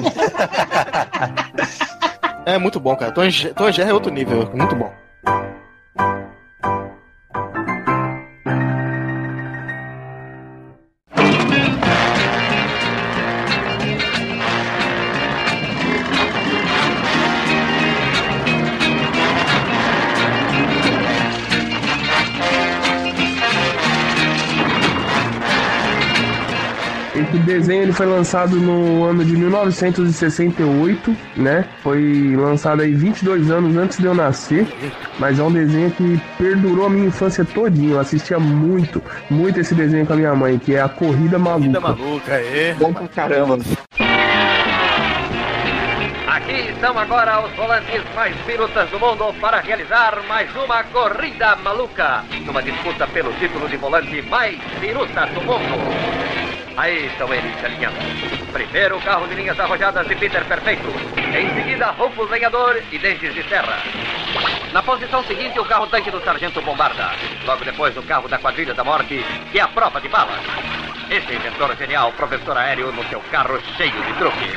Speaker 5: É muito bom, cara. Tom e Jer- Tom e Jerry é outro nível. Muito bom.
Speaker 8: Esse desenho ele foi lançado no ano de 1968, né? Foi lançado aí 22 anos antes de eu nascer, mas é um desenho que perdurou a minha infância todinha. Eu assistia muito, muito esse desenho com a minha mãe, que é a Corrida Maluca.
Speaker 5: Vida maluca, é.
Speaker 1: Bom pra caramba.
Speaker 12: Aqui estão agora os volantes mais pirutas do mundo para realizar mais uma corrida maluca. Numa disputa pelo título de volante mais piruta do mundo. Aí estão eles alinhando. Primeiro o carro de linhas arrojadas de Peter Perfeito. Em seguida, Rufus Lenhador e Dentes de Serra. Na posição seguinte, o carro tanque do Sargento Bombarda. Logo depois, o carro da Quadrilha da Morte, que é a prova de balas. Esse inventor genial, professor aéreo no seu carro cheio de truques.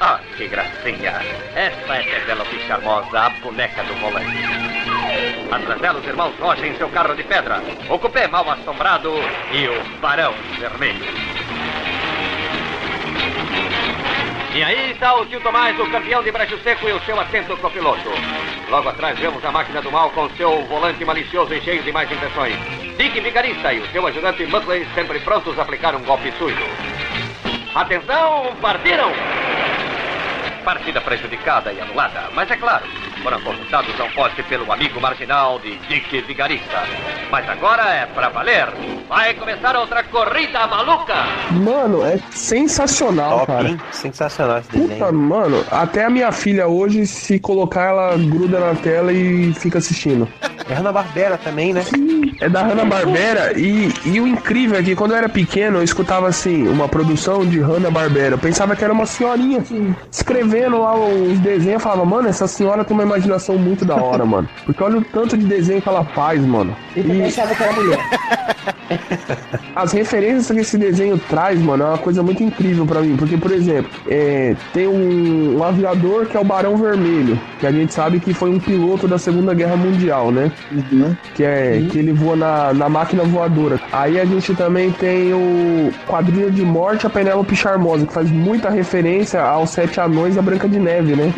Speaker 12: Ah, que gracinha! Essa é Penélope Charmosa, a boneca do volante. Atrás dela, os irmãos Rocha em seu carro de pedra, o cupê mal assombrado e o barão vermelho. E aí está o tio Tomás, o campeão de Brejo Seco e o seu atento copiloto. Logo atrás vemos a máquina do mal com seu volante malicioso e cheio de mais invenções. Dick Vigarista e o seu ajudante Muttley sempre prontos a aplicar um golpe sujo. Atenção, partiram! Partida prejudicada e anulada, mas é claro, foram computados ao poste pelo amigo marginal de Dick Vigarista. Mas agora é pra valer. Vai começar outra corrida maluca!
Speaker 8: Mano, é sensacional, cara.
Speaker 22: Sensacional esse desenho.
Speaker 8: Puta, mano, até a minha filha hoje, se colocar, ela gruda na tela e fica assistindo.
Speaker 22: É Hanna-Barbera também, né?
Speaker 8: É da Hanna-Barbera e, e o incrível é que quando eu era pequeno eu escutava assim, uma produção de Hanna-Barbera. Eu pensava que era uma senhorinha assim, escrevendo lá os desenhos. Eu falava, mano, essa senhora tem uma imaginação muito da hora, mano. Porque olha o tanto de desenho que ela faz, mano. E
Speaker 9: Pensava que era mulher.
Speaker 8: as referências que esse desenho traz, mano, é uma coisa muito incrível pra mim. Porque, por exemplo, é, tem um, um aviador que é o Barão Vermelho, que a gente sabe que foi um piloto da Segunda Guerra Mundial, né? Que, é, que ele voa na, na máquina voadora. Aí a gente também tem o Quadrilha de Morte, a Penélope Charmosa, que faz muita referência aos Sete Anões e a Branca de Neve, né?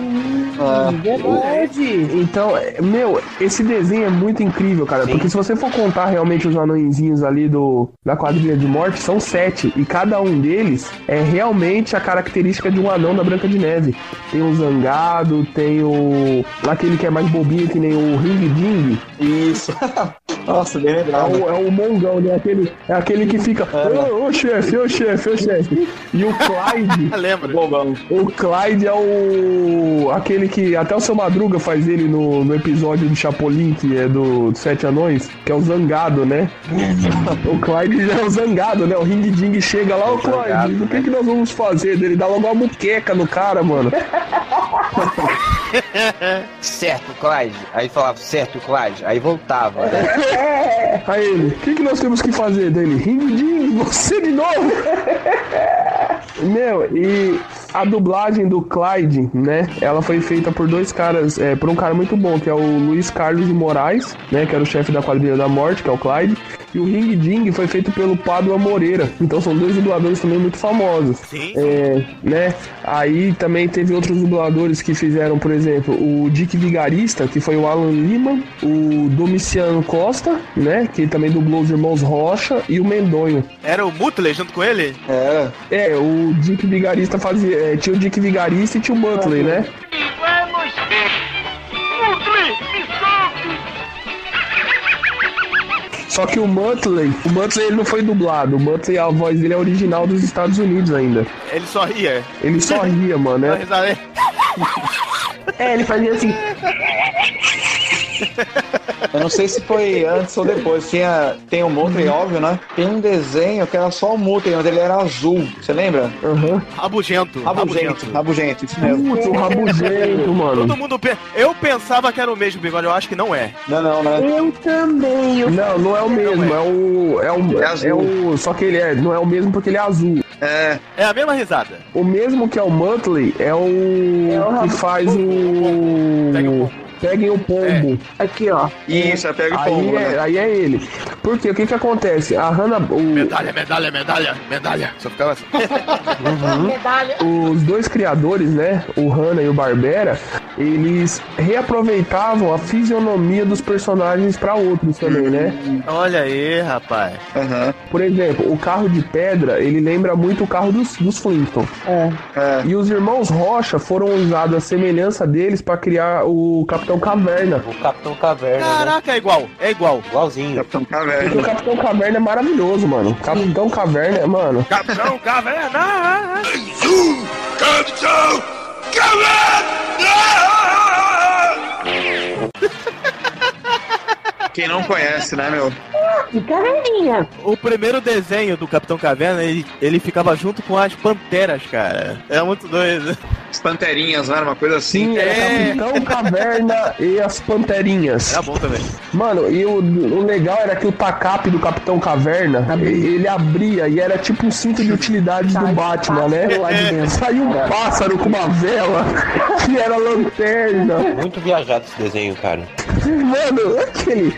Speaker 8: Verdade. Então, é, meu, esse desenho é muito incrível, cara. Porque se você for contar realmente os anõezinhos ali do, da quadrilha de morte, são sete. E cada um deles é realmente a característica de um anão da Branca de Neve. Tem o zangado, tem o. aquele que é mais bobinho, que nem o Ring Ding.
Speaker 1: Isso. Nossa, bem
Speaker 8: legal. É o, é o mongão, né? Aquele, é aquele que fica. Ô, ô, chefe, ô, chefe, ô, chefe. E o Clyde.
Speaker 5: Lembra?
Speaker 8: O Clyde é o. aquele que até o seu Madruga faz ele no, no episódio do Chapolin, que é do, do Sete Anões, que é o Zangado, né? o Clyde já é o Zangado, né? O Ring Ding chega lá, ô Clyde, o né?" que, que nós vamos fazer? Ele dá logo uma muqueca no cara, mano.
Speaker 22: certo, Clyde. Aí falava, certo, Clyde. Aí voltava. Né?
Speaker 8: Aí ele, o que, que nós temos que fazer dele? Ring Ding, você de novo! Meu, e A dublagem do Clyde, né? Ela foi feita por dois caras, é, por um cara muito bom, que é o Luiz Carlos de Moraes, né? Que era o chefe da quadrilha da morte, que é o Clyde. E o Ring Ding foi feito pelo Padua Moreira. Então são dois dubladores também muito famosos.
Speaker 5: Sim.
Speaker 8: né? Aí também teve outros dubladores que fizeram, por exemplo, o Dick Vigarista, que foi o Alan Lima, o Domiciano Costa, né? Que também dublou os irmãos Rocha e o Mendonho.
Speaker 5: Era o Mutley junto com ele?
Speaker 8: É. É, o Dick Vigarista fazia. é, tinha o Dick Vigarista e tinha o Butler, né?
Speaker 15: Vamos ver. Mutli, me solte.
Speaker 8: Só que o Muttley, o Muttley ele não foi dublado. O Muttley, a voz dele é original dos Estados Unidos ainda.
Speaker 5: Ele só ria.
Speaker 8: Ele só ria, mano,
Speaker 5: Só
Speaker 8: né?
Speaker 5: risada, né?
Speaker 9: É, ele fazia assim.
Speaker 1: Eu não sei se foi antes ou depois. Tinha, tem o
Speaker 8: Uhum.
Speaker 1: Mutley, óbvio, né? Tem um desenho que era só o Mutley, mas ele era azul. Você lembra?
Speaker 8: Uhum.
Speaker 5: Rabugento.
Speaker 1: Rabugento. Rabugento, isso mesmo.
Speaker 8: Putz, o rabugento, mano.
Speaker 5: Todo mundo. pe- Eu pensava que era o mesmo bigode, eu acho que não é.
Speaker 1: Não, não,
Speaker 9: Eu também. Eu...
Speaker 8: Não, não é o mesmo, é o. É o.
Speaker 5: É
Speaker 8: É
Speaker 5: azul.
Speaker 8: o só que ele é, não é o mesmo porque ele é azul.
Speaker 1: É.
Speaker 5: É a mesma risada.
Speaker 8: O mesmo que é o Muttley é o. que faz o. Peguem o pombo.
Speaker 9: Aqui, ó.
Speaker 1: Isso, é pega o
Speaker 8: aí
Speaker 1: pombo,
Speaker 8: É,
Speaker 1: né?
Speaker 8: aí é ele. Porque o que que acontece? A Hannah. O,
Speaker 5: Medalha, medalha, medalha, medalha. Só ficava assim.
Speaker 8: Uhum. Os dois criadores, né? O Hanna e o Barbera, eles reaproveitavam a fisionomia dos personagens para outros também,
Speaker 1: Uhum.
Speaker 8: né?
Speaker 5: Olha aí, rapaz.
Speaker 8: Por exemplo, o carro de pedra, ele lembra muito o carro dos, dos Flintstones. E os irmãos Rocha foram usados a semelhança deles para criar o Capitão Caverna.
Speaker 22: O Capitão Caverna. né?
Speaker 5: Caraca, é igual, é igual.
Speaker 22: Igualzinho.
Speaker 1: Capitão
Speaker 8: Porque o
Speaker 1: Caverna.
Speaker 8: Capitão Caverna é maravilhoso, mano. Capitão Caverna, é- mano.
Speaker 5: Capitão Caverna!
Speaker 15: Capitão Caverna!
Speaker 1: Quem não conhece, né, meu?
Speaker 9: E caverninha.
Speaker 5: O primeiro desenho do Capitão Caverna, ele, ele ficava junto com as panteras, cara. É muito doido.
Speaker 1: As panterinhas, né? Uma coisa assim.
Speaker 8: Sim,
Speaker 5: É.
Speaker 8: era Capitão Caverna e as Panterinhas.
Speaker 5: Tá bom também.
Speaker 8: Mano, e o, o legal era que o tacape do Capitão Caverna, e- ele abria e era tipo um cinto de utilidades do Batman, né?
Speaker 9: lá de dentro.
Speaker 8: Saiu um pássaro com uma vela que era lanterna.
Speaker 22: Muito viajado esse desenho, cara.
Speaker 8: Mano, aquele.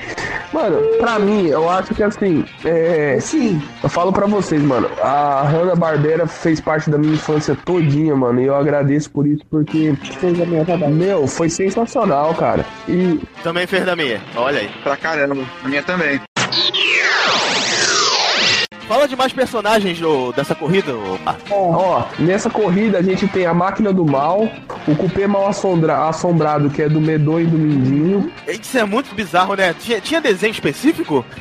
Speaker 8: Mano, pra mim, eu acho que assim. É...
Speaker 9: Sim.
Speaker 8: Eu falo pra vocês, mano. A Hanna Barbera fez parte da minha infância todinha, mano. E eu agradeço por isso, porque. Fez a minha Meu, foi sensacional, cara. E
Speaker 5: Também fez da minha. Olha aí.
Speaker 1: Pra caramba. A minha também.
Speaker 5: Fala de mais personagens do- dessa corrida, ô. Ah,
Speaker 8: Ó, nessa corrida a gente tem a Máquina do Mal, o Cupê Mal Assondra- Assombrado, que é do Medonho e do Mindinho.
Speaker 5: Isso é muito bizarro, né? Tinha, tinha desenho específico?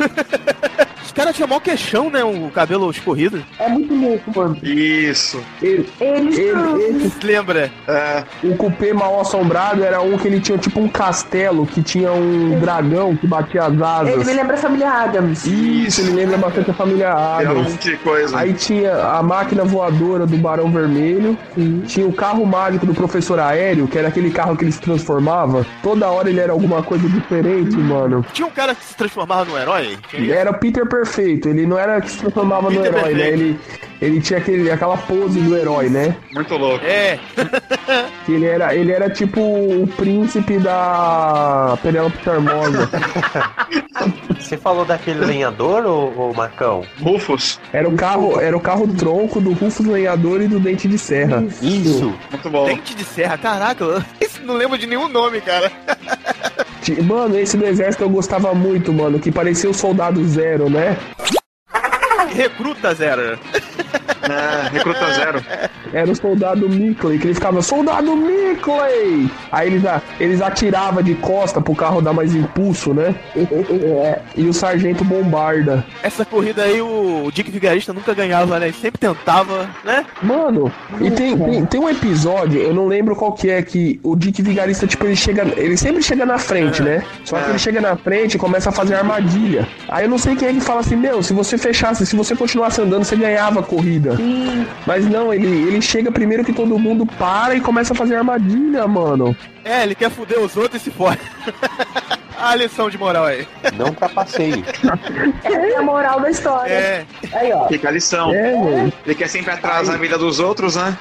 Speaker 5: Os caras tinham mó queixão, né? O cabelo escorrido.
Speaker 9: É muito louco, mano.
Speaker 1: Isso. É.
Speaker 8: Ele,
Speaker 9: Eles são-
Speaker 8: ele, esse-
Speaker 5: Lembra?
Speaker 8: o É, um Cupê Mal Assombrado era um que ele tinha tipo um castelo, que tinha um dragão que batia as
Speaker 9: Ele me
Speaker 8: asas.
Speaker 9: lembra a família Adams.
Speaker 8: Isso, ele lembra bastante a família
Speaker 1: Era um
Speaker 8: Adams.
Speaker 1: monte de coisa.
Speaker 8: Aí tinha a máquina voadora do Barão Vermelho, tinha o carro mágico do Professor Aéreo, que era aquele carro que ele se transformava. Toda hora ele era alguma coisa diferente, mano.
Speaker 5: Tinha um cara que se transformava num herói?
Speaker 8: Ele Era o Peter perfeito, ele não era que se transformava no
Speaker 5: Peter
Speaker 8: herói, né?
Speaker 5: perfeito.
Speaker 8: Ele, ele tinha aquele, aquela pose do herói, né?
Speaker 1: Muito louco.
Speaker 5: É,
Speaker 8: Que ele era, ele era tipo o príncipe da Penélope Charmosa.
Speaker 22: Você falou daquele lenhador, ô, ô Marcão?
Speaker 1: Rufus.
Speaker 8: Era o carro, era o carro tronco do Rufus Lenhador e do Dente de Serra.
Speaker 22: Isso.
Speaker 1: Muito bom.
Speaker 5: Dente de Serra. Caraca, eu- isso não lembro de nenhum nome, cara.
Speaker 8: Ti- Mano, esse do exército eu gostava muito, mano, que parecia o Soldado Zero, né?
Speaker 5: Recruta Zero.
Speaker 1: É, recruta zero.
Speaker 8: Era o soldado Mickley, que ele ficava, soldado Mickley! Aí eles, a- eles atiravam de costa pro carro dar mais impulso, né? e o sargento bombarda.
Speaker 5: Essa corrida aí o Dick Vigarista nunca ganhava, né? Ele Sempre tentava, né?
Speaker 8: Mano, e tem, tem, tem um episódio, eu não lembro qual que é, que o Dick Vigarista, tipo, ele chega. Ele sempre chega na
Speaker 1: É.
Speaker 8: frente, né? Só que ele chega na frente e começa a fazer armadilha. Aí eu não sei quem é que fala assim, meu, se você fechasse, se você continuasse andando, você ganhava a corrida. Mas não, ele, ele chega primeiro que todo mundo para e começa a fazer armadilha, mano.
Speaker 5: É, ele quer foder os outros e se fode. a lição de moral aí.
Speaker 22: Não trapaceie.
Speaker 9: É a moral da história.
Speaker 5: É.
Speaker 9: Aí, ó.
Speaker 1: Fica a lição.
Speaker 9: É, mano.
Speaker 1: Ele quer sempre atrasar a vida dos outros, né?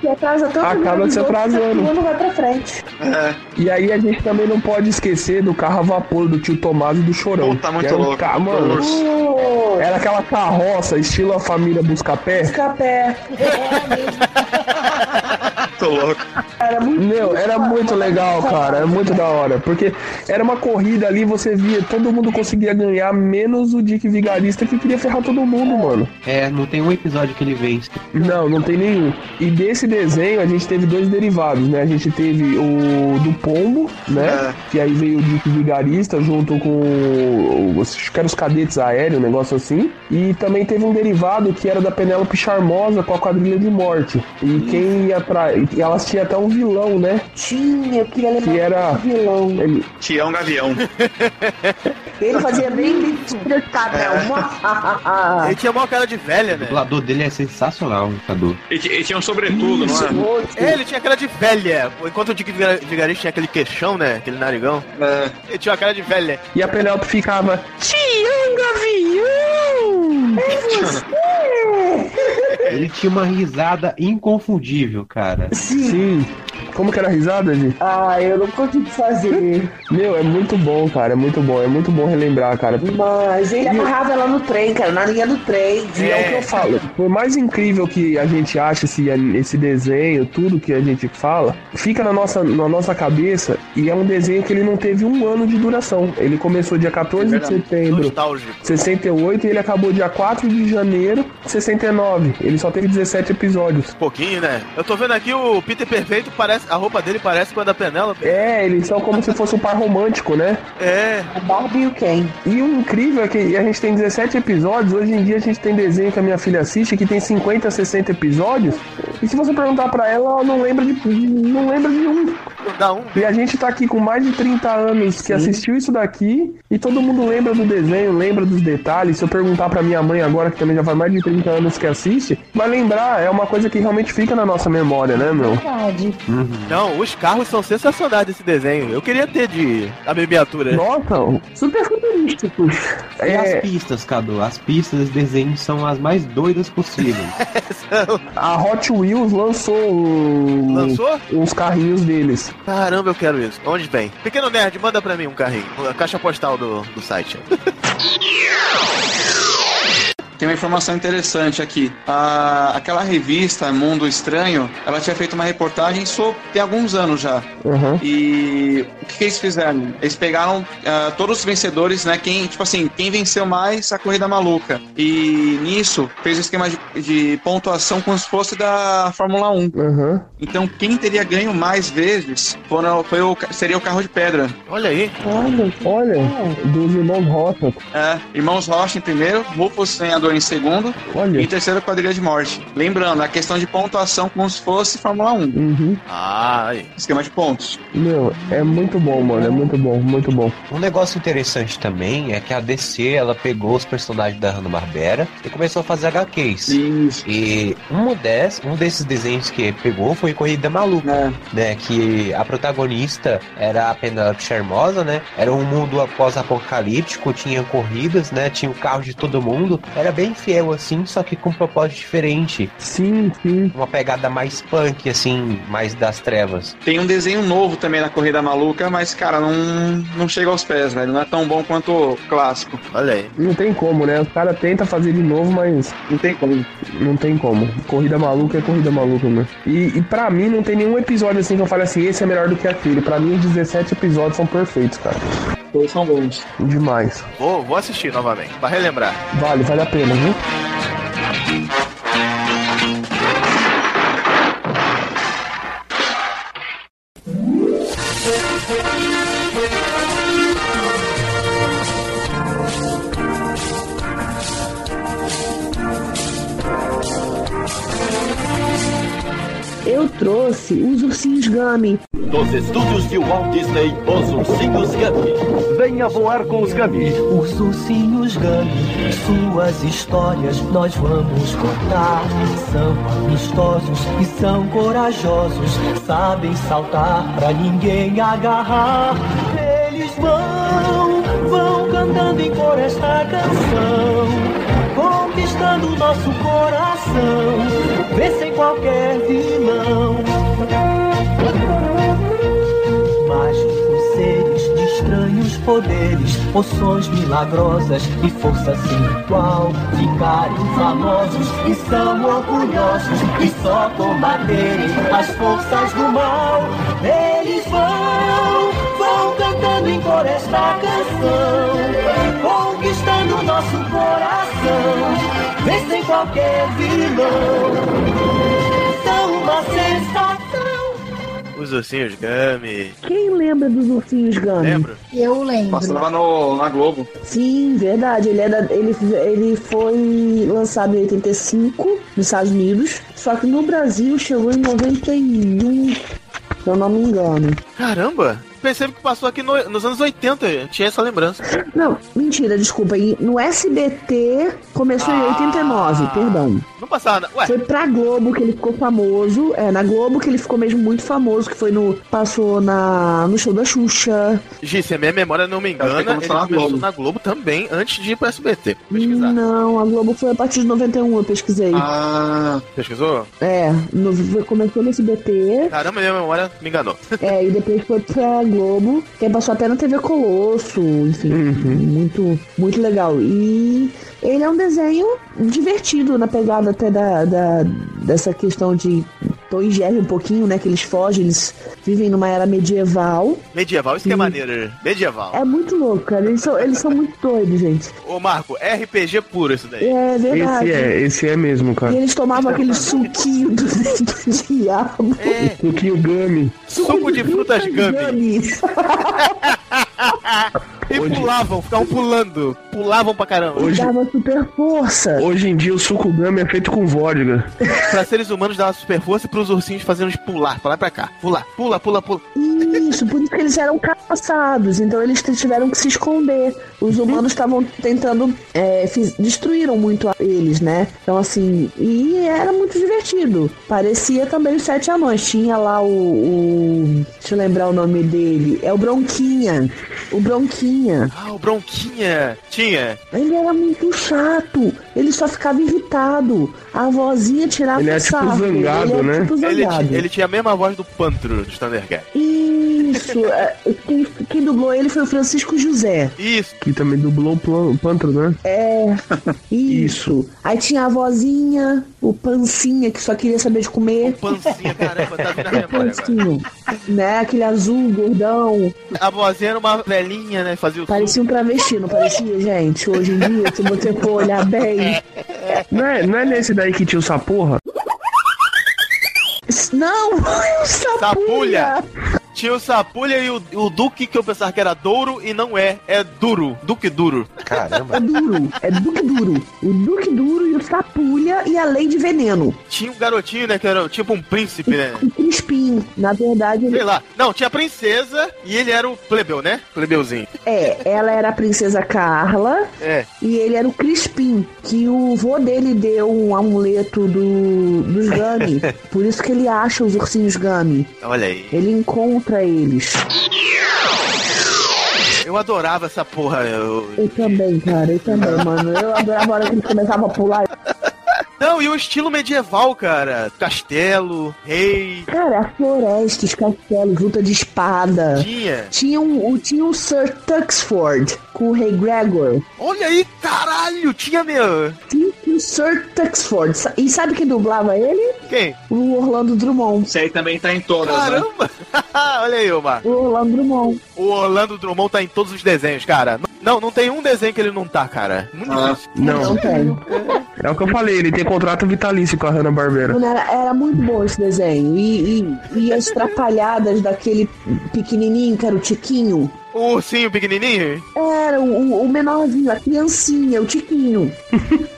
Speaker 9: Se atrasa todo mundo.
Speaker 8: Acaba se
Speaker 9: os outros,
Speaker 8: atrasando.
Speaker 9: Todo mundo vai pra frente.
Speaker 1: É.
Speaker 8: E aí a gente também não pode esquecer do carro a vapor do tio Tomás e do Chorão.
Speaker 1: Puta, muito
Speaker 8: Que era um
Speaker 1: louco.
Speaker 8: ca- mano,
Speaker 9: Nossa.
Speaker 8: era aquela carroça, estilo a família Buscapé.
Speaker 9: Buscapé.
Speaker 1: Tô louco.
Speaker 8: Era muito, Meu, era muito legal, cara. Era muito da hora. Porque era uma corrida ali, você via, todo mundo conseguia ganhar, menos o Dick Vigarista que queria ferrar todo mundo, mano.
Speaker 22: É, não tem um episódio que ele vence.
Speaker 8: Não, não tem nenhum. E desse desenho a gente teve dois derivados, né? A gente teve o do Pombo,
Speaker 9: É.
Speaker 8: né? Que aí veio o Dick Vigarista junto com. o- Acho que eram os cadetes aéreos, um negócio assim. E também teve um derivado que era da Penélope Charmosa com a quadrilha de morte. E quem ia atrás. e Elas tinham até um vilão, né?
Speaker 9: Tinha, eu queria lembrar
Speaker 8: Que era.
Speaker 9: Vilão.
Speaker 1: Tião Gavião.
Speaker 9: Ele fazia bem né?
Speaker 5: É.
Speaker 9: despertadão.
Speaker 5: Ele tinha maior cara de velha, né?
Speaker 22: O dublador dele é sensacional, o dublador.
Speaker 1: E, ti- e tinha um sobretudo, não é?
Speaker 5: É, ele tinha cara de velha. Enquanto o Dick Vigar- Vigarista tinha aquele queixão, né? Aquele narigão. Ele tinha uma cara de velha. Um
Speaker 8: E a Penélope
Speaker 1: é?
Speaker 8: ficava. Tião Gavião!
Speaker 22: É Ele tinha uma risada inconfundível, cara.
Speaker 8: Sim. Como que era a risada, Di?
Speaker 9: Ah, eu não consigo fazer.
Speaker 8: Meu, é muito bom, cara. É muito bom. É muito bom relembrar, cara.
Speaker 9: Mas ele amarrava ela no trem, cara, na linha do trem.
Speaker 8: E é o que eu falo. Por mais incrível que a gente ache esse, esse desenho, tudo que a gente fala, fica na nossa, na nossa cabeça e é um desenho que ele não teve um ano de duração. Ele começou dia 14 de
Speaker 5: É Verdade.
Speaker 8: setembro
Speaker 5: Nostálgico.
Speaker 8: de 68 e ele acabou dia 4 de janeiro de 69. Ele só teve 17 episódios.
Speaker 5: Pouquinho, né? Eu tô vendo aqui o Peter Perfeito, parece. A roupa dele parece com a da Penélope.
Speaker 8: É, eles são como se fosse um par romântico, né?
Speaker 5: É.
Speaker 9: A Barbie e o Ken.
Speaker 8: E o incrível é que a gente tem 17 episódios. Hoje em dia a gente tem desenho que a minha filha assiste que tem 50, 60 episódios. E se você perguntar pra ela, ela não lembra de, de- não lembra de um.
Speaker 5: Dá um.
Speaker 8: E a gente tá aqui com mais de 30 anos que assistiu isso daqui e todo mundo lembra do desenho, lembra dos detalhes. Se eu perguntar pra minha mãe agora, que também já faz mais de 30 anos que assiste, vai lembrar. É uma coisa que realmente fica na nossa memória, né, meu?
Speaker 9: Verdade.
Speaker 5: Não, os carros são sensacionais desse desenho. Eu queria ter de a abreviatura.
Speaker 8: Nossa, super futurísticos.
Speaker 22: E as pistas, Cadu? As pistas desse desenho são as mais doidas possíveis.
Speaker 8: A Hot Wheels lançou, um-
Speaker 5: Lançou?
Speaker 8: uns carrinhos deles.
Speaker 5: Caramba, eu quero isso. Onde vem? Pequeno Nerd, manda pra mim um carrinho. A caixa postal do, do site.
Speaker 1: Tem uma informação interessante aqui. A- aquela revista Mundo Estranho, ela tinha feito uma reportagem sobre tem alguns anos já. E o que, que eles fizeram? Eles pegaram ah, todos os vencedores, né? Quem, tipo assim, quem venceu mais a corrida maluca. E nisso fez um esquema de, de pontuação como se fosse da Fórmula 1. Então quem teria ganho mais vezes foram- foi o ca- seria o carro de pedra.
Speaker 5: Olha aí.
Speaker 8: Olha, dos irmãos Rota.
Speaker 1: É, Irmãos Rocha em primeiro, Rufus ganhador em segundo
Speaker 8: Olha.
Speaker 1: e em terceiro quadrilha de morte. Lembrando, a questão de pontuação como se fosse Fórmula 1.
Speaker 5: Ah, aí.
Speaker 1: Esquema de pontos.
Speaker 8: Uhum. Meu, é muito bom, mano. É muito bom, muito bom.
Speaker 22: Um negócio interessante também é que a DC ela pegou os personagens da Hanna-Barbera e começou a fazer HQs. E um, des, um desses desenhos que pegou foi Corrida Maluca,
Speaker 8: É.
Speaker 22: né? Que a protagonista era a Penelope Charmosa, né? Era um mundo pós-apocalíptico, tinha corridas, né? Tinha o carro de todo mundo. Era bem fiel, assim, só que com um propósito diferente.
Speaker 8: Sim, sim.
Speaker 22: Uma pegada mais punk, assim, mais das trevas.
Speaker 1: Tem um desenho novo também na Corrida Maluca, mas, cara, não, não chega aos pés, velho. Não é tão bom quanto o clássico.
Speaker 5: Olha aí.
Speaker 8: Não tem como, né? O cara tenta fazer de novo, mas.
Speaker 1: Não tem como.
Speaker 8: Não tem como. Corrida maluca é corrida maluca, mano. E, e pra mim não tem nenhum episódio assim que eu fale assim, esse é melhor do que aquele. Pra mim, os 17 episódios são perfeitos, cara.
Speaker 1: Todos são bons.
Speaker 8: Demais.
Speaker 5: Vou, vou assistir novamente, pra relembrar.
Speaker 8: Vale, vale a pena, viu?
Speaker 9: Eu trouxe os ursinhos Gummy.
Speaker 4: Dos estúdios de Walt Disney, os ursinhos Gummy. Venha voar com os Gummy.
Speaker 6: Os ursinhos Gummy, suas histórias nós vamos contar. São amistosos e são corajosos, sabem saltar pra ninguém agarrar. Eles
Speaker 16: eles vão, vão cantando em cor esta canção, conquistando o nosso coração, vencem qualquer vilão. Mágicos seres de estranhos poderes, poções milagrosas e força sem igual, ficaram famosos e são orgulhosos e só combaterem as forças do mal. Eles vão, vão cantando em cor esta canção, conquistando o nosso coração, vencem qualquer vilão. São uma sensação.
Speaker 5: Os ursinhos Gummy.
Speaker 9: Quem lembra dos ursinhos Gummy?
Speaker 5: Lembro.
Speaker 9: Eu lembro.
Speaker 1: Passava no, na Globo.
Speaker 9: Sim, verdade. Ele, é da- ele, ele foi lançado em 85 nos Estados Unidos, só que no Brasil chegou em 91, se eu não me engano.
Speaker 5: Caramba! Percebo que passou aqui no- nos anos 80, eu tinha essa lembrança.
Speaker 9: Não, mentira, desculpa. E No SBT começou em 89, perdão.
Speaker 5: Ah. Não passava nada. Ué,
Speaker 9: Foi pra Globo que ele ficou famoso. É, na Globo que ele ficou mesmo muito famoso, que foi no. Passou na, no show da Xuxa.
Speaker 5: Gi, se a minha memória não me
Speaker 9: Acho que
Speaker 5: engana, ele
Speaker 9: começou na
Speaker 5: começou
Speaker 9: Globo.
Speaker 5: na Globo também, antes de ir pro SBT.
Speaker 9: Não, a Globo foi a partir de 91, eu pesquisei.
Speaker 1: Ah.
Speaker 5: Pesquisou?
Speaker 9: É, no- começou no SBT.
Speaker 5: Caramba, minha memória me enganou.
Speaker 9: É, e depois foi pra Globo, que aí passou até na TV Colosso, enfim,
Speaker 5: Uhum.
Speaker 9: muito, muito legal. E ele é um desenho divertido na pegada até da, da- dessa questão de Tom e Jerry um pouquinho, né? Que eles fogem, eles vivem numa era medieval.
Speaker 5: Medieval, isso que é maneiro. Medieval.
Speaker 9: É muito louco, cara. Eles são, eles são muito doidos, gente.
Speaker 5: Ô, Marco, RPG puro isso daí.
Speaker 9: É verdade.
Speaker 8: Esse é, esse é mesmo,
Speaker 5: Tá.
Speaker 9: E
Speaker 8: cara.
Speaker 9: eles tomavam aquele suquinho do, do diabo.
Speaker 8: O Kio Gummy.
Speaker 5: É, Suco de frutas
Speaker 9: Gummy.
Speaker 5: E pulavam, ficavam pulando. Pulavam pra caramba.
Speaker 8: Hoje-
Speaker 9: Dava super força.
Speaker 8: Hoje em dia o suco Gummy é feito com vodka.
Speaker 5: pra seres humanos dava super força e pros ursinhos fazendo eles pular, pra lá e pra cá. Pular, pula, pula, pula.
Speaker 9: Isso, por isso que eles eram caçados, então eles t- tiveram que se esconder. Os humanos estavam tentando. é, fiz- destruíram muito a- eles, né? Então, assim, e era muito divertido. Parecia também os Sete Anões. Tinha lá o. o- deixa eu lembrar o nome dele. É o Bronquinha. O Bronquinha.
Speaker 5: Ah, o Bronquinha. Tinha.
Speaker 9: Ele era muito chato. Ele só ficava irritado. A vozinha tirava
Speaker 5: Ele
Speaker 9: o
Speaker 5: é tipo
Speaker 9: sarro.
Speaker 5: zangado,
Speaker 9: ele
Speaker 5: né?
Speaker 9: Tipo
Speaker 5: Ele,
Speaker 9: zangado.
Speaker 5: ti- ele tinha a mesma voz do Pantro do Thundercat.
Speaker 9: Isso. é, Quem, quem dublou ele foi o Francisco José.
Speaker 5: Isso.
Speaker 8: Que também dublou o plan- o Pantro, né?
Speaker 9: É. Isso. Aí tinha a vozinha, o pancinha que só queria saber de comer.
Speaker 5: Pancinha, caramba, tá vindo a memória agora.
Speaker 9: Pancinho.
Speaker 8: é
Speaker 9: né? Aquele azul, gordão.
Speaker 5: A vozinha era uma velhinha, né? Fazia o
Speaker 9: Parecia um travesti, não parecia, gente? Hoje em dia, se você for olhar bem.
Speaker 8: Não é, não é nesse daí que tinha o Saporra?
Speaker 9: Não! o Sapulha!
Speaker 5: Tinha o Sapulha e o, o Duque que eu pensava que era Douro e não é. É Duro. Duque Duro.
Speaker 9: É
Speaker 5: Caramba.
Speaker 9: duro, é Duque Duro. O Duque Duro e o Sapulha e a Lei de Veneno.
Speaker 5: Tinha um garotinho, né? Que era tipo um príncipe, né?
Speaker 9: O Crispim, na verdade, ele
Speaker 5: Sei lá. Não, tinha a princesa e ele era o plebeu, né? Plebeuzinho.
Speaker 9: É, ela era a princesa Carla
Speaker 5: É.
Speaker 9: e ele era o Crispim, que o vô dele deu um amuleto do, dos Gummy. Por isso que ele acha os ursinhos Gummy.
Speaker 5: Olha aí.
Speaker 9: Ele encontra eles.
Speaker 5: Eu adorava essa porra. eu-
Speaker 9: Eu também, cara, eu também, mano. Eu adorava a hora que ele começava a pular.
Speaker 5: Não, e o estilo medieval, cara. Castelo, rei.
Speaker 9: Cara, florestas, castelos, luta de espada.
Speaker 5: Tinha.
Speaker 9: Tinha um, o- tinha o Sir Tuxford com o Rei Gregor.
Speaker 5: Olha aí, caralho, tinha meu.
Speaker 9: Tinha o Sir Tuxford. Sa- E sabe quem dublava ele?
Speaker 5: Quem?
Speaker 9: O Orlando Drummond.
Speaker 1: Esse aí também tá em todas, né?
Speaker 5: Caramba! Olha aí, ô Marco.
Speaker 9: O Orlando Drummond.
Speaker 5: O Orlando Drummond tá em todos os desenhos, cara. N- Não, não tem um desenho que ele não tá, cara. Muito
Speaker 1: Ah,
Speaker 5: difícil.
Speaker 8: Não. É o que eu falei, ele tem contrato vitalício com a Hanna-Barbera.
Speaker 9: Mano, era, era muito bom esse desenho. E, e- e as trapalhadas daquele pequenininho, que era o Tiquinho.
Speaker 5: O ursinho pequenininho?
Speaker 9: Era o, o menorzinho, a criancinha, o Tiquinho.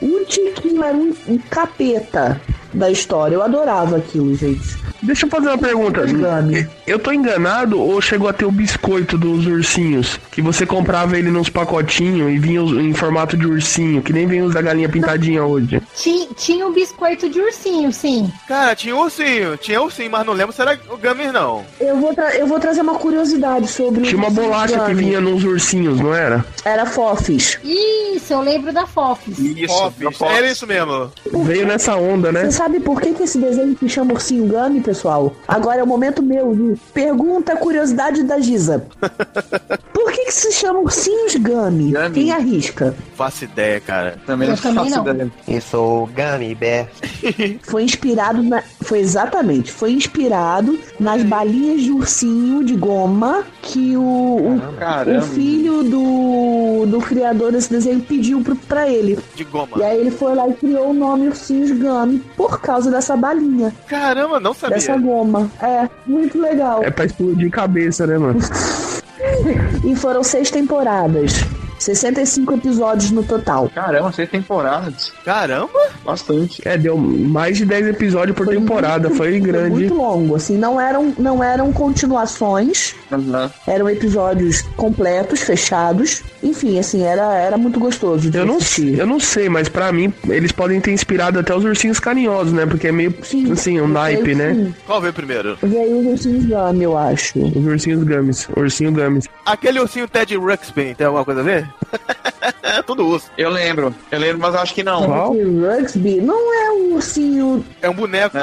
Speaker 9: o Tiquinho era um, um capeta da história. Eu adorava aquilo, gente.
Speaker 8: Deixa eu fazer uma pergunta. é, Eu tô enganado ou chegou a ter o biscoito dos ursinhos? Que você comprava ele nos pacotinhos e vinha os- em formato de ursinho, que nem vem os da galinha pintadinha hoje.
Speaker 11: Ti- tinha um biscoito de ursinho, sim.
Speaker 5: Cara, tinha ursinho, tinha ursinho, mas não lembro se era o Gummy, não.
Speaker 9: Eu vou, tra- eu vou trazer uma curiosidade sobre
Speaker 8: Tinha uma
Speaker 9: os
Speaker 8: bolacha que
Speaker 9: exames.
Speaker 8: vinha nos ursinhos, não era?
Speaker 9: Era fofis.
Speaker 11: Isso, eu lembro da Fofis.
Speaker 5: Fofis. Era É isso mesmo.
Speaker 8: Veio nessa onda, né?
Speaker 9: Você sabe por que, que esse desenho se chama ursinho Gummy, pessoal? Agora é o momento meu de pergunta curiosidade da Giza. Por que, que se chama ursinhos Gummy? Quem arrisca?
Speaker 5: Faço ideia, É, cara.
Speaker 1: Também
Speaker 9: Eu não também faço não. ideia.
Speaker 22: Eu sou o Gummy Bear.
Speaker 9: Foi inspirado na. Foi exatamente, foi inspirado nas balinhas de ursinho de goma que o, o-
Speaker 1: Caramba.
Speaker 9: o filho do, do criador desse desenho pediu pro, pra ele.
Speaker 5: De goma.
Speaker 9: E aí ele foi lá e criou o nome Ursinhos Gummy por causa dessa balinha.
Speaker 5: Caramba, não sabia.
Speaker 9: Dessa goma. É, muito legal.
Speaker 8: É pra explodir cabeça, né, mano?
Speaker 9: E foram seis temporadas. 65 episódios no total.
Speaker 1: Caramba, seis temporadas.
Speaker 5: Caramba!
Speaker 1: Bastante.
Speaker 8: É, deu mais de 10 episódios por temporada, foi grande.
Speaker 9: Muito longo, assim, não eram, não eram continuações, eram episódios completos, fechados. Enfim, assim, era, era muito gostoso. de
Speaker 8: Eu não,
Speaker 9: assistir.
Speaker 8: eu não sei, mas pra mim eles podem ter inspirado até os ursinhos carinhosos, né? Porque é meio assim, um naipe,
Speaker 9: creio que
Speaker 8: né?
Speaker 9: sim.
Speaker 5: Qual veio primeiro?
Speaker 9: Veio os ursinhos Gummy, eu acho.
Speaker 8: Os ursinhos Gummies, ursinho Gummies.
Speaker 5: Aquele ursinho Ted Ruxpin, tem alguma coisa a ver? Tudo urso.
Speaker 1: Eu lembro, eu lembro, mas acho que não.
Speaker 9: Esse Rugsby não é um ursinho.
Speaker 5: É um boneco.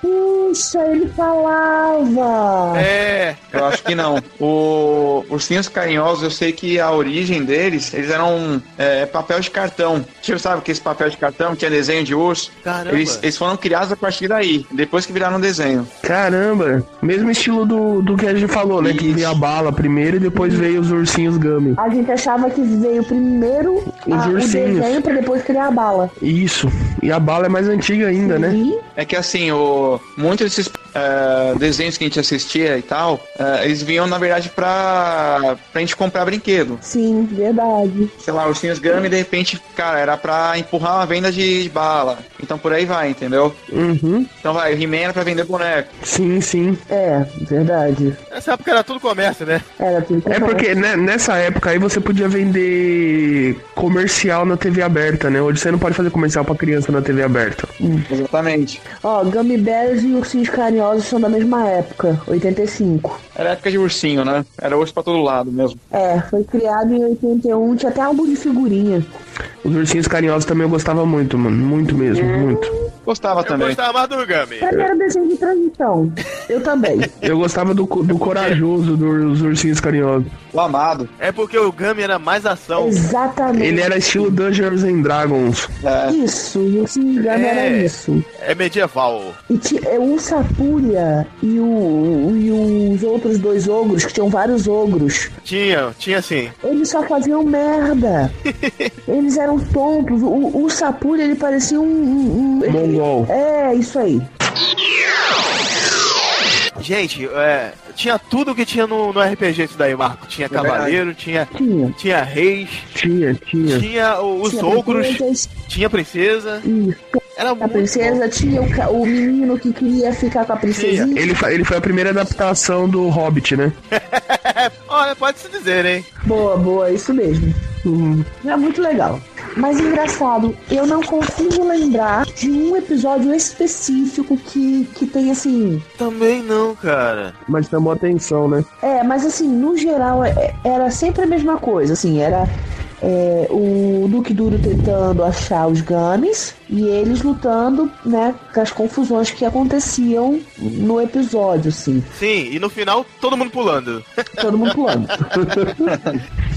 Speaker 9: Puxa, ele falava.
Speaker 5: É.
Speaker 1: Eu acho que não. O Ursinhos Carinhosos, eu sei que a origem deles, eles eram é, papel de cartão. Você sabe que é esse papel de cartão tinha desenho de urso?
Speaker 5: Caramba.
Speaker 1: Eles, eles foram criados a partir daí, depois que viraram um desenho.
Speaker 8: Caramba, mesmo estilo do, do que a gente falou, né? Que veio a bala primeiro e depois veio os ursinhos Gummy.
Speaker 9: A gente achava que veio primeiro a- o
Speaker 8: ursinhos.
Speaker 9: desenho pra depois criar a bala.
Speaker 8: Isso, e a bala é mais antiga ainda, né?
Speaker 1: É que assim, o, muitos desses é, desenhos que a gente assistia e tal, é, eles vinham, na verdade, pra, pra gente comprar brinquedo.
Speaker 9: Sim, verdade.
Speaker 1: Sei lá, ursinhos Gummy, de repente, cara, era pra empurrar uma venda de bala. Então por aí vai, entendeu?
Speaker 8: Uhum.
Speaker 1: Então vai, o He-Man era pra vender boneco.
Speaker 8: Sim, sim.
Speaker 9: É, verdade.
Speaker 5: Nessa época era tudo comércio, né?
Speaker 9: Era assim, tudo
Speaker 8: É porque né, nessa época aí você podia vender comercial na TV aberta, né? Hoje você não pode fazer comercial pra criança na TV aberta.
Speaker 1: Exatamente.
Speaker 9: Ó, Gummy Bears e Ursinhos Carinhosos são da mesma época, 85.
Speaker 1: Era época de ursinho, né? Era urso pra todo lado mesmo.
Speaker 9: É, foi criado em 81, tinha até álbum de figurinha.
Speaker 8: Os ursinhos carinhosos também eu gostava muito, mano. Muito mesmo,
Speaker 9: É.
Speaker 8: muito.
Speaker 1: Gostava
Speaker 5: também. Gostava mais do Gummy.
Speaker 9: Pra mim era desenho de transição. Eu também.
Speaker 8: Eu gostava do, co- do corajoso dos ursinhos carinhosos.
Speaker 1: O amado.
Speaker 5: É porque o Gummy era mais ação.
Speaker 9: Exatamente.
Speaker 8: Ele era estilo Dungeons and Dragons.
Speaker 9: Isso, o Ursinho Gummy era
Speaker 5: É.
Speaker 9: isso.
Speaker 5: É medieval.
Speaker 9: E ti- é, o Sapulha e, o, e os outros dois ogros, que tinham vários ogros,
Speaker 5: Tinha, tinha assim. sim.
Speaker 9: eles só faziam merda. Eles eram tontos. O, o Sapulha, ele parecia um... um, um-
Speaker 8: Mongol.
Speaker 9: É, isso aí.
Speaker 5: Gente, é, tinha tudo que tinha no, no RPG isso daí, Marco.
Speaker 1: É
Speaker 5: Tinha cavaleiro, tinha,
Speaker 9: tinha.
Speaker 5: reis,
Speaker 8: Tinha, tinha.
Speaker 5: tinha o- os
Speaker 9: Tinha
Speaker 5: ogros,
Speaker 9: princesas.
Speaker 5: tinha princesa. Era
Speaker 9: a princesa tinha o, ca- o menino que queria ficar com a princesinha.
Speaker 8: Ele, fa- ele foi a primeira adaptação do Hobbit, né?
Speaker 5: Olha, pode se dizer, hein?
Speaker 9: Boa, boa, isso mesmo. É muito legal. Mas engraçado, eu não consigo lembrar de um episódio específico que, que tem assim.
Speaker 5: Também não, cara.
Speaker 8: Mas chamou atenção, né?
Speaker 9: É, mas assim, no geral, é- era sempre a mesma coisa. Assim, era é, o Duque Duro tentando achar os Gummies e eles lutando, né, com as confusões que aconteciam no episódio, assim.
Speaker 5: Sim, e no final todo mundo pulando.
Speaker 9: Todo mundo pulando.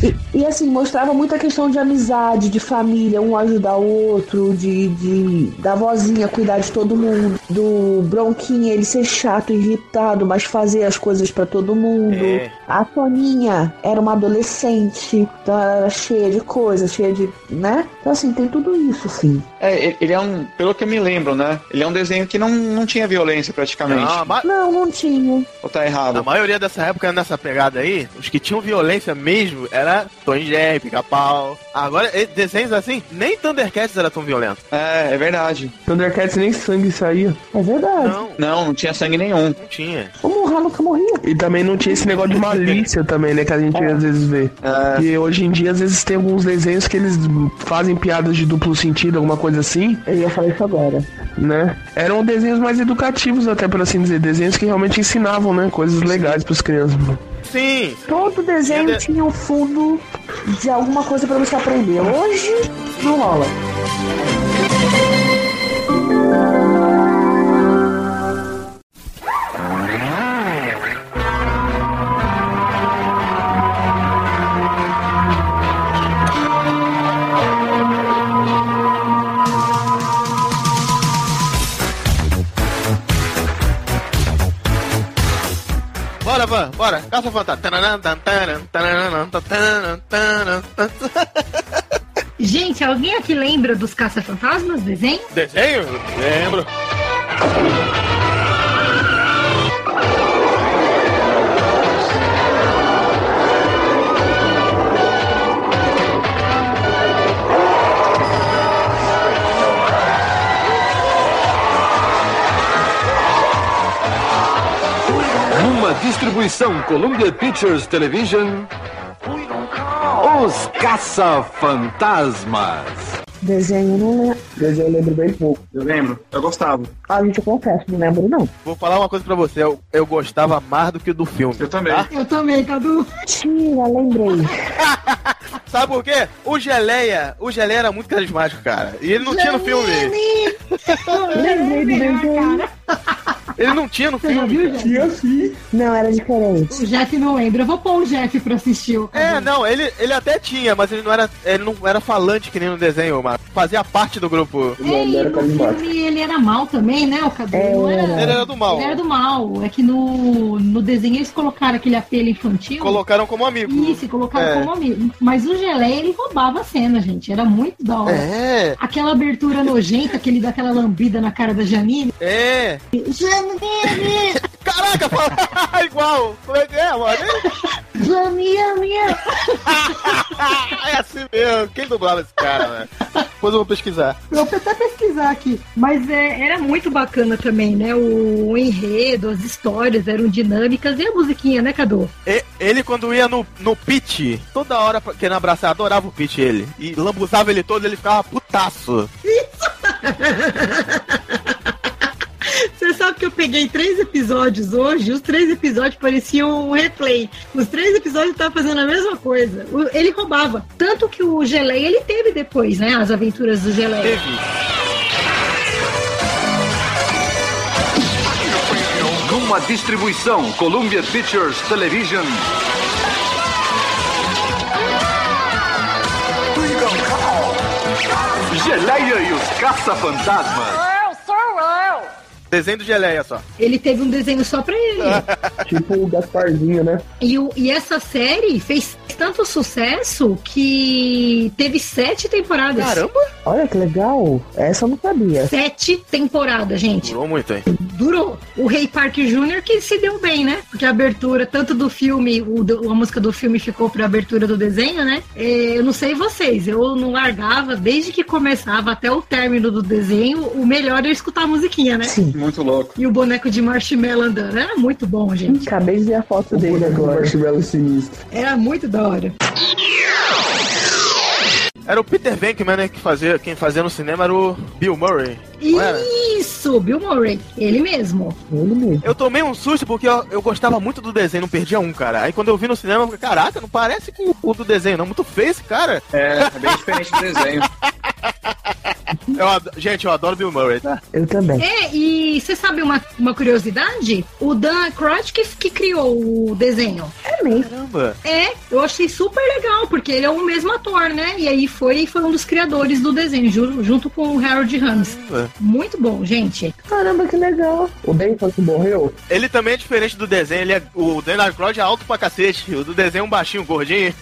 Speaker 9: E, e, assim, mostrava muita questão de amizade, de família, um ajudar o outro, de, de da vozinha cuidar de todo mundo, do bronquinha ele ser chato, irritado, mas fazer as coisas pra todo mundo.
Speaker 5: É.
Speaker 9: A Toninha era uma adolescente, então ela era cheia de coisas, cheia de. né? Então assim, tem tudo isso, sim.
Speaker 1: É, e- ele é um, pelo que eu me lembro, né? Ele é um desenho que não, não tinha violência praticamente.
Speaker 5: Não, Ah, mas-
Speaker 9: Não, não tinha.
Speaker 1: Ou tá errado?
Speaker 5: A maioria dessa época, nessa pegada aí, os que tinham violência mesmo era Tom e Jerry, Pica-Pau. Agora, e- desenhos assim, nem Thundercats era tão violento.
Speaker 1: É, é verdade.
Speaker 8: Thundercats nem sangue saía.
Speaker 9: É verdade.
Speaker 1: Não, não tinha sangue nenhum.
Speaker 5: Não tinha.
Speaker 9: Como o Hanukkah morria.
Speaker 8: E também não tinha esse negócio de malícia também, né? Que a gente às vezes vê. E hoje em dia, às vezes, tem alguns desenhos que eles fazem piadas de duplo sentido, alguma coisa assim.
Speaker 9: Eu ia falar isso agora.
Speaker 8: Né? Eram desenhos mais educativos, até por assim dizer. Desenhos que realmente ensinavam, né? Coisas legais pros crianças.
Speaker 5: Sim.
Speaker 9: Todo desenho tinha um fundo de alguma coisa pra você aprender. Hoje, não rola.
Speaker 5: Bora, Van, bora. Caça fantasma. Tananã, tan, taran, tananã, tan, taran, taran, tan.
Speaker 11: Gente, alguém aqui lembra dos caça-fantasmas, desenho?
Speaker 5: Desenho? Lembro.
Speaker 17: Numa distribuição Columbia Pictures Television, Os Caça-Fantasmas.
Speaker 9: Desenho não lembro.
Speaker 1: Desenho eu lembro bem pouco. Eu lembro, eu gostava.
Speaker 9: Ah, gente, eu confesso, não lembro não.
Speaker 5: Vou falar uma coisa pra você. Eu, eu gostava mais do que do filme. tá? Eu
Speaker 1: também.
Speaker 11: Eu também, Cadu. Ah,
Speaker 9: Mentira, lembrei.
Speaker 5: Sabe por quê? O Geleia, o Geleia era muito carismático, cara. E ele não tinha no filme.
Speaker 9: lembrei do desenho.
Speaker 5: Ele não tinha
Speaker 11: tá.
Speaker 5: no filme. cara.
Speaker 9: Não, era diferente.
Speaker 11: O Jeff não lembra. Eu vou pôr o Jeff pra assistir. o
Speaker 5: É,
Speaker 11: Cadu.
Speaker 5: não, ele, ele até tinha, mas ele não era ele não era falante que nem no desenho, mas fazia parte do grupo.
Speaker 11: Ei, no filme ele era mal também, né, o Cadu? Não
Speaker 5: Ele era do mal.
Speaker 11: Ele era do mal. É que no, no desenho eles colocaram aquele apelo infantil.
Speaker 5: Colocaram como amigo.
Speaker 11: Isso, colocaram
Speaker 5: É.
Speaker 11: como amigo. Mas o Geleia, ele roubava a cena, gente. Era muito da hora.
Speaker 5: É.
Speaker 11: Aquela abertura nojenta que ele dá aquela lambida na cara da Janine.
Speaker 5: É.
Speaker 11: Janine!
Speaker 5: Caraca, fala igual. Como é que é, mano?
Speaker 11: Janine!
Speaker 5: é assim mesmo. Quem dublava esse cara, velho? Depois eu vou pesquisar.
Speaker 11: Eu vou até pesquisar aqui. Mas é, era muito bacana também, né? O, o enredo, as histórias eram dinâmicas e a musiquinha, né, Cadu?
Speaker 5: E- ele, quando ia no, no pit, toda hora pra- querendo abraçar, adorava o pit ele. E lambuzava ele todo, ele ficava putaço.
Speaker 11: Você sabe que eu peguei três episódios hoje, os três episódios pareciam um replay. Os três episódios estavam fazendo a mesma coisa. O- ele roubava. Tanto que o Geleia, ele teve depois, né? As aventuras do Geleia.
Speaker 5: Teve.
Speaker 17: Numa distribuição Columbia Pictures Television, Geleia e os Caça-Fantasmas.
Speaker 11: Eu sou eu!
Speaker 5: Desenho do geleia só.
Speaker 11: Ele teve um desenho só pra ele.
Speaker 8: tipo o Gasparzinho, né?
Speaker 11: E, o- e essa série fez tanto sucesso que teve sete temporadas.
Speaker 5: Caramba!
Speaker 9: Olha que legal. Essa eu não sabia.
Speaker 11: Sete temporadas, gente.
Speaker 5: Durou muito, hein?
Speaker 11: Durou. O Ray Park Jr. que se deu bem, né? Porque a abertura, tanto do filme, o, do- a música do filme ficou pra abertura do desenho, né? É, eu não sei vocês, eu não largava desde que começava até o término do desenho, o melhor era escutar a musiquinha, né?
Speaker 1: Muito louco.
Speaker 11: E o boneco de marshmallow andando. Era muito bom, gente.
Speaker 9: Acabei de ver a foto dele agora.
Speaker 8: Marshmallow sinistro.
Speaker 11: Era muito da hora.
Speaker 5: Era o Peter Venkman, né? Que fazia, quem fazia no cinema era o Bill Murray. não era?
Speaker 11: Isso, Bill Murray. Ele mesmo.
Speaker 9: Ele mesmo.
Speaker 5: Eu tomei um susto porque eu, eu gostava muito do desenho, não perdia um, cara. Aí quando eu vi no cinema, eu falei, caraca, não parece com o do desenho, não. Muito feio esse cara.
Speaker 1: É, é bem diferente do desenho.
Speaker 5: Eu ado- gente, eu adoro Bill Murray, tá?
Speaker 9: Eu também.
Speaker 11: É, e você sabe uma, uma curiosidade? O Dan Crotch que, que criou o desenho.
Speaker 9: É
Speaker 14: Exatamente.
Speaker 5: Caramba!
Speaker 11: É, eu achei super legal, porque ele é o mesmo ator, né? E aí foi, foi um dos criadores do desenho, ju- junto com o Harold Ramis. Muito bom, gente.
Speaker 9: Caramba, que legal.
Speaker 8: O Benson que morreu?
Speaker 5: Ele também é diferente do desenho, ele é, o Daniel Cloud é alto pra cacete, o do desenho é um baixinho, gordinho.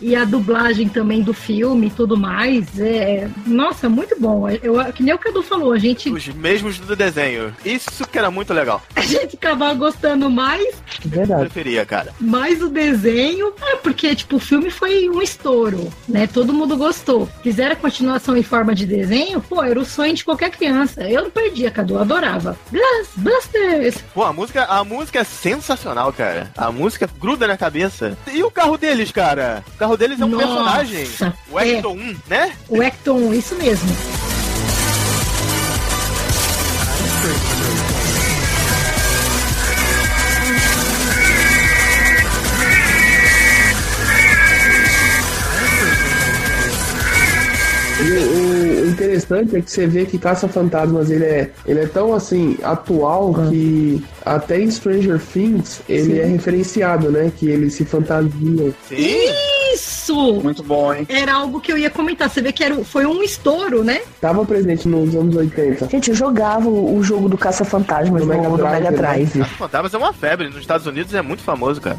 Speaker 11: E a dublagem também do filme e tudo mais. É, nossa, muito bom. Eu, que nem o Cadu falou, a gente,
Speaker 5: Os mesmos do desenho. Isso que era muito legal.
Speaker 11: a gente acabava gostando mais
Speaker 5: Verdade. Preferia, cara.
Speaker 11: mais o desenho, é porque tipo o filme foi um estouro, né? Todo mundo gostou. Fizeram a continuação em forma de desenho, pô, era o sonho de qualquer criança. Eu não perdia, Cadu, eu adorava. Ghostbusters.
Speaker 5: Pô, a música, a música é sensacional, cara. A música gruda na cabeça. E o carro deles, cara? O carro deles é um
Speaker 11: Nossa, é.
Speaker 5: personagem. O Hector 1, né?
Speaker 11: O Ecton, isso mesmo.
Speaker 8: E o, o interessante é que você vê que Caça-Fantasmas ele é, ele é tão assim atual
Speaker 9: Ah.
Speaker 8: que até em Stranger Things ele
Speaker 11: Sim.
Speaker 8: é referenciado, né? Que ele se fantasia.
Speaker 11: Isso!
Speaker 1: Muito bom, hein?
Speaker 11: Era algo que eu ia comentar. Você vê que era, o- foi um estouro, né?
Speaker 8: Tava presente nos anos 80.
Speaker 9: Gente, eu jogava o o jogo do Caça-Fantasmas no, no
Speaker 8: né?
Speaker 9: Mega Drive.
Speaker 5: Fantasmas é uma febre. Nos Estados Unidos é muito famoso, cara.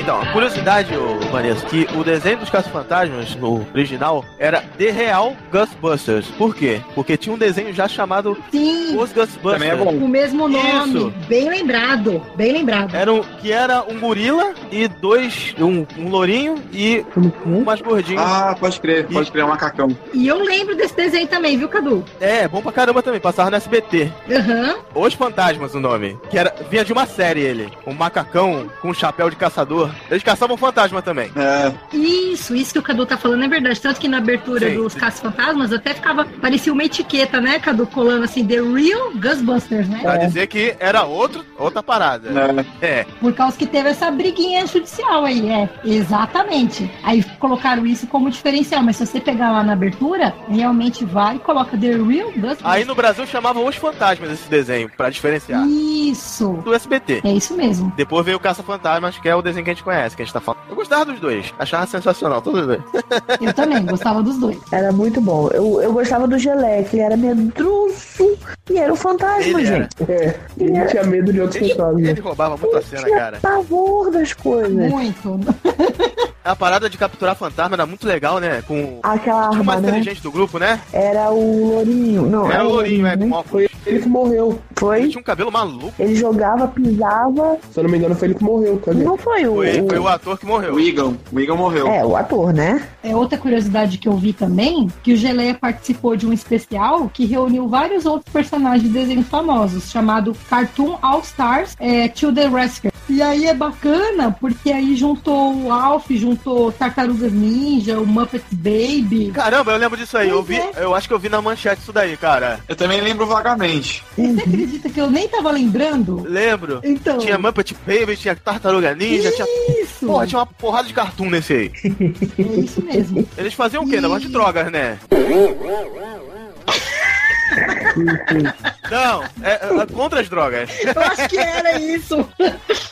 Speaker 5: Então, a curiosidade, ô, Vanessa, que o desenho dos Caça-Fantasmas, no original, era The Real Ghostbusters. Por quê? Porque tinha um desenho já chamado
Speaker 11: Sim.
Speaker 5: Os Ghostbusters.
Speaker 1: é
Speaker 11: O mesmo nome.
Speaker 5: Isso.
Speaker 11: Bem lembrado. Bem lembrado.
Speaker 5: Era um, que era um gorila e dois. Um, um lourinho e um mais gordinho.
Speaker 1: Ah, pode crer, pode crer, um macacão.
Speaker 11: E eu lembro desse desenho também, viu, Cadu?
Speaker 5: É, bom pra caramba também, passava no SBT.
Speaker 11: Aham.
Speaker 5: Os Fantasmas, o nome. Que era, vinha de uma série ele. Um macacão com um chapéu de caçador. Eles caçavam fantasma também.
Speaker 1: É.
Speaker 11: Isso, isso que o Cadu tá falando é verdade. Tanto que na abertura
Speaker 5: Sim.
Speaker 11: dos Caça Fantasmas até ficava, parecia uma etiqueta, né, Cadu? Colando assim, The Real Ghostbusters, né?
Speaker 5: Pra dizer que era outro, outra parada. É.
Speaker 11: Por causa que teve essa briguinha judicial aí, é. Exatamente. Aí colocaram isso como diferencial, mas se você pegar lá na abertura, realmente vai e coloca The Real Ghostbusters.
Speaker 5: Aí no Brasil chamavam Os Fantasmas esse desenho, pra diferenciar.
Speaker 11: Isso.
Speaker 5: Do SBT.
Speaker 11: É isso mesmo.
Speaker 5: Depois veio o Caça-Fantasmas, que é o desenho que a gente conhece, que a gente tá falando. Eu gostava dos dois, achava sensacional, todos os dois.
Speaker 11: Eu também gostava dos dois.
Speaker 9: Era muito bom. Eu, eu gostava do Gelé, que ele era medroso e era um fantasma,
Speaker 5: Ele era.
Speaker 9: gente. É.
Speaker 8: Ele tinha medo de outros
Speaker 5: Ele,
Speaker 8: fantasmas. né?
Speaker 5: ele roubava muito a cena, cara.
Speaker 9: pavor das coisas.
Speaker 11: Muito.
Speaker 5: A parada de capturar fantasma era muito legal, né? Com
Speaker 9: Aquela
Speaker 5: o
Speaker 9: arma,
Speaker 5: mais
Speaker 9: né?
Speaker 5: inteligente do grupo, né?
Speaker 9: Era o Lourinho. Não,
Speaker 5: Era o Lourinho, é,
Speaker 9: né?
Speaker 5: com óculos.
Speaker 8: Ele que morreu.
Speaker 9: Foi?
Speaker 5: Tinha um cabelo maluco.
Speaker 9: Ele jogava, pisava.
Speaker 8: Se eu não me engano, foi ele que morreu. tá Cadê?
Speaker 9: Não foi o.
Speaker 5: Foi, foi o ator que morreu.
Speaker 1: O Eagle. O Eagle morreu.
Speaker 9: É, o ator, né?
Speaker 11: É outra curiosidade que eu vi também, que o Geleia participou de um especial que reuniu vários outros personagens de desenhos famosos, chamado Cartoon All Stars é, To The Rescue. E aí é bacana, porque aí juntou o Alf, juntou Tartarugas Ninja, o Muppet Baby.
Speaker 5: Caramba, eu lembro disso aí. Eu, vi,
Speaker 11: é.
Speaker 5: eu acho que eu vi na manchete isso daí, cara.
Speaker 1: Eu também lembro vagamente.
Speaker 11: Você acredita que eu nem tava lembrando?
Speaker 5: Lembro.
Speaker 11: Então.
Speaker 5: Tinha Muppet Baby, tinha Tartaruga Ninja, tinha...
Speaker 11: Isso.
Speaker 5: Porra, tinha uma porrada de cartoon nesse aí.
Speaker 11: É isso mesmo.
Speaker 5: Eles faziam o quê? Negócio de drogas, né? Não, é, é, é contra as drogas.
Speaker 11: Eu acho que era isso.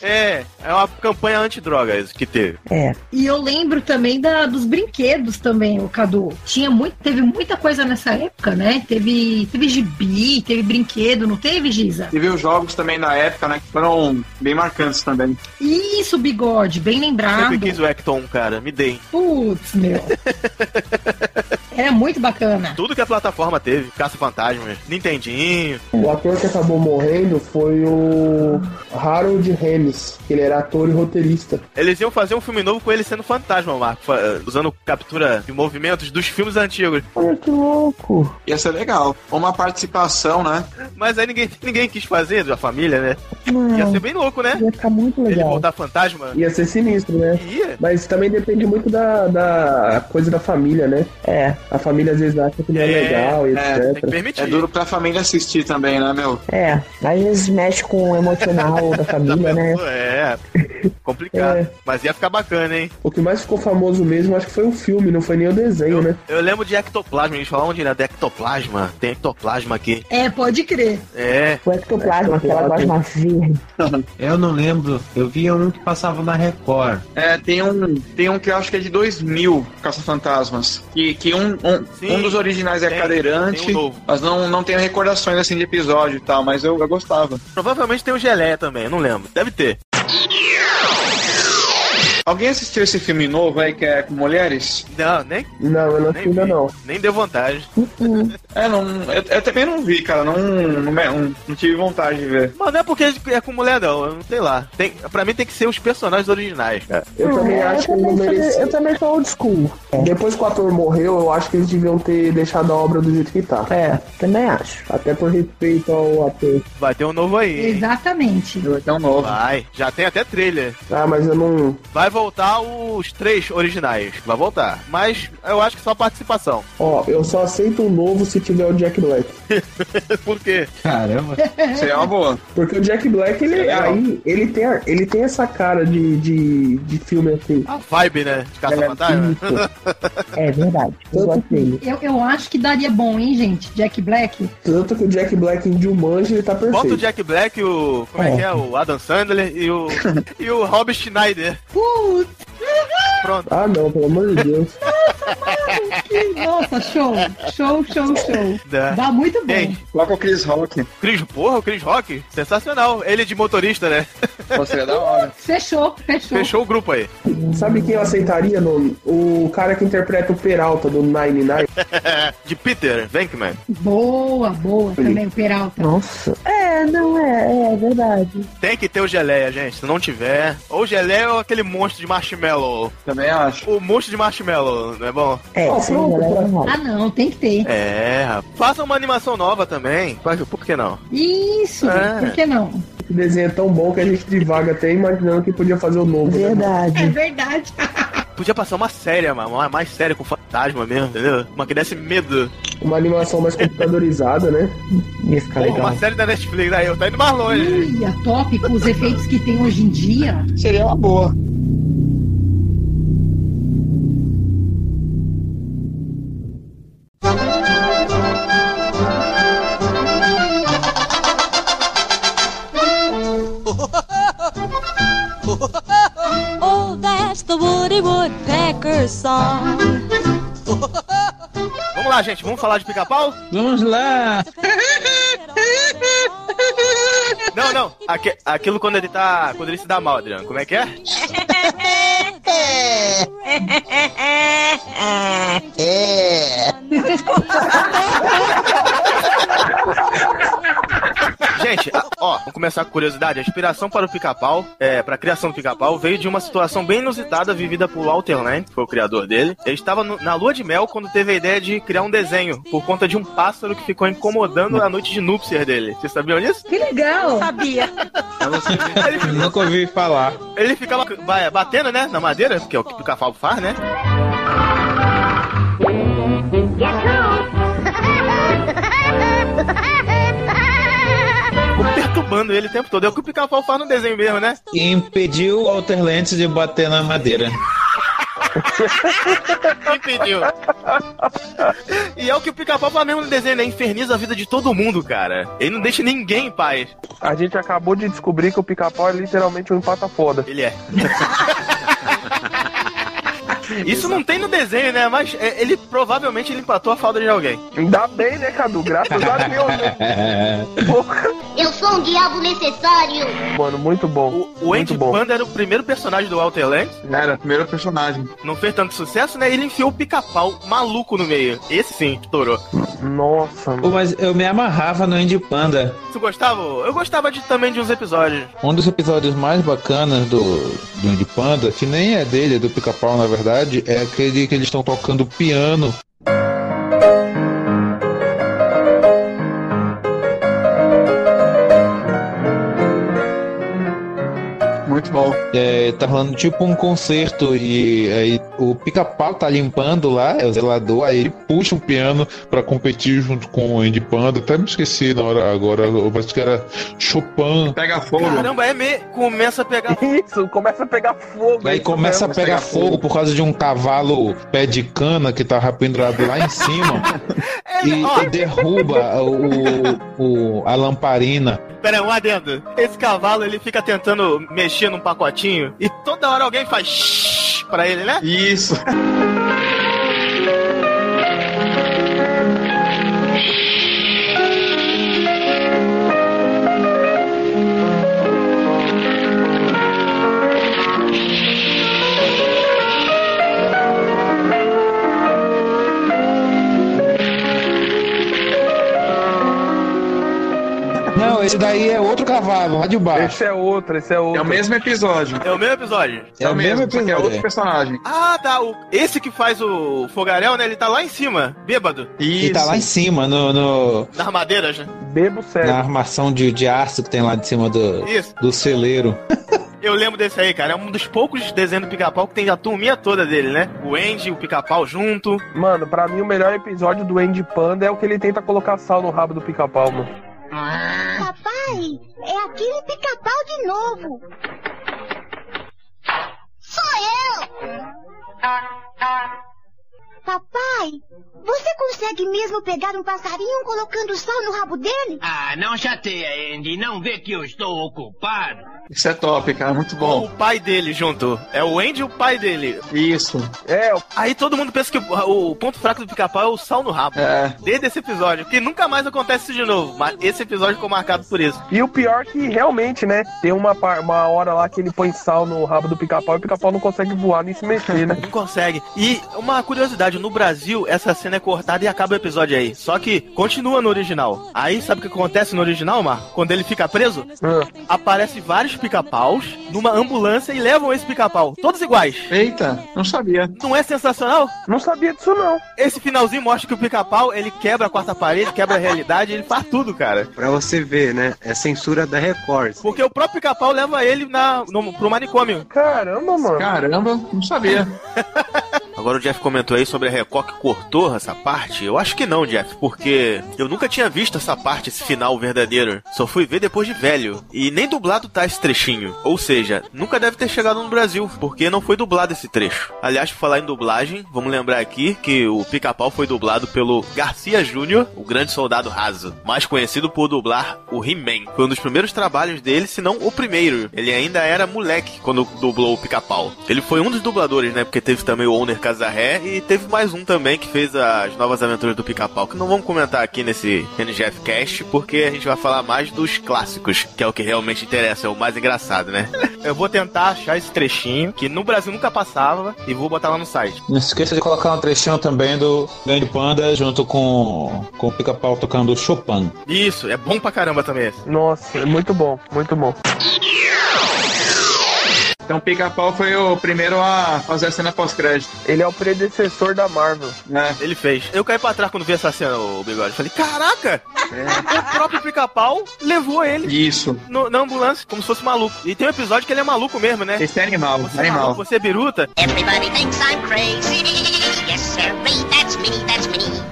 Speaker 5: É, é uma campanha anti-drogas que teve.
Speaker 9: É.
Speaker 11: E eu lembro também da, dos brinquedos também, o Cadu. Tinha muito, teve muita coisa nessa época, né? Teve, teve gibi, teve brinquedo, não teve, Giza?
Speaker 1: E viu jogos também na época, né? Que foram bem marcantes também.
Speaker 11: Isso, bigode, bem lembrado.
Speaker 5: Sempre quis o Ecton, cara, me dei.
Speaker 11: Putz, meu. Era muito bacana.
Speaker 5: Tudo que a plataforma teve, Caça-Fantasmas, Nintendinho.
Speaker 8: O ator que acabou morrendo foi o Harold Ramis, que ele era ator e roteirista.
Speaker 5: Eles iam fazer um filme novo com ele sendo fantasma, Marco, fa- eh, usando captura de movimentos dos filmes antigos.
Speaker 9: Olha que louco.
Speaker 1: Ia ser legal. Uma participação, né?
Speaker 5: Mas aí ninguém, ninguém quis fazer, da família, né?
Speaker 9: Não.
Speaker 5: Ia ser bem louco, né?
Speaker 9: Ia ficar muito
Speaker 5: Ele
Speaker 9: legal.
Speaker 5: voltar fantasma.
Speaker 8: Ia ser sinistro, né?
Speaker 5: Ia.
Speaker 8: Mas também depende muito da, da coisa da família, né?
Speaker 9: É.
Speaker 8: a família às vezes acha que não é, legal e etc.
Speaker 1: É duro pra família assistir também, né, meu?
Speaker 9: É, às vezes mexe com o emocional da família, né?
Speaker 5: É, complicado.
Speaker 8: É.
Speaker 5: Mas ia ficar bacana, hein?
Speaker 8: O que mais ficou famoso mesmo, acho que foi o filme, não foi nem o desenho, né?
Speaker 5: Eu lembro de ectoplasma, eles falam onde era de ectoplasma. Tem ectoplasma aqui.
Speaker 11: É, pode crer.
Speaker 5: É.
Speaker 9: O ectoplasma, aquela gosma verde.
Speaker 10: Eu não lembro. Eu via um que passava na Record.
Speaker 1: É, tem um, tem um que eu acho que é de 2000, Caça-Fantasmas. Que, que um, um,
Speaker 10: Sim,
Speaker 1: um dos originais é
Speaker 10: tem,
Speaker 1: cadeirante,
Speaker 10: tem um novo.
Speaker 1: mas não, não tenho recordações assim de episódio e tal, mas eu, eu gostava.
Speaker 5: Provavelmente tem o Geleia também, não lembro. Deve ter.
Speaker 1: Alguém assistiu esse filme novo aí que é com mulheres?
Speaker 5: Não, nem.
Speaker 8: Não, eu não assisti ainda não.
Speaker 5: Nem deu vantagem.
Speaker 1: É, não. Eu, eu também não vi, cara. Não, não, me- um, não, não tive vontade de ver.
Speaker 5: Mas não é porque é com mulher, não. Eu não sei lá. Tem, pra mim tem que ser os personagens originais, cara.
Speaker 8: É, Eu também acho que não merecia. É.
Speaker 9: Eu também É, sou old school.
Speaker 8: Depois que o ator morreu, eu acho que eles deviam ter deixado a obra do jeito que tá.
Speaker 9: É, também acho.
Speaker 8: Até por respeito ao ator.
Speaker 5: Vai ter um novo aí. hein?
Speaker 11: Exatamente.
Speaker 1: Vai ter um novo.
Speaker 5: Vai. Já tem até trailer.
Speaker 8: Ah, mas eu não.
Speaker 5: Vai voltar os três originais. Vai voltar. Mas eu acho que só participação.
Speaker 8: Ó, eu só aceito o novo se tiver o Jack Black.
Speaker 5: Por quê?
Speaker 10: Caramba.
Speaker 1: Isso é uma boa.
Speaker 8: Porque o Jack Black, ele,
Speaker 5: é Legal.
Speaker 8: aí, ele, tem, a- ele tem essa cara de, de, de filme assim.
Speaker 5: Vibe, né? De caça-fantasma.
Speaker 9: É verdade. Eu gostei.
Speaker 11: Eu, eu acho que daria bom, hein, gente? Jack Black.
Speaker 8: Tanto que o Jack Black em Jumanji, ele tá perfeito.
Speaker 5: Bota o Jack Black, o. Como é que é? O Adam Sandler e o. e o Rob Schneider.
Speaker 11: Putz!
Speaker 5: Pronto.
Speaker 8: Ah, não, pelo amor de Deus.
Speaker 11: Nossa, show! Show, show, show.
Speaker 5: Dá.
Speaker 11: Dá muito bom.
Speaker 5: Ei,
Speaker 1: Coloca o Chris Rock.
Speaker 5: Chris, porra, o Chris Rock? Sensacional. Ele de motorista, né?
Speaker 1: Pô, seria da hora.
Speaker 11: Fechou, fechou.
Speaker 5: Fechou o grupo aí.
Speaker 8: Sabe quem eu aceitaria, Nomi? O cara que interpreta o Peralta do Nine Nine.
Speaker 5: de Peter Venkman.
Speaker 11: Boa, boa também, o Peralta.
Speaker 8: Nossa.
Speaker 9: É, não é, é verdade.
Speaker 5: Tem que ter o geleia, gente. Se não tiver. Ou geleia ou aquele monstro de marshmallow.
Speaker 1: Também acho.
Speaker 5: O monstro de marshmallow, não é bom?
Speaker 9: É, sim, galera, não.
Speaker 11: Ah, não, tem que ter.
Speaker 5: É, rapaz. Faça uma animação nova também. Faz- Por que não?
Speaker 11: Isso,
Speaker 5: É.
Speaker 11: por que não?
Speaker 8: Esse desenho é tão bom que a gente divaga até imaginando que podia fazer o novo. né?
Speaker 11: É
Speaker 9: Verdade.
Speaker 11: verdade.
Speaker 5: Podia passar uma séria, mano. Uma mais séria com fantasma mesmo, entendeu? Uma que desse medo.
Speaker 8: Uma animação mais computadorizada, né?
Speaker 9: Ia ficar
Speaker 5: Porra, uma série da Netflix aí, eu tá indo mais longe.
Speaker 11: Ia, top, com os efeitos que tem hoje em dia.
Speaker 1: Seria uma boa.
Speaker 15: Oh, that's the Woody Woodpecker song.
Speaker 5: Vamos lá, gente. Vamos falar de pica-pau?
Speaker 7: Vamos lá!
Speaker 5: Não, não. Aque- aquilo quando ele tá. Quando ele se dá mal, Adriano. Como é que é? Gente, a- ó, vamos começar com curiosidade. A inspiração para o pica-pau, é, para a criação do pica-pau, veio de uma situação bem inusitada vivida por Walter Land, que foi o criador dele. Ele estava no- na lua de mel quando teve a ideia de criar um desenho por conta de um pássaro que ficou incomodando a noite de núpcias dele. Vocês sabiam disso?
Speaker 11: Que legal!
Speaker 15: Sabia.
Speaker 7: Eu nunca ouvi falar.
Speaker 5: Ele ficava ba- batendo, né, na madeira, que é o que o pica-pau faz, né? Ficou perturbando ele o tempo todo. É o que o pica-pau faz no desenho mesmo, né?
Speaker 7: E impediu o Walter Lentz de bater na madeira.
Speaker 5: Impediu. E é o que o pica-pau faz mesmo no desenho, né? Inferniza a vida de todo mundo, cara. Ele não deixa ninguém em paz.
Speaker 8: A gente acabou de descobrir que o pica-pau é literalmente um empata foda.
Speaker 5: Ele é. Isso não tem no desenho, né? Mas é, ele provavelmente ele empatou a falda de alguém.
Speaker 8: Ainda bem, né, Cadu? Graças a Deus, né? Porra.
Speaker 15: Eu sou um diabo necessário.
Speaker 8: Mano, muito bom.
Speaker 5: O Andy Panda era o primeiro personagem do Walter Land.
Speaker 1: Era, primeiro personagem.
Speaker 5: Não fez tanto sucesso, né? Ele enfiou o pica-pau maluco no meio. Esse sim, estourou.
Speaker 8: Nossa,
Speaker 7: Pô, mas eu me amarrava no Andy Panda.
Speaker 5: Tu gostava? Eu gostava de, também de uns episódios.
Speaker 7: Um dos episódios mais bacanas do, do Andy Panda, que nem é dele, é do Pica-Pau, na verdade, é aquele que eles estão tocando piano.
Speaker 1: Muito bom.
Speaker 7: É, tá falando tipo um concerto e aí o pica-pau tá limpando lá, é o zelador, aí ele puxa o piano pra competir junto com o Indy Panda. Até me esqueci na hora agora, eu acho que era Chopin.
Speaker 1: Pega fogo.
Speaker 5: Caramba, é me... começa a pegar
Speaker 8: Isso, começa a pegar fogo.
Speaker 7: Aí começa a pegar fogo por causa de um cavalo pé de cana que tava pendurado lá em cima e, e derruba o, o- a lamparina.
Speaker 5: Pera, aí, um adendo. Esse cavalo, ele fica tentando mexer num pacotinho e toda hora alguém faz shhh pra ele, né?
Speaker 1: Isso.
Speaker 7: Não, esse daí é outro cavalo, lá de baixo.
Speaker 8: Esse é outro, esse é outro.
Speaker 1: É o mesmo episódio.
Speaker 5: É o mesmo episódio?
Speaker 7: É o mesmo
Speaker 1: só que é
Speaker 7: episódio,
Speaker 1: outro
Speaker 7: é.
Speaker 1: personagem.
Speaker 5: Ah, tá. o- Esse que faz o fogaréu, né? Ele tá lá em cima, bêbado.
Speaker 7: E tá lá em cima, no, no-
Speaker 5: Nas madeiras, né?
Speaker 8: Bebo
Speaker 7: na armação de, de aço que tem lá de cima do,
Speaker 5: Isso.
Speaker 7: do celeiro.
Speaker 5: Eu lembro desse aí, cara. É um dos poucos desenhos do pica-pau que tem a turminha toda dele, né? O Andy, o pica-pau junto.
Speaker 8: Mano, pra mim o melhor episódio do Andy Panda é o que ele tenta colocar sal no rabo do pica-pau, mano.
Speaker 23: Papai, é aquele pica-pau de novo. Sou eu! Papai, você consegue mesmo pegar um passarinho colocando sal no rabo dele?
Speaker 15: Ah, não chateia, Andy. Não vê que eu estou ocupado.
Speaker 1: Isso é top, cara, muito bom.
Speaker 5: O pai dele junto. É o Andy e o pai dele.
Speaker 1: Isso.
Speaker 8: É.
Speaker 5: Aí todo mundo pensa que o, o ponto fraco do pica-pau é o sal no rabo.
Speaker 1: É.
Speaker 5: Desde esse episódio. Que nunca mais acontece isso de novo. Mas esse episódio ficou marcado por isso.
Speaker 8: E o pior que realmente, né? Tem uma, par- uma hora lá que ele põe sal no rabo do pica-pau e o pica-pau não consegue voar nem se mexer, né?
Speaker 5: Não consegue. E uma curiosidade, no Brasil, essa cena é cortada e acaba o episódio aí. Só que continua no original. Aí sabe o que acontece no original, Marco? Quando ele fica preso,
Speaker 8: Ah.
Speaker 5: aparecem vários pica-paus numa ambulância e levam esse pica-pau. Todos iguais.
Speaker 1: Eita, não sabia.
Speaker 5: Não é sensacional?
Speaker 8: Não sabia disso, não.
Speaker 5: Esse finalzinho mostra que o pica-pau, ele quebra a quarta parede, quebra a realidade, ele faz tudo, cara.
Speaker 22: Pra você ver, né? É censura da Record.
Speaker 5: Porque o próprio pica-pau leva ele na, no, pro manicômio.
Speaker 8: Caramba, mano.
Speaker 1: Caramba, não sabia.
Speaker 5: Agora o Jeff comentou aí sobre a Record que cortou essa parte. Eu acho que não, Jeff, porque eu nunca tinha visto essa parte, esse final verdadeiro. Só fui ver depois de velho. E nem dublado tá esse trechinho. Ou seja, nunca deve ter chegado no Brasil, porque não foi dublado esse trecho. Aliás, por falar em dublagem, vamos lembrar aqui que o Pica-Pau foi dublado pelo Garcia Júnior, o grande soldado raso, mais conhecido por dublar o He-Man. Foi um dos primeiros trabalhos dele, se não o primeiro. Ele ainda era moleque quando dublou o Pica-Pau. Ele foi um dos dubladores, né? Porque teve também o Owner Casarré e teve mais um também que fez as novas aventuras do Pica-Pau, que não vamos comentar aqui nesse NGF Cast, porque a gente vai falar mais dos clássicos, que é o que realmente interessa, é o mais engraçado, né? Eu vou tentar achar esse trechinho, que no Brasil nunca passava, e vou botar lá no site.
Speaker 7: Não esqueça de colocar um trechinho também do Grande Panda junto com, com o pica-pau tocando Chopin.
Speaker 5: Isso, é bom pra caramba também esse.
Speaker 8: Nossa, é muito bom, muito bom.
Speaker 1: Então o Pica-Pau foi o primeiro a fazer a cena pós-crédito.
Speaker 8: Ele é o predecessor da Marvel.
Speaker 1: É.
Speaker 5: Ele fez. Eu caí pra trás quando vi essa cena, o bigode. Falei, caraca! O próprio pica-pau levou ele
Speaker 1: Isso.
Speaker 5: no- na ambulância, como se fosse maluco. E tem um episódio que ele é maluco mesmo, né?
Speaker 1: Esse é animal,
Speaker 5: você é
Speaker 1: animal.
Speaker 5: maluco, você é biruta.
Speaker 23: Everybody thinks I'm crazy. Yes, sir, that's me, that's me.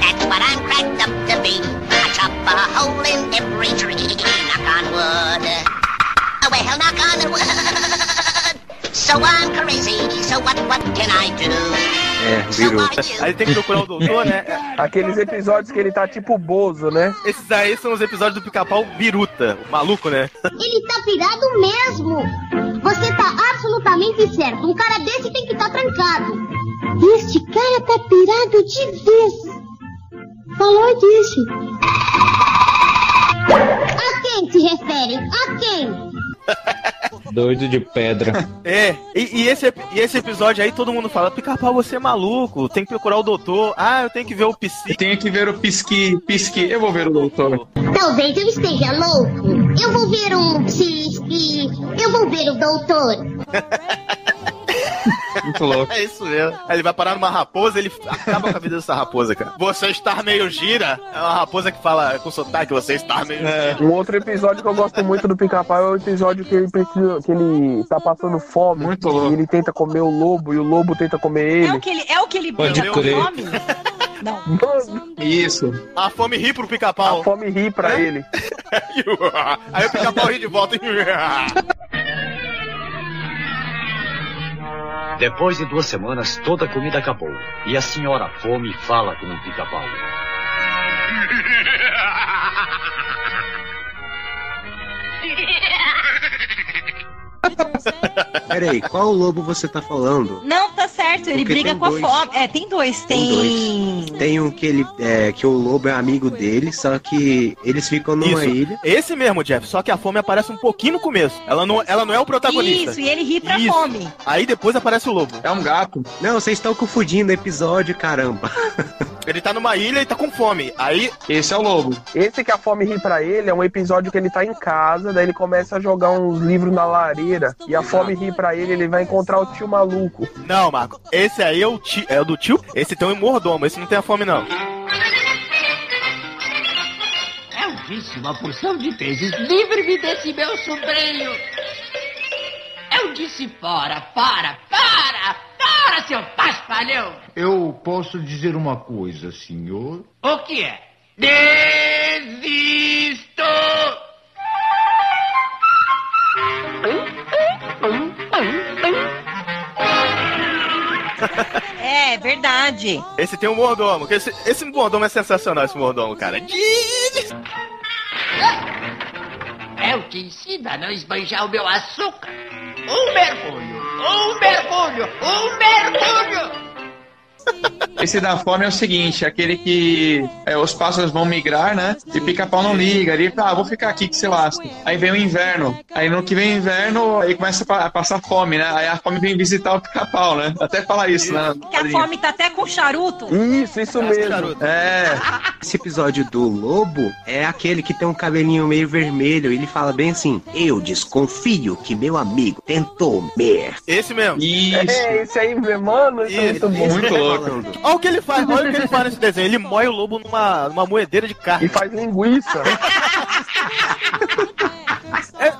Speaker 23: That's what I'm cracked up to be. I chop a hole in every tree. Knock on wood. Oh, well, knock on the wood. So I'm crazy, so what, what can I do?
Speaker 22: É,
Speaker 23: virou.
Speaker 5: Aí tem que procurar o doutor, né?
Speaker 8: Aqueles episódios que ele tá tipo Bozo, né?
Speaker 5: Esses aí são os episódios do pica-pau biruta, o maluco, né?
Speaker 23: Ele tá pirado mesmo. Você tá absolutamente certo. Um cara desse tem que estar trancado. Este cara tá pirado de vez. Falou disso. A quem se refere? A quem?
Speaker 7: Doido de pedra.
Speaker 5: É, e, e esse, e esse episódio aí todo mundo fala: pica-pau, você é maluco, tem que procurar o doutor. Ah, eu tenho que ver o psi.
Speaker 1: Tenho que ver o pisqui, pisqui. Eu vou ver o doutor.
Speaker 23: Talvez eu esteja louco. Eu vou ver um psique. Eu vou ver o doutor.
Speaker 24: Muito louco.
Speaker 5: É isso mesmo. Aí ele vai parar numa raposa, ele acaba com a vida dessa raposa, cara. Você está meio gira. É uma raposa que fala com sotaque, você está meio
Speaker 1: É.
Speaker 5: gira.
Speaker 8: Um outro episódio que eu gosto muito do Pica-Pau é o episódio que ele precisa, que ele tá passando fome. E ele tenta comer o lobo e o lobo tenta comer ele.
Speaker 19: É o que ele, é o que ele
Speaker 8: Pode
Speaker 19: briga com
Speaker 8: crer.
Speaker 19: o nome? Não.
Speaker 1: Isso.
Speaker 5: A fome ri pro pica-pau. A
Speaker 8: fome ri pra ele.
Speaker 5: Aí o pica-pau ri de volta.
Speaker 12: Depois de duas semanas, toda a comida acabou. E a senhora fome fala com o pica-pau.
Speaker 22: Peraí, qual lobo você tá falando?
Speaker 19: Não, tá certo, ele
Speaker 22: Porque
Speaker 19: briga
Speaker 22: tem
Speaker 19: com a
Speaker 22: dois.
Speaker 19: fome. É, tem dois. Tem.
Speaker 22: Tem um que ele é, que o lobo é amigo dele, só que eles ficam numa
Speaker 5: Isso.
Speaker 22: ilha.
Speaker 5: Esse mesmo, Jeff. Só que a fome aparece um pouquinho no começo. Ela não, ela não é o protagonista.
Speaker 19: Isso, e ele ri pra
Speaker 5: Isso.
Speaker 19: fome.
Speaker 5: Aí depois aparece o lobo.
Speaker 22: É um gato. Não, vocês estão confundindo episódio, caramba.
Speaker 5: Ele tá numa ilha e tá com fome. Aí.
Speaker 1: Esse é o lobo.
Speaker 8: Esse que a fome ri pra ele é um episódio que ele tá em casa, daí ele começa a jogar uns livros na lareira e a fome ri pra ele, ele vai encontrar o tio maluco.
Speaker 5: Não, Marco. Esse aí é o, ti- é o do tio? Esse tem um mordomo. Esse não tem a fome, não.
Speaker 8: É
Speaker 15: Eu
Speaker 8: um
Speaker 15: disse uma porção de vezes: livre-me desse meu sobrinho! Eu disse fora, fora, para, para, seu paspalhão!
Speaker 7: Eu posso dizer uma coisa, senhor?
Speaker 15: O que é? Desisto!
Speaker 19: É, verdade.
Speaker 5: Esse tem um mordomo. que Esse, esse mordomo é sensacional, esse mordomo, cara.
Speaker 15: Eu te ensino a não esbanjar o meu açúcar. Um mergulho, um mergulho, um mergulho!
Speaker 1: Esse da fome é o seguinte, é aquele que é, os pássaros vão migrar, né? E pica-pau não liga, ele, ah, vou ficar aqui que se lasca. Aí vem o inverno, aí no que vem o inverno, aí começa a pa- passar fome, né? Aí a fome vem visitar o pica-pau, né? Até falar isso, né?
Speaker 19: Que a fome tá até com charuto.
Speaker 8: Isso, isso
Speaker 22: mesmo.
Speaker 1: É.
Speaker 22: Esse episódio do lobo é aquele que tem um cabelinho meio vermelho. e Ele fala bem assim: Eu desconfio que meu amigo tentou me.
Speaker 5: Esse mesmo.
Speaker 8: É, esse aí, mano, isso é muito bom.
Speaker 5: Olha o que ele faz, olha o que ele faz nesse desenho. Ele moe o lobo numa, numa moedeira de carne.
Speaker 8: E faz linguiça.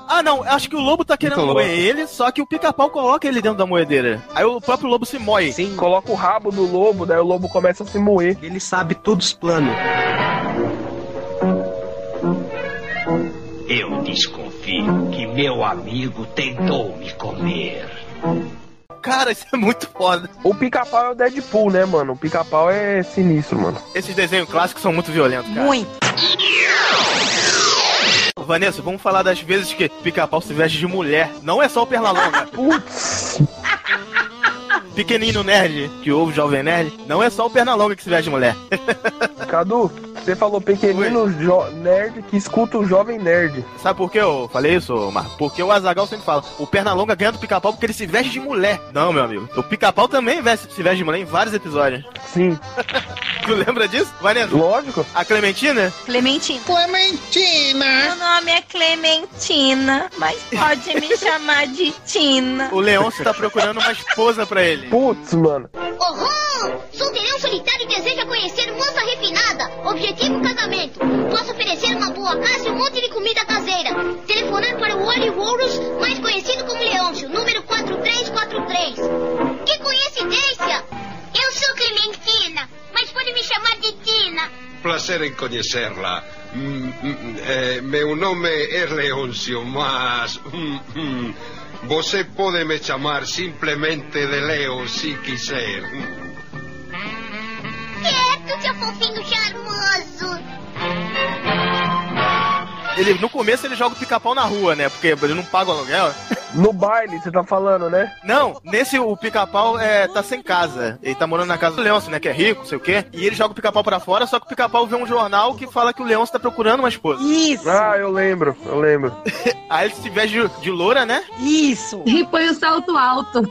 Speaker 5: ah, não, acho que o lobo tá querendo
Speaker 8: Muito
Speaker 5: moer
Speaker 8: louco.
Speaker 5: ele, só que o pica-pau coloca ele dentro da moedeira. Aí o próprio lobo se moe.
Speaker 22: Sim.
Speaker 8: Coloca o rabo do lobo, daí o lobo começa a se moer.
Speaker 22: Ele sabe todos os planos.
Speaker 12: Eu desconfio que meu amigo tentou me comer.
Speaker 5: Cara, isso é muito foda.
Speaker 8: O pica-pau é o Deadpool, né, mano? O pica-pau é sinistro, mano.
Speaker 5: Esses desenhos clássicos são muito violentos, cara.
Speaker 19: Muito.
Speaker 5: Vanessa, vamos falar das vezes que pica-pau se veste de mulher. Não é só o Pernalonga.
Speaker 8: Putz.
Speaker 5: Pequenino nerd que ouve o Jovem Nerd, não é só o Pernalonga que se veste de mulher.
Speaker 8: Cadu, você falou pequenino jo- nerd que escuta o jovem nerd.
Speaker 5: Sabe por que eu falei isso, Marco? Porque o Azagal sempre fala: o Pernalonga ganha do pica-pau porque ele se veste de mulher. Não, meu amigo. O pica-pau também veste- se veste de mulher em vários episódios.
Speaker 8: Sim.
Speaker 5: tu lembra disso, Vanessa?
Speaker 8: Lógico.
Speaker 5: A Clementina?
Speaker 19: Clementina. Clementina. Meu nome é Clementina, mas pode me chamar de Tina.
Speaker 5: O Leôncio tá procurando uma esposa pra ele.
Speaker 8: Putz, mano.
Speaker 23: Horror! Sou verão solitário e deseja conhecer moça refinada. Objetivo casamento. Posso oferecer uma boa casa e um monte de comida caseira. Telefonar para o Olho Ouros, mais conhecido como Leôncio, número 4343. Que coincidência! Eu sou Clementina, mas pode me chamar de Tina.
Speaker 25: Piacere in conoscerla. Mm, mm, eh, meu nome é Leoncio, mas. mm, mm, você pode me chamar simplesmente de Leo se quiser.
Speaker 23: Quieto, seu fofinho charmoso.
Speaker 5: Ele, no começo ele joga o pica-pau na rua, né? Porque ele não paga o aluguel.
Speaker 8: No baile, você tá falando, né?
Speaker 5: Não, nesse o pica-pau é, tá sem casa. Ele tá morando na casa do Leôncio, né? Que é rico, sei o quê. E ele joga o pica-pau pra fora, só que o pica-pau vê um jornal que fala que o Leôncio tá procurando uma esposa.
Speaker 19: Isso!
Speaker 8: Ah, eu lembro, eu lembro.
Speaker 5: Aí ele se veste de, de loura, né?
Speaker 19: Isso!
Speaker 26: E põe o salto alto.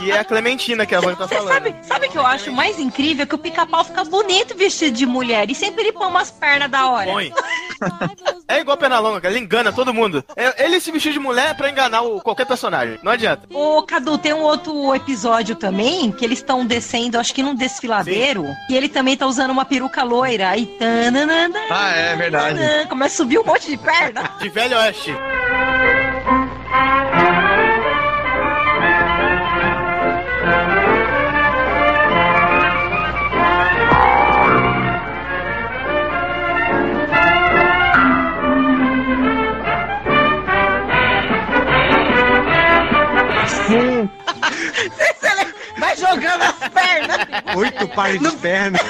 Speaker 5: que é a Clementina que a Vânia tá
Speaker 19: Você
Speaker 5: falando.
Speaker 19: sabe, sabe o que eu acho mais incrível? É Que o pica-pau fica bonito vestido de mulher. E sempre ele põe umas pernas da hora.
Speaker 5: Põe. É igual perna longa, cara. Ele engana todo mundo. É- Ele se vestiu de mulher pra enganar o- qualquer personagem. Não adianta.
Speaker 19: Ô, Cadu, tem um outro episódio também que eles estão descendo, acho que num desfiladeiro, e ele também tá usando uma peruca loira. Aí, tananana,
Speaker 1: Ah, é verdade.
Speaker 19: tananana, começa a subir um monte de perna.
Speaker 5: De velho oeste.
Speaker 19: Vai jogando as pernas.
Speaker 27: Oito pares de pernas.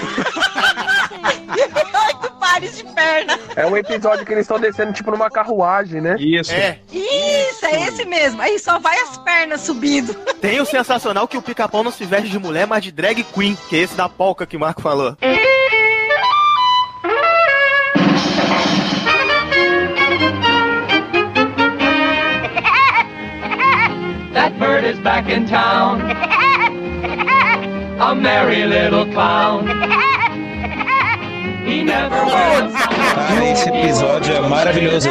Speaker 19: Oito pares de perna.
Speaker 8: É um episódio que eles estão descendo tipo numa carruagem, né?
Speaker 1: Isso.
Speaker 5: É.
Speaker 19: Isso, é esse mesmo. Aí só vai as pernas subindo.
Speaker 5: Tem o sensacional que o pica-pau não se veste de mulher, mas de drag queen, que é esse da polca que o Marco falou.
Speaker 15: That bird is back in town. A merry little clown. He never wears a
Speaker 18: Ah, esse episódio é maravilhoso.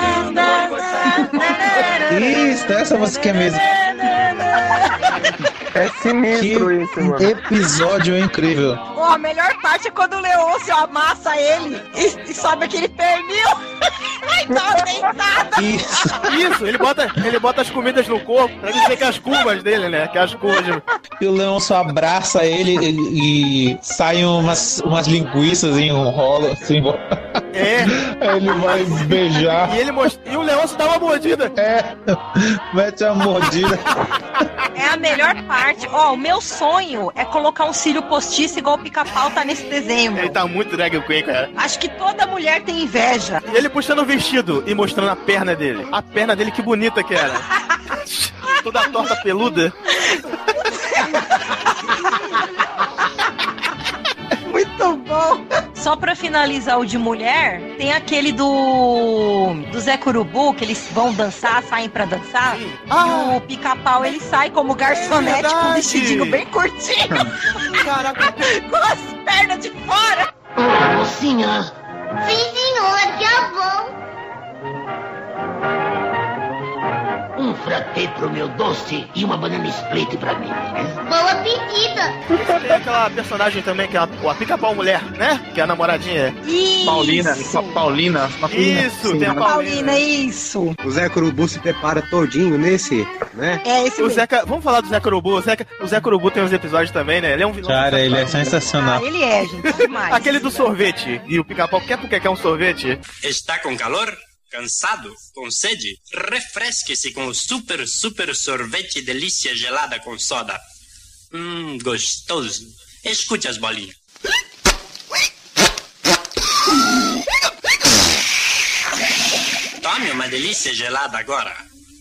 Speaker 7: Isso, essa música é mesmo.
Speaker 8: É sinistro isso, mano.
Speaker 7: Episódio incrível.
Speaker 19: Ó, a melhor parte é quando o Leôncio amassa ele e, e sobe aquele pernil. Ai, tá. dá uma deitada.
Speaker 7: Isso.
Speaker 5: Isso, ele bota, ele bota as comidas no corpo pra dizer que é as curvas dele, né? Que é as curvas. de-
Speaker 18: E o leão só abraça ele e, e saem umas, umas linguiças em um rolo assim.
Speaker 5: É.
Speaker 18: Aí ele vai beijar.
Speaker 5: E, ele most... e o leão se dá uma mordida.
Speaker 18: É. Mete a mordida. Tá
Speaker 19: É a melhor parte. Ó, o meu sonho é colocar um cílio postiço igual o pica-pau tá nesse desenho.
Speaker 5: Ele
Speaker 19: meu.
Speaker 5: tá muito drag queen, cara.
Speaker 19: Acho que toda mulher tem inveja.
Speaker 5: E ele puxando o vestido e mostrando a perna dele. A perna dele que bonita que era. Toda torta peluda.
Speaker 19: Muito bom. Só pra finalizar o de mulher, tem aquele do do Zé Curubu, que eles vão dançar, saem pra dançar. E o pica-pau, ele sai como garçonete com um
Speaker 5: verdade.
Speaker 19: vestidinho bem curtinho.
Speaker 5: Caraca.
Speaker 19: com as pernas de fora.
Speaker 15: Mocinha.
Speaker 23: Sim, senhor, já vou.
Speaker 4: Um frappé pro meu doce e uma banana split pra mim.
Speaker 23: Boa pedida.
Speaker 5: Tem aquela personagem também que é a, a pica-pau mulher, né? Que é a namoradinha.
Speaker 19: Isso.
Speaker 1: Paulina, Paulina,
Speaker 5: Paulina. Isso, tem
Speaker 22: né?
Speaker 5: a Paulina. é
Speaker 19: Paulina, isso.
Speaker 27: O Zé Curubu se prepara todinho nesse, né?
Speaker 19: É esse
Speaker 5: o
Speaker 19: mesmo.
Speaker 5: Zeca, vamos falar do Zé Corubu. O Zé, o Zé Corubu tem uns episódios também, né? Ele é um vilão.
Speaker 18: Cara, ele é sensacional.
Speaker 19: Ele é, gente, demais.
Speaker 5: Aquele do sorvete. E o pica-pau quer porque quer um sorvete.
Speaker 3: Está com calor? Cansado? Com sede? Refresque-se com o super, super sorvete delícia gelada com soda. Hum, gostoso. Escute as bolinhas. Tome uma delícia gelada agora.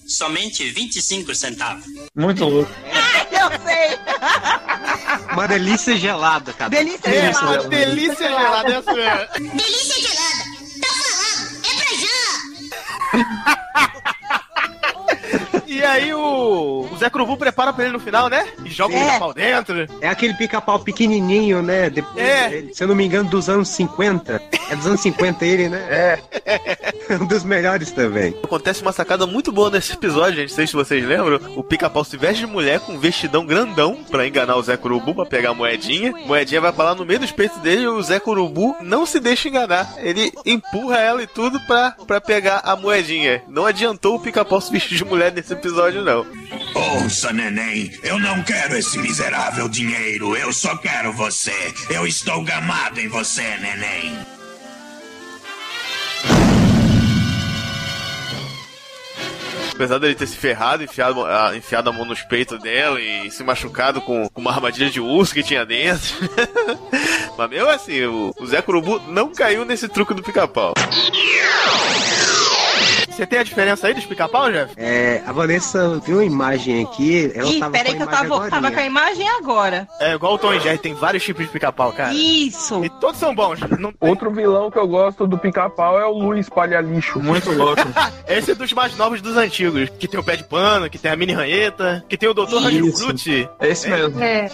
Speaker 3: Somente 25 centavos.
Speaker 1: Muito louco.
Speaker 19: Eu sei.
Speaker 27: Uma delícia gelada, cara.
Speaker 19: Delícia
Speaker 27: É,
Speaker 5: gelada.
Speaker 27: uma
Speaker 5: delícia gelada, é isso mesmo.
Speaker 23: Delícia gelada. Tá falando. É pra já.
Speaker 5: E aí o, o Zé Corubu prepara pra ele no final, né? E joga o pica-pau dentro.
Speaker 27: É aquele pica-pau pequenininho, né? Depois,
Speaker 5: É.
Speaker 27: Se eu não me engano, dos anos 50. É dos anos 50 ele, né? É. Um dos melhores também.
Speaker 5: Acontece uma sacada muito boa nesse episódio, gente. Não sei se vocês lembram. O pica-pau se veste de mulher com um vestidão grandão pra enganar o Zé Curubu pra pegar a moedinha. Moedinha vai pra lá no meio do peito dele e o Zé Curubu não se deixa enganar. Ele empurra ela e tudo pra, pra pegar a moedinha. Não adiantou o pica-pau se vestir de mulher nesse episódio, não.
Speaker 6: Ouça, neném, eu não quero esse miserável dinheiro, eu só quero você. Eu estou gamado em você, neném.
Speaker 5: Apesar dele ter se ferrado, enfiado a, enfiado a mão nos peitos dela e se machucado com, com uma armadilha de urso que tinha dentro. Mas mesmo assim, o, o Zé Curubu não caiu nesse truque do pica-pau. Você tem a diferença aí dos pica-pau, Jeff?
Speaker 22: É, a Vanessa viu a imagem aqui. Ela
Speaker 19: Ih,
Speaker 22: tava
Speaker 19: peraí
Speaker 22: com
Speaker 19: que
Speaker 22: a
Speaker 19: eu
Speaker 22: imagem
Speaker 19: tava, tava com a
Speaker 22: agorinha.
Speaker 19: imagem agora.
Speaker 5: É igual o Tom e Jerry, tem vários tipos de pica-pau, cara.
Speaker 19: Isso.
Speaker 5: E todos são bons. Não...
Speaker 8: Outro vilão que eu gosto do pica-pau é o Lu Espalha Lixo.
Speaker 5: Muito louco. Esse é dos mais novos dos antigos. Que tem o pé de pano, que tem a mini ranheta, que tem o Dr. Hortifruti.
Speaker 1: É esse mesmo.
Speaker 14: É.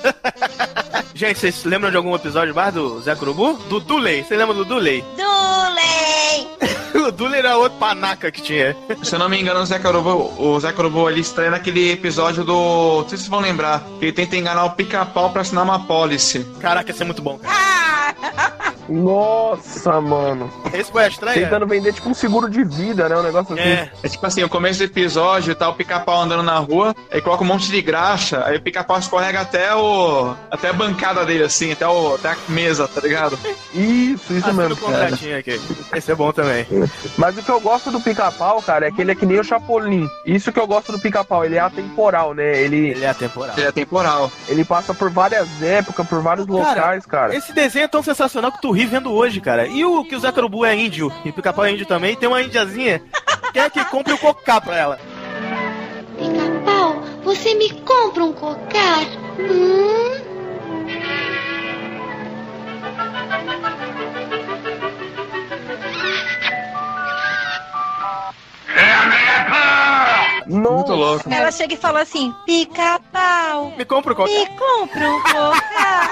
Speaker 5: Gente, vocês lembram de algum episódio mais do Zé Curubu? Do Duley. Você lembra do Duley?
Speaker 19: Duley!
Speaker 5: o Duley era é outro panaca que tinha.
Speaker 1: Se eu não me engano, o Zé Corobô, o Zé Corobô, ele estreia naquele episódio do. Não sei se vocês vão lembrar. Ele tenta enganar o pica-pau pra assinar uma pólice.
Speaker 5: Caraca, isso é muito bom, cara.
Speaker 8: Nossa, mano.
Speaker 5: Esse foi a estranha?
Speaker 8: Tentando vender tipo um seguro de vida, né? Um negócio assim.
Speaker 1: É. tipo assim, o começo do episódio, tá o pica-pau andando na rua, aí coloca um monte de graxa, aí o pica-pau escorrega até o. até a bancada dele, assim, até, o, até a mesa, tá ligado?
Speaker 8: Isso, isso
Speaker 5: Assina
Speaker 8: mesmo,
Speaker 5: o
Speaker 8: cara.
Speaker 5: contratinho aqui. Esse é bom também.
Speaker 8: Mas o que eu gosto do pica-pau, cara, é que ele é que nem o Chapolin. Isso que eu gosto do pica-pau, ele é atemporal, né? Ele,
Speaker 5: ele é atemporal.
Speaker 1: Ele é atemporal.
Speaker 8: Ele passa por várias épocas, por vários locais, cara.
Speaker 5: Esse desenho é tão sensacional que tu ri vendo hoje, cara. E o que o Zé Carubu é índio, e o Pica-Pau é índio também, tem uma índiazinha. Quer que compre o cocá pra ela.
Speaker 23: Pau, você me compra um cocar? Hum?
Speaker 8: Muito
Speaker 1: louco.
Speaker 19: Ela chega e fala assim: pica-pau.
Speaker 5: Me compra um o coca.
Speaker 19: Me compra um o coca.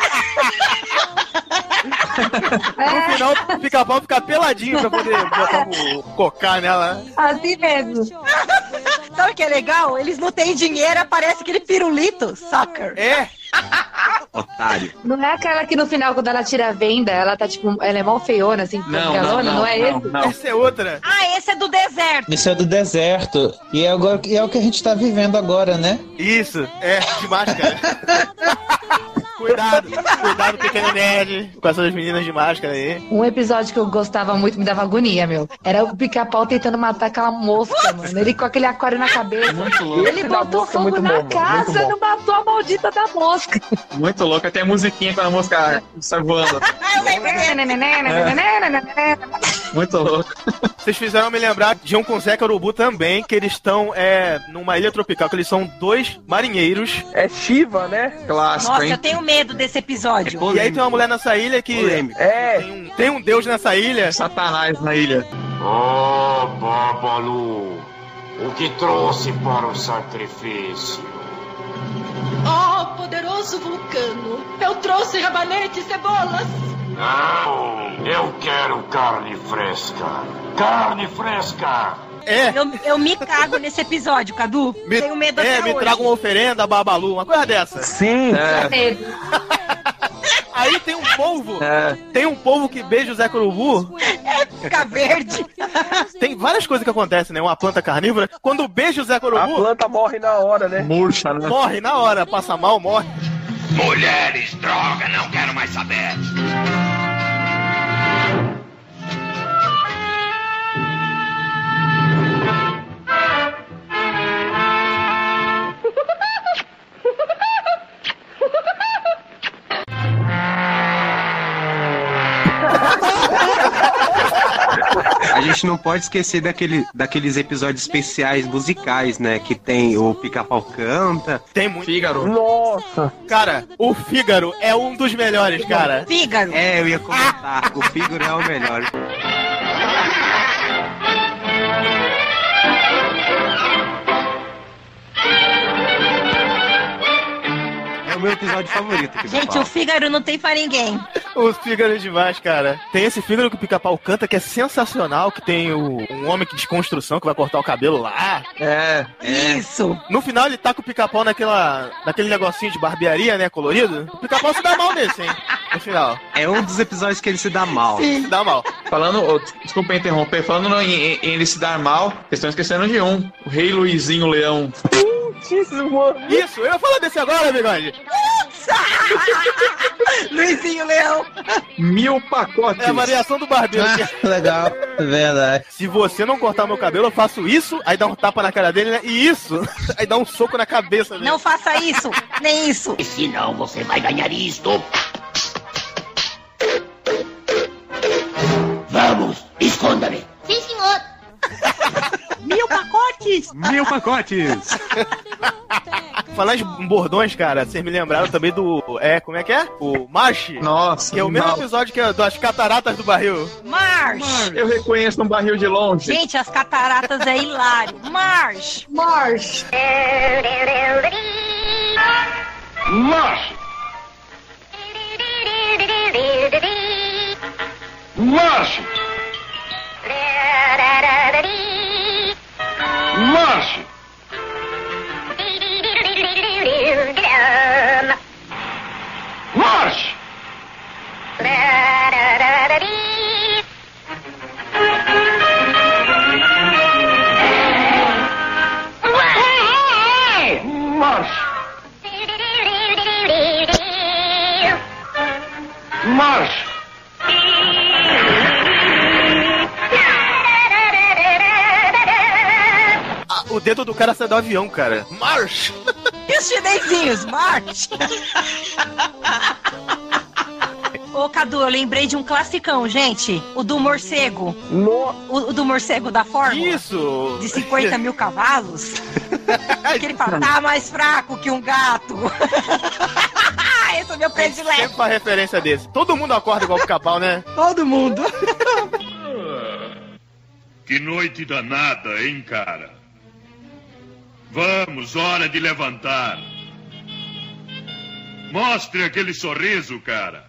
Speaker 5: No final, o Pica-Pau fica peladinho pra poder botar o cocá nela.
Speaker 14: Assim mesmo.
Speaker 19: Sabe o que é legal? Eles não têm dinheiro, aparece aquele pirulito, soccer.
Speaker 5: É.
Speaker 22: Otário.
Speaker 14: Não é aquela que no final, quando ela tira a venda, ela tá tipo, ela é mal feiona, assim, pangalona, não, é esse?
Speaker 5: Essa é outra.
Speaker 19: Ah, esse é do deserto.
Speaker 2: Isso é do deserto. E é, agora, e é o que a gente tá vivendo agora, né?
Speaker 5: Isso, é, de máscara. cuidado, cuidado, pequeno nerd, com essas meninas de máscara aí.
Speaker 14: Um episódio que eu gostava muito, me dava agonia, meu. Era o pica-pau tentando matar aquela mosca, mano. Ele com aquele aquário na cabeça. Ele
Speaker 1: Esse da
Speaker 14: botou
Speaker 1: mosca é
Speaker 14: fogo
Speaker 1: muito
Speaker 14: na
Speaker 1: bom, mano,
Speaker 14: casa,
Speaker 1: muito bom.
Speaker 14: não matou a maldita da mosca.
Speaker 1: Muito louco, até a musiquinha quando a mosca sai voando.
Speaker 14: É.
Speaker 1: Muito louco.
Speaker 5: Vocês fizeram me lembrar de um com Zeca Urubu também, que eles estão é, numa ilha tropical, que eles são dois marinheiros.
Speaker 8: É Shiva, né?
Speaker 1: Clássico,
Speaker 19: Nossa, eu tenho medo desse episódio.
Speaker 5: e aí tem uma mulher nessa ilha que
Speaker 8: é.
Speaker 5: tem, um, tem um deus nessa ilha.
Speaker 1: Satanás na ilha.
Speaker 15: Ah, Babalu, o que trouxe para o sacrifício?
Speaker 21: Oh, poderoso vulcano, eu trouxe rabanete e cebolas.
Speaker 15: Não, eu quero carne fresca. Carne fresca!
Speaker 5: É.
Speaker 19: Eu, eu me cago nesse episódio, Cadu. tenho medo até
Speaker 5: é, me
Speaker 19: hoje.
Speaker 5: traga uma oferenda, babalu, uma coisa dessa.
Speaker 8: Sim.
Speaker 5: Aí tem um polvo. Tem um polvo que beija o Zé Curubu.
Speaker 19: É Fica verde.
Speaker 5: Tem várias coisas que acontecem, né? Uma planta carnívora. Quando beija o Zé Curubu.
Speaker 8: A planta morre na hora, né?
Speaker 1: Murcha,
Speaker 5: né? Morre na hora, passa mal, morre.
Speaker 15: Mulheres, droga, não quero mais saber!
Speaker 22: A gente não pode esquecer daquele, daqueles episódios especiais musicais, né? Que tem o Pica-Pau canta.
Speaker 5: Tem muito.
Speaker 1: Fígaro.
Speaker 8: Nossa.
Speaker 5: Cara, o Fígaro é um dos melhores, cara.
Speaker 19: Fígaro.
Speaker 22: É, eu ia comentar. o Fígaro é o melhor. É o meu episódio favorito.
Speaker 19: Gente, o Fígaro não tem pra ninguém.
Speaker 5: O Fígaro é demais, cara. Tem esse Fígaro que o Pica-Pau canta que é sensacional, que tem o, um homem que desconstrução que vai cortar o cabelo lá.
Speaker 1: É,
Speaker 5: Isso. No final ele tá com o Pica-Pau naquela, naquele negocinho de barbearia, né, colorido. O Pica-Pau se dá mal nesse, hein? No final.
Speaker 22: É um dos episódios que ele se dá mal.
Speaker 5: Se dá mal.
Speaker 1: Falando, ô, des- desculpa interromper, falando no- em, em- em ele se dar mal, vocês estão esquecendo de um. O Rei Luizinho Leão.
Speaker 5: Isso, eu ia falar desse agora, bigode.
Speaker 19: Luizinho Leão.
Speaker 1: Mil pacotes. Ah,
Speaker 5: É a variação do barbeiro.
Speaker 2: legal, verdade.
Speaker 5: Se você não cortar meu cabelo, eu faço isso, aí dá um tapa na cara dele, né? E isso, aí dá um soco na cabeça dele.
Speaker 19: Não faça isso, nem isso.
Speaker 5: Senão você vai ganhar isto.
Speaker 15: Vamos, esconda-me!
Speaker 23: Sim, senhor.
Speaker 19: pacotes!
Speaker 5: Mil pacotes! Falar de bordões, cara, vocês me lembraram também do. É, como é que é? O Marche.
Speaker 1: Nossa.
Speaker 5: Que é o mesmo
Speaker 1: mal.
Speaker 5: episódio que é das cataratas do barril.
Speaker 19: Marsh!
Speaker 1: Eu reconheço um barril de longe.
Speaker 19: Gente, as cataratas é hilário. Marsh!
Speaker 14: Marsh!
Speaker 15: Marche
Speaker 12: Marche! Marche! Marche! Marche! Marche!
Speaker 5: Ah, o dedo do cara sai do avião, cara. Marsh!
Speaker 19: E os chinesinhos, Marsh! Ô, Cadu, eu lembrei de um classicão, gente. O do morcego. O, o do morcego da fórmula.
Speaker 5: Isso!
Speaker 19: De 50 mil cavalos. que ele fala, tá mais fraco que um gato. Esse é o meu predileto.
Speaker 5: Sempre uma referência desse. Todo mundo acorda igual pica-pau, né?
Speaker 19: Todo mundo.
Speaker 2: Que noite danada, hein, cara? Vamos, hora de levantar. Mostre aquele sorriso, cara.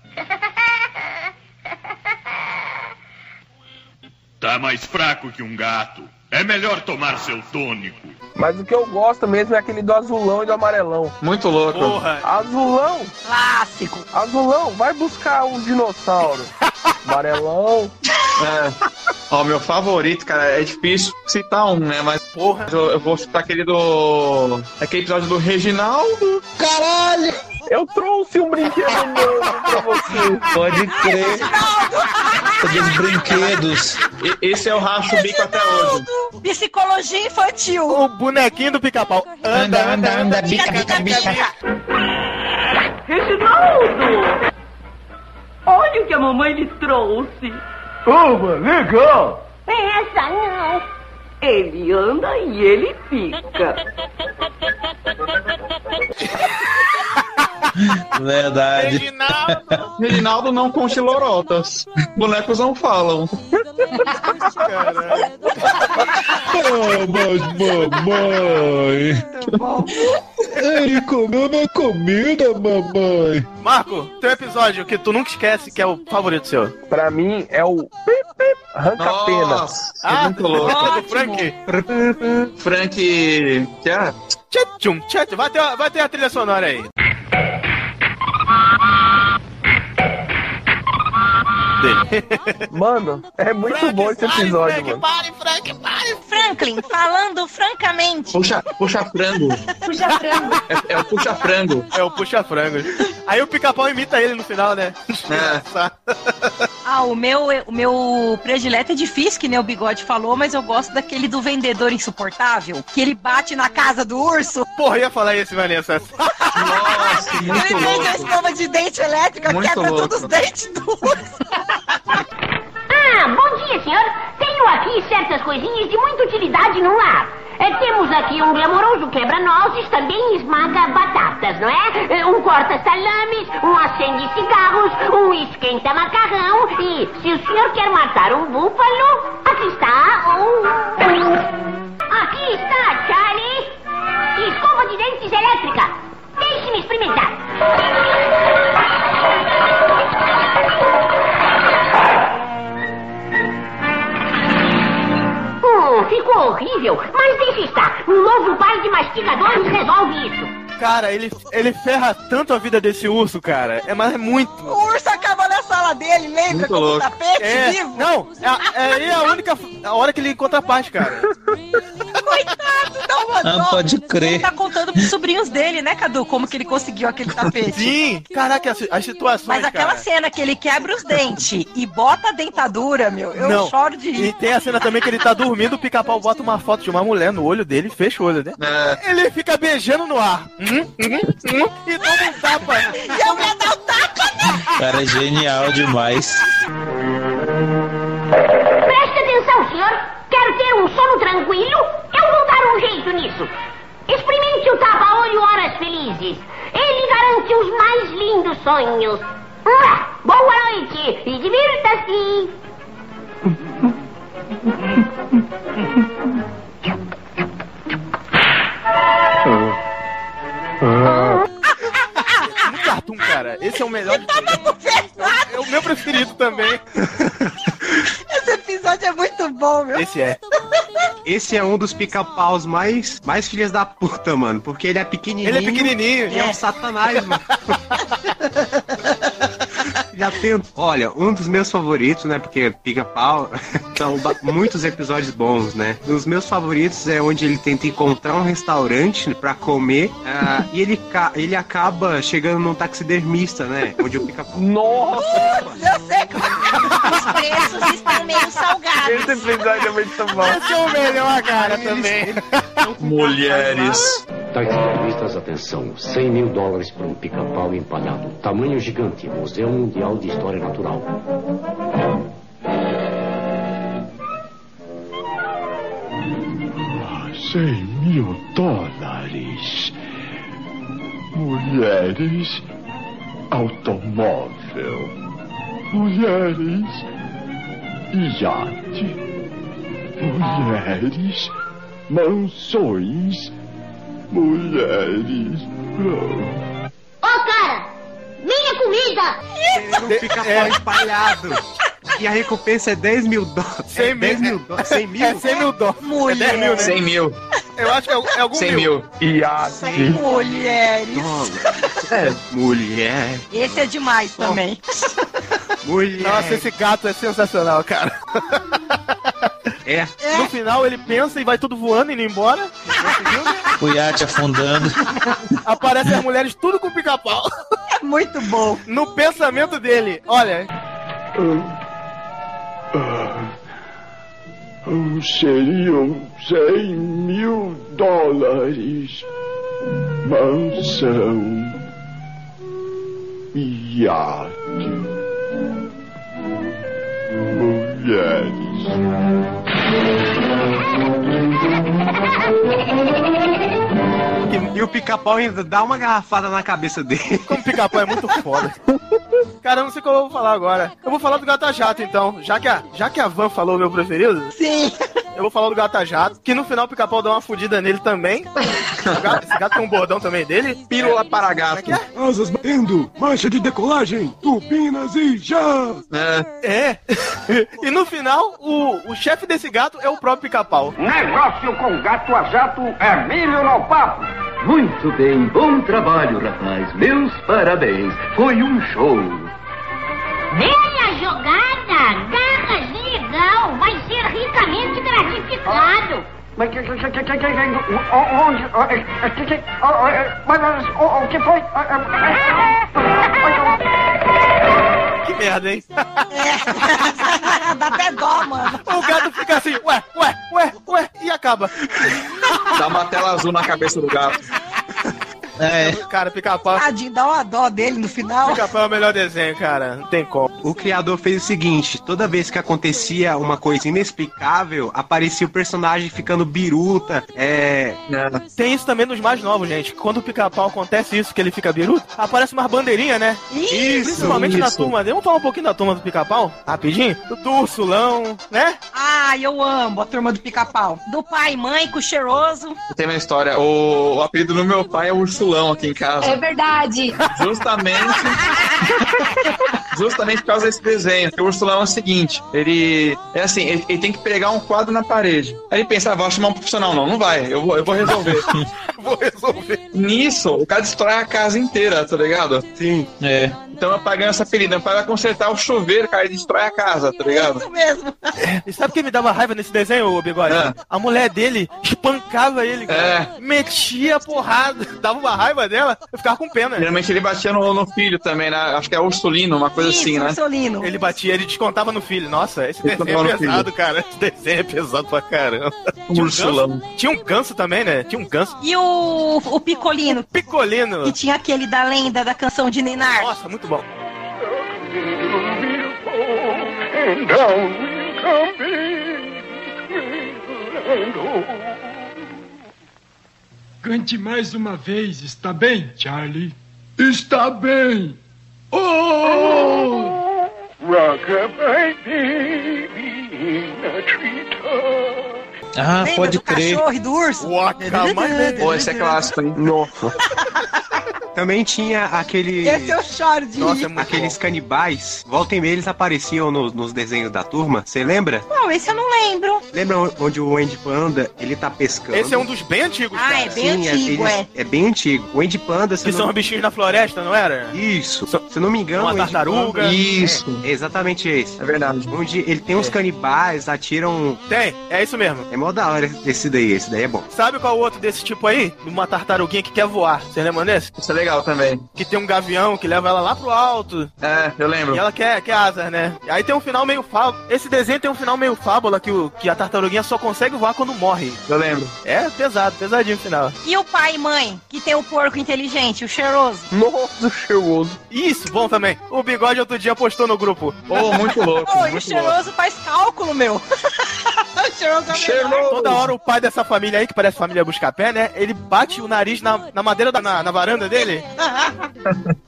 Speaker 2: Tá mais fraco que um gato. É melhor tomar seu tônico.
Speaker 9: Mas o que eu gosto mesmo é aquele do azulão e do amarelão.
Speaker 1: Muito louco.
Speaker 5: Porra.
Speaker 9: Azulão!
Speaker 19: Clássico!
Speaker 9: Azulão, vai buscar um dinossauro. Amarelão.
Speaker 1: É. Ó, meu favorito, cara, é difícil citar um, né? Mas, porra, eu, eu vou citar aquele do. Aquele episódio do Reginaldo.
Speaker 9: Caralho! Eu trouxe um brinquedo novo pra você.
Speaker 10: Pode crer. Dos brinquedos.
Speaker 1: Esse é o racho bico até hoje.
Speaker 19: Psicologia infantil.
Speaker 5: O bonequinho do pica-pau. Anda, anda, anda, bica, bica, bica.
Speaker 15: Reginaldo! Olha o que a mamãe lhe trouxe.
Speaker 12: Oba, legal!
Speaker 15: Essa não.
Speaker 12: Ele anda e ele fica.
Speaker 10: Verdade.
Speaker 1: Reginaldo. Reginaldo não com chilorotas. Bonecos não falam.
Speaker 18: Ah, mas mamãe. Ele comeu minha comida, mamãe.
Speaker 5: Marco, tem um episódio que tu nunca esquece que é o favorito seu.
Speaker 9: Pra mim é o arranca pena.
Speaker 1: Ah, muito louco.
Speaker 5: É do Frank.
Speaker 1: Frank. Que é?
Speaker 5: Tchum, tchum. Vai ter, vai ter a trilha sonora aí. Dele.
Speaker 9: Mano, é muito bom esse episódio, mano.
Speaker 15: Pare, Frank, pare!
Speaker 19: Franklin, falando francamente.
Speaker 1: Puxa, puxa frango.
Speaker 14: Puxa frango.
Speaker 1: É, é o puxa frango.
Speaker 5: É o puxa-frango. Aí o pica-pau imita ele no final, né?
Speaker 1: É.
Speaker 19: Ah, o meu, o meu predileto é difícil, que nem o Bigode falou, mas eu gosto daquele do vendedor insuportável, que ele bate na casa do urso.
Speaker 5: Porra, eu ia falar esse, Vanessa.
Speaker 1: Nossa, muito
Speaker 19: ele vende a
Speaker 1: louco.
Speaker 19: escova de dente elétrica,
Speaker 1: Muito
Speaker 19: quebra
Speaker 1: louco.
Speaker 19: todos os dentes do urso.
Speaker 23: Ah, bom dia, senhor. Tenho aqui certas coisinhas de muita utilidade no ar. É, temos aqui um glamouroso quebra-nozes, também esmaga batatas, não é? É, Um corta-salames, um acende cigarros, um esquenta-macarrão e, se o senhor quer matar um búfalo, aqui está um... Aqui está, Charlie. Escova de dentes elétrica. Deixe-me experimentar. Hum, ficou horrível, mas deixa estar. Um novo par de mastigadores resolve isso.
Speaker 5: Cara, ele, ele ferra tanto a vida desse urso, cara. É, mas é muito.
Speaker 19: O urso acaba na sala dele, lembra?
Speaker 5: Muito
Speaker 19: Como um
Speaker 5: louco.
Speaker 19: tapete
Speaker 5: É,
Speaker 19: vivo.
Speaker 5: não, é, a- é, aí a única f- a hora que ele encontra a paz, cara.
Speaker 19: Coitado, dá uma
Speaker 10: Ah,
Speaker 19: dó.
Speaker 10: pode crer.
Speaker 19: Ele tá contando pros sobrinhos dele, né, Cadu? Como que ele conseguiu aquele tapete.
Speaker 5: Sim, caraca, as, as situações,
Speaker 19: Mas aquela
Speaker 5: cara.
Speaker 19: cena que ele quebra os dentes e bota a dentadura, meu, eu
Speaker 5: Não.
Speaker 19: choro de
Speaker 5: E
Speaker 19: rir.
Speaker 5: tem a cena também que ele tá dormindo, o pica-pau bota uma foto de uma mulher no olho dele, fecha o olho, né?
Speaker 1: É.
Speaker 5: Ele fica beijando no ar. Hum, hum, hum, e toma um tapa.
Speaker 19: E eu me dar o tapa,
Speaker 10: Cara, é genial demais.
Speaker 23: Preste atenção, senhor. Quero ter um sono tranquilo. Eu vou dar um muito nisso. Experimente o tapa-olho Horas Felizes. Ele garante os mais lindos sonhos. Mua! Boa noite e divirta-se!
Speaker 5: Cartoon, cara. Esse é o melhor. de todos. É o meu preferido também.
Speaker 19: Esse episódio é muito bom, meu.
Speaker 5: Esse é.
Speaker 22: Esse é um dos pica-paus mais, mais filhas da puta, mano. Porque ele é pequenininho.
Speaker 5: Ele é pequenininho.
Speaker 22: E é um satanás, mano. Já tem, olha, um dos meus favoritos, né? Porque pica-pau são ba- muitos episódios bons, né? Um dos meus favoritos é onde ele tenta encontrar um restaurante pra comer ah, e ele, ca- ele acaba chegando num taxidermista, né? Onde o pica-pau.
Speaker 15: Nossa!
Speaker 19: Eu sei como... é Os preços estão meio salgados.
Speaker 15: Esse episódio é muito bom.
Speaker 5: Esse é o melhor, cara, também.
Speaker 1: Mulheres.
Speaker 12: Taxidermistas, atenção. 100 mil dólares por um pica-pau empalhado. Tamanho gigante. Museu Mundial de História Natural.
Speaker 21: Cem mil dólares. Mulheres. Automóvel. Mulheres. Iate. Mulheres. Mansões. Mulheres.
Speaker 28: Ô, cara! Minha comida!
Speaker 22: Um pica-pau espalhado. E a recompensa é 10 mil dólares.
Speaker 5: 100 mil.
Speaker 22: 10 mil dólares. 100 mil?
Speaker 5: É 100 mil dólares. É 10 mil, né?
Speaker 1: 100 mil.
Speaker 5: Eu acho que é, é algum
Speaker 1: 100
Speaker 5: mil.
Speaker 1: mil.
Speaker 19: Sem mulheres.
Speaker 22: Mulher.
Speaker 19: Esse é demais também.
Speaker 22: Mulher.
Speaker 5: Nossa, esse gato é sensacional, cara.
Speaker 22: É.
Speaker 5: No final ele pensa e vai tudo voando, indo embora.
Speaker 2: O iate afundando.
Speaker 5: Aparecem as mulheres tudo com pica-pau.
Speaker 19: É muito bom.
Speaker 5: No pensamento dele, olha.
Speaker 21: Ah, ah, seriam 100 mil dólares. Mansão. Iate. Mulheres.
Speaker 22: E o pica-pau ainda dá uma garrafada na cabeça dele.
Speaker 5: Como pica-pau é muito foda. Cara, eu não sei como eu vou falar agora. Eu vou falar do Gata Jato, então. Já que a, já que a Van falou meu preferido...
Speaker 19: Sim.
Speaker 5: Eu vou falar do Gata Jato, que no final o pica-pau dá uma fudida nele também. O gato, esse gato tem um bordão também dele. é Pílula para gato.
Speaker 21: Asas batendo, marcha de decolagem, turbinas e já!
Speaker 5: É. E no final, o, o chefe desse gato é o próprio pica-pau.
Speaker 21: Negócio com gato a jato é milho no papo!
Speaker 12: Muito bem, bom trabalho, rapaz. Meus parabéns. Foi um show.
Speaker 28: Venha jogada! Garras legal! Vai ser ricamente gratificado!
Speaker 21: Mas que, que, que, que, que, que, onde, é, que, que, Ah, mas o que foi? Ah,
Speaker 5: Que merda, hein?
Speaker 19: É. Dá até dó, mano.
Speaker 5: O gato fica assim, ué, ué, ué, ué, e acaba.
Speaker 1: Dá uma tela azul na cabeça do gato.
Speaker 5: É. Cara, pica-pau.
Speaker 19: Tadinho, dá uma dó dele no final.
Speaker 5: Pica-pau é o melhor desenho, cara. Não tem como.
Speaker 22: O criador fez o seguinte: toda vez que acontecia uma coisa inexplicável, aparecia o personagem ficando biruta. É.
Speaker 5: Tem isso também nos mais novos, gente. Quando o pica-pau acontece isso, que ele fica biruta, aparece umas bandeirinhas, né?
Speaker 22: Isso,
Speaker 5: Principalmente na
Speaker 22: isso.
Speaker 5: turma. Vamos falar um pouquinho da turma do pica-pau? Rapidinho? Do Ursulão, né?
Speaker 19: Ah, eu amo a turma do pica-pau. Do pai e mãe, com o cheiroso.
Speaker 1: Tem uma história. O, o apelido do meu pai é Ursulão aqui em
Speaker 29: É
Speaker 1: casa.
Speaker 29: verdade.
Speaker 1: Justamente. Justamente por causa desse desenho. Porque o Ursulão é o seguinte: ele. É assim, ele, ele tem que pegar um quadro na parede. Aí ele pensa, ah, vou chamar um profissional. Não, não vai. Eu vou, eu vou resolver.
Speaker 5: vou resolver.
Speaker 1: Nisso, o cara destrói a casa inteira, tá ligado?
Speaker 22: Sim.
Speaker 1: É. Então eu pagando essa apelido. Meu pai vai consertar o chuveiro, cara, ele destrói a casa, tá ligado?
Speaker 5: Né?
Speaker 19: Isso mesmo.
Speaker 5: É. E sabe o que me dava raiva nesse desenho, ô Bigode? A mulher dele espancava ele, cara. Metia a porrada. Dava uma raiva dela, eu ficava com pena.
Speaker 1: Geralmente ele batia no, no filho também, né? Acho que é Ursulino, uma coisa assim, né?
Speaker 19: Solino.
Speaker 5: Ele batia, ele descontava no filho. Nossa, esse
Speaker 1: Ele
Speaker 5: desenho
Speaker 1: descontava
Speaker 5: é
Speaker 1: no
Speaker 5: pesado, cara. Esse desenho é pesado pra caramba. um
Speaker 1: Ursulão.
Speaker 5: ganso- Tinha um ganso também, né? Tinha um ganso.
Speaker 19: E o, o Picolino.
Speaker 5: Picolino.
Speaker 19: E tinha aquele da lenda da canção de Nenar.
Speaker 5: Nossa, muito bom.
Speaker 23: Cante mais uma vez, está bem, Charlie? Está bem! Oh!
Speaker 30: Rockabye baby in a treetop.
Speaker 7: Ah,
Speaker 30: Lembra
Speaker 7: pode
Speaker 30: do
Speaker 7: crer.
Speaker 30: cachorro e do urso?
Speaker 1: Pô, esse é clássico, hein?
Speaker 22: Nossa. Também tinha aquele.
Speaker 30: Esse eu choro de
Speaker 22: Nossa,
Speaker 30: rir.
Speaker 22: é muito Aqueles canibais. Volta e meia eles apareciam nos, nos desenhos da turma. Você lembra?
Speaker 19: Não, esse eu não lembro.
Speaker 22: Lembra onde o Andy Panda ele tá pescando?
Speaker 5: Esse é um dos bem antigos,
Speaker 19: Ah,
Speaker 5: cara.
Speaker 19: é bem antigo,
Speaker 22: eles-
Speaker 19: é.
Speaker 22: é bem antigo. O Andy Panda. se
Speaker 5: Que
Speaker 22: não-
Speaker 5: são bichinhos na floresta, não era?
Speaker 22: Isso. Se eu não me engano,
Speaker 5: Uma
Speaker 22: o Andy
Speaker 5: tartaruga.
Speaker 22: Panda-
Speaker 5: Isso.
Speaker 22: É, é exatamente esse. É
Speaker 1: verdade.
Speaker 22: Onde ele tem uns
Speaker 5: É.
Speaker 22: canibais, atiram. um
Speaker 5: Tem, é isso mesmo.
Speaker 22: É mó da hora esse daí, esse daí é bom.
Speaker 5: Sabe qual outro desse tipo aí? De Uma tartaruguinha que quer voar. Você lembra desse?
Speaker 1: Isso é legal também.
Speaker 5: Que tem um gavião que leva ela lá pro alto.
Speaker 1: É, eu lembro.
Speaker 5: E ela quer, quer asas, né? E Aí tem um final meio fábula. Esse desenho tem um final meio fábula que, o, que a tartaruguinha só consegue voar quando morre.
Speaker 1: Eu lembro.
Speaker 5: É pesado, pesadinho o final.
Speaker 19: E o pai e mãe, que tem o porco inteligente, o cheiroso.
Speaker 5: Nossa, cheiroso. Isso, bom também. O bigode outro dia postou no grupo.
Speaker 1: Oh, muito louco.
Speaker 19: Pô, e o cheiroso faz cálculo, meu. o cheiroso é o melhor.
Speaker 5: Toda hora o pai dessa família aí, que parece família Buscapé, né? Ele bate o nariz na, na madeira da na, na varanda dele.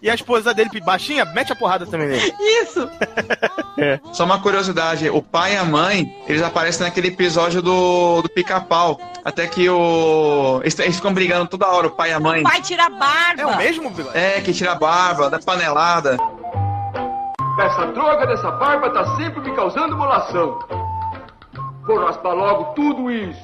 Speaker 5: e a esposa dele, baixinha, mete a porrada também nele.
Speaker 19: Isso!
Speaker 1: É. Só uma curiosidade, o pai e a mãe, eles aparecem naquele episódio do, do pica-pau. Até que o. Eles, eles ficam brigando toda hora, o pai e a mãe.
Speaker 19: O pai tira a barba.
Speaker 5: É o mesmo, Bigode?
Speaker 1: É, que tira a barba, dá panelada.
Speaker 15: Essa droga dessa barba tá sempre me causando molação. Vou raspar logo tudo isso.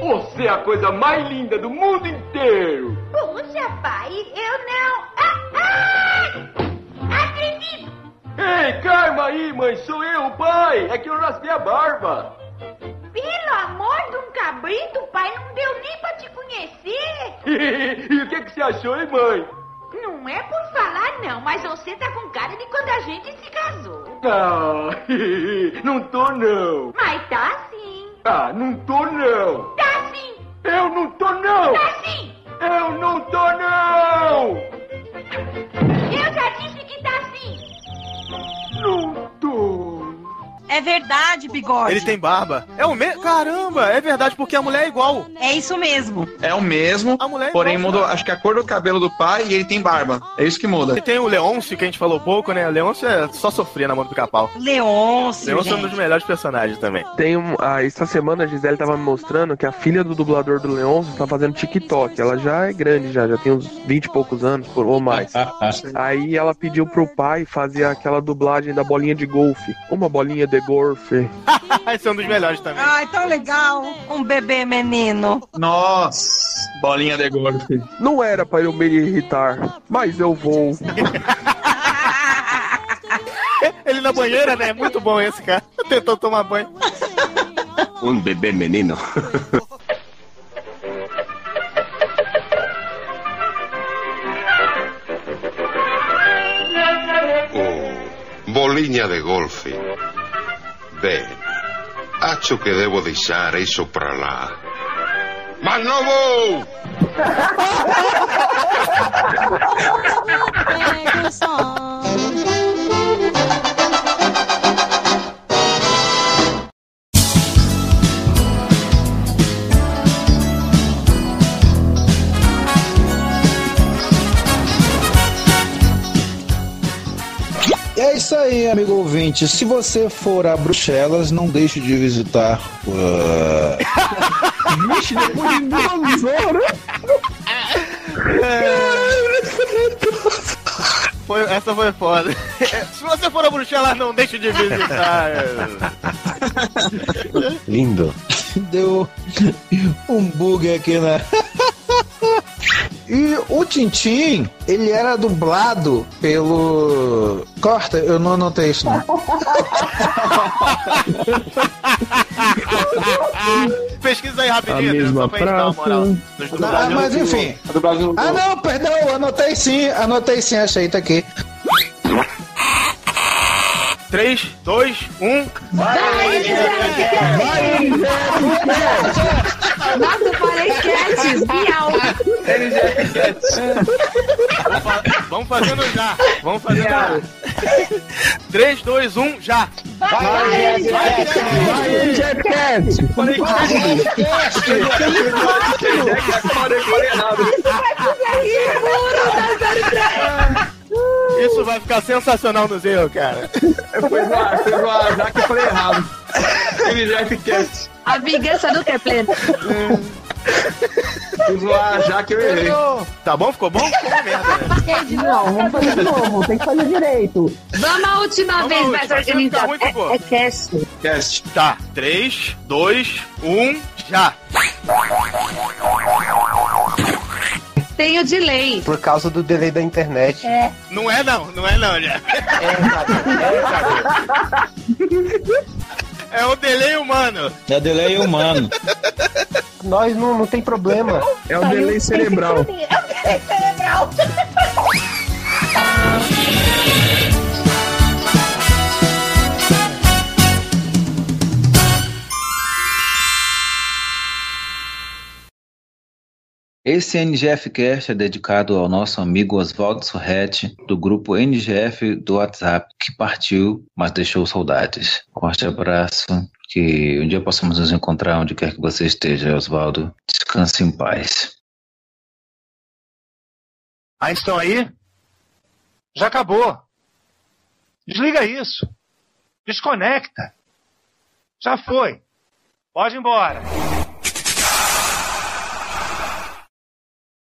Speaker 15: Você é a coisa mais linda do mundo inteiro.
Speaker 14: Puxa, pai, eu não. Ah, acredito!
Speaker 15: Ei, calma aí, mãe, sou eu, pai. É que eu raspei a barba.
Speaker 14: Pelo amor de um cabrito, pai, não deu nem pra te conhecer.
Speaker 15: E o que, que você achou, hein, mãe?
Speaker 14: Não é por falar, não, mas você tá com cara de quando a gente se casou.
Speaker 15: Ah, não tô não.
Speaker 14: Mas tá sim.
Speaker 15: Ah, não tô não.
Speaker 14: Tá sim.
Speaker 15: Eu não tô não.
Speaker 14: Tá sim.
Speaker 15: Eu não tô não.
Speaker 14: Eu já disse que tá sim.
Speaker 19: É verdade, bigode.
Speaker 5: Ele tem barba. É o mesmo? Caramba, é verdade, porque a mulher é igual.
Speaker 19: É isso mesmo.
Speaker 1: É o mesmo,
Speaker 5: mulher é
Speaker 1: porém
Speaker 5: igual,
Speaker 1: mudou.
Speaker 5: cara.
Speaker 1: Acho que a cor do cabelo do pai e ele tem barba. É isso que muda.
Speaker 5: E tem o Leôncio, que a gente falou pouco, né? O Leôncio é só sofrer na mão do pica-pau.
Speaker 19: Leôncio.
Speaker 5: Leôncio é um dos melhores personagens também.
Speaker 8: Tem um, ah, essa semana a Gisele tava me mostrando que a filha do dublador do Leôncio tá fazendo TikTok. Ela já é grande, já, já tem uns 20 e poucos anos por- ou mais. Aí ela pediu pro pai fazer aquela dublagem da bolinha de golfe. Uma bolinha de golfe.
Speaker 5: Esse é um dos melhores também.
Speaker 19: Ai, tão legal. Um bebê menino.
Speaker 1: Nossa, bolinha de golfe.
Speaker 8: Não era para eu me irritar, mas eu vou.
Speaker 5: Ele na banheira, né? É muito bom esse cara. Tentou tomar banho.
Speaker 22: Um bebê menino.
Speaker 12: Bolinha de golfe. Bem, acho que devo deixar isso para lá. Mas não vou!
Speaker 7: É isso aí, amigo ouvinte. Se você for a Bruxelas, não deixe de visitar. uh,
Speaker 31: Vixe, depois de duas horas.
Speaker 5: Foi- essa foi foda. É, Se você for a bruxela, não deixe de visitar.
Speaker 7: Lindo. Deu um bug aqui na. E o Tintim, ele era dublado pelo. Corta, eu não anotei isso. Não.
Speaker 5: Pesquisa aí
Speaker 7: A
Speaker 5: rapidinho, Adriano,
Speaker 7: mesma
Speaker 5: só pra gente dar uma
Speaker 7: praça.
Speaker 5: moral. Nos
Speaker 7: Ah,
Speaker 5: dublagens
Speaker 7: mas
Speaker 5: do-
Speaker 7: enfim. Ah, não, perdão, anotei sim, anotei sim, achei, tá aqui.
Speaker 5: 3, 2, 1.
Speaker 31: Vai,
Speaker 32: Nossa, falei é cat, miau.
Speaker 5: Vamos fazendo já. Vamos fazendo já. 3, 2, 1, já!
Speaker 33: Vai, Jeffcast! Vai,
Speaker 5: Jeffcast! Falei
Speaker 32: é
Speaker 5: Isso vai ficar sensacional no Zero, cara.
Speaker 34: Foi no ar, foi no ar, já que eu falei errado. Ele já fiquece.
Speaker 14: A vingança nunca é plena.
Speaker 34: Fui zoar já que eu errei.
Speaker 5: Tá bom? Ficou bom?
Speaker 14: Não, vamos fazer de novo. Tem que fazer direito. Vamos a última
Speaker 5: Vamos
Speaker 14: vez mais
Speaker 5: à última, vai ficar
Speaker 14: organizada.
Speaker 5: muito boa.
Speaker 14: É, é cast.
Speaker 34: Cast.
Speaker 5: Tá. 3, 2, 1, já!
Speaker 14: Tenho delay.
Speaker 22: Por causa do delay da internet.
Speaker 14: É.
Speaker 5: Não é não, não é não, já. É o delay humano.
Speaker 8: É delay humano.
Speaker 22: Nós não, não tem problema.
Speaker 8: É o delay cerebral.
Speaker 33: Cerebral.
Speaker 2: Esse NGFcast é dedicado ao nosso amigo Oswaldo Surrete, do grupo NGF do WhatsApp, que partiu, mas deixou saudades. Forte abraço, que um dia possamos nos encontrar onde quer que você esteja, Oswaldo. Descanse em paz.
Speaker 15: Ah, estão aí? Já acabou. Desliga isso. Desconecta. Já foi. Pode ir embora.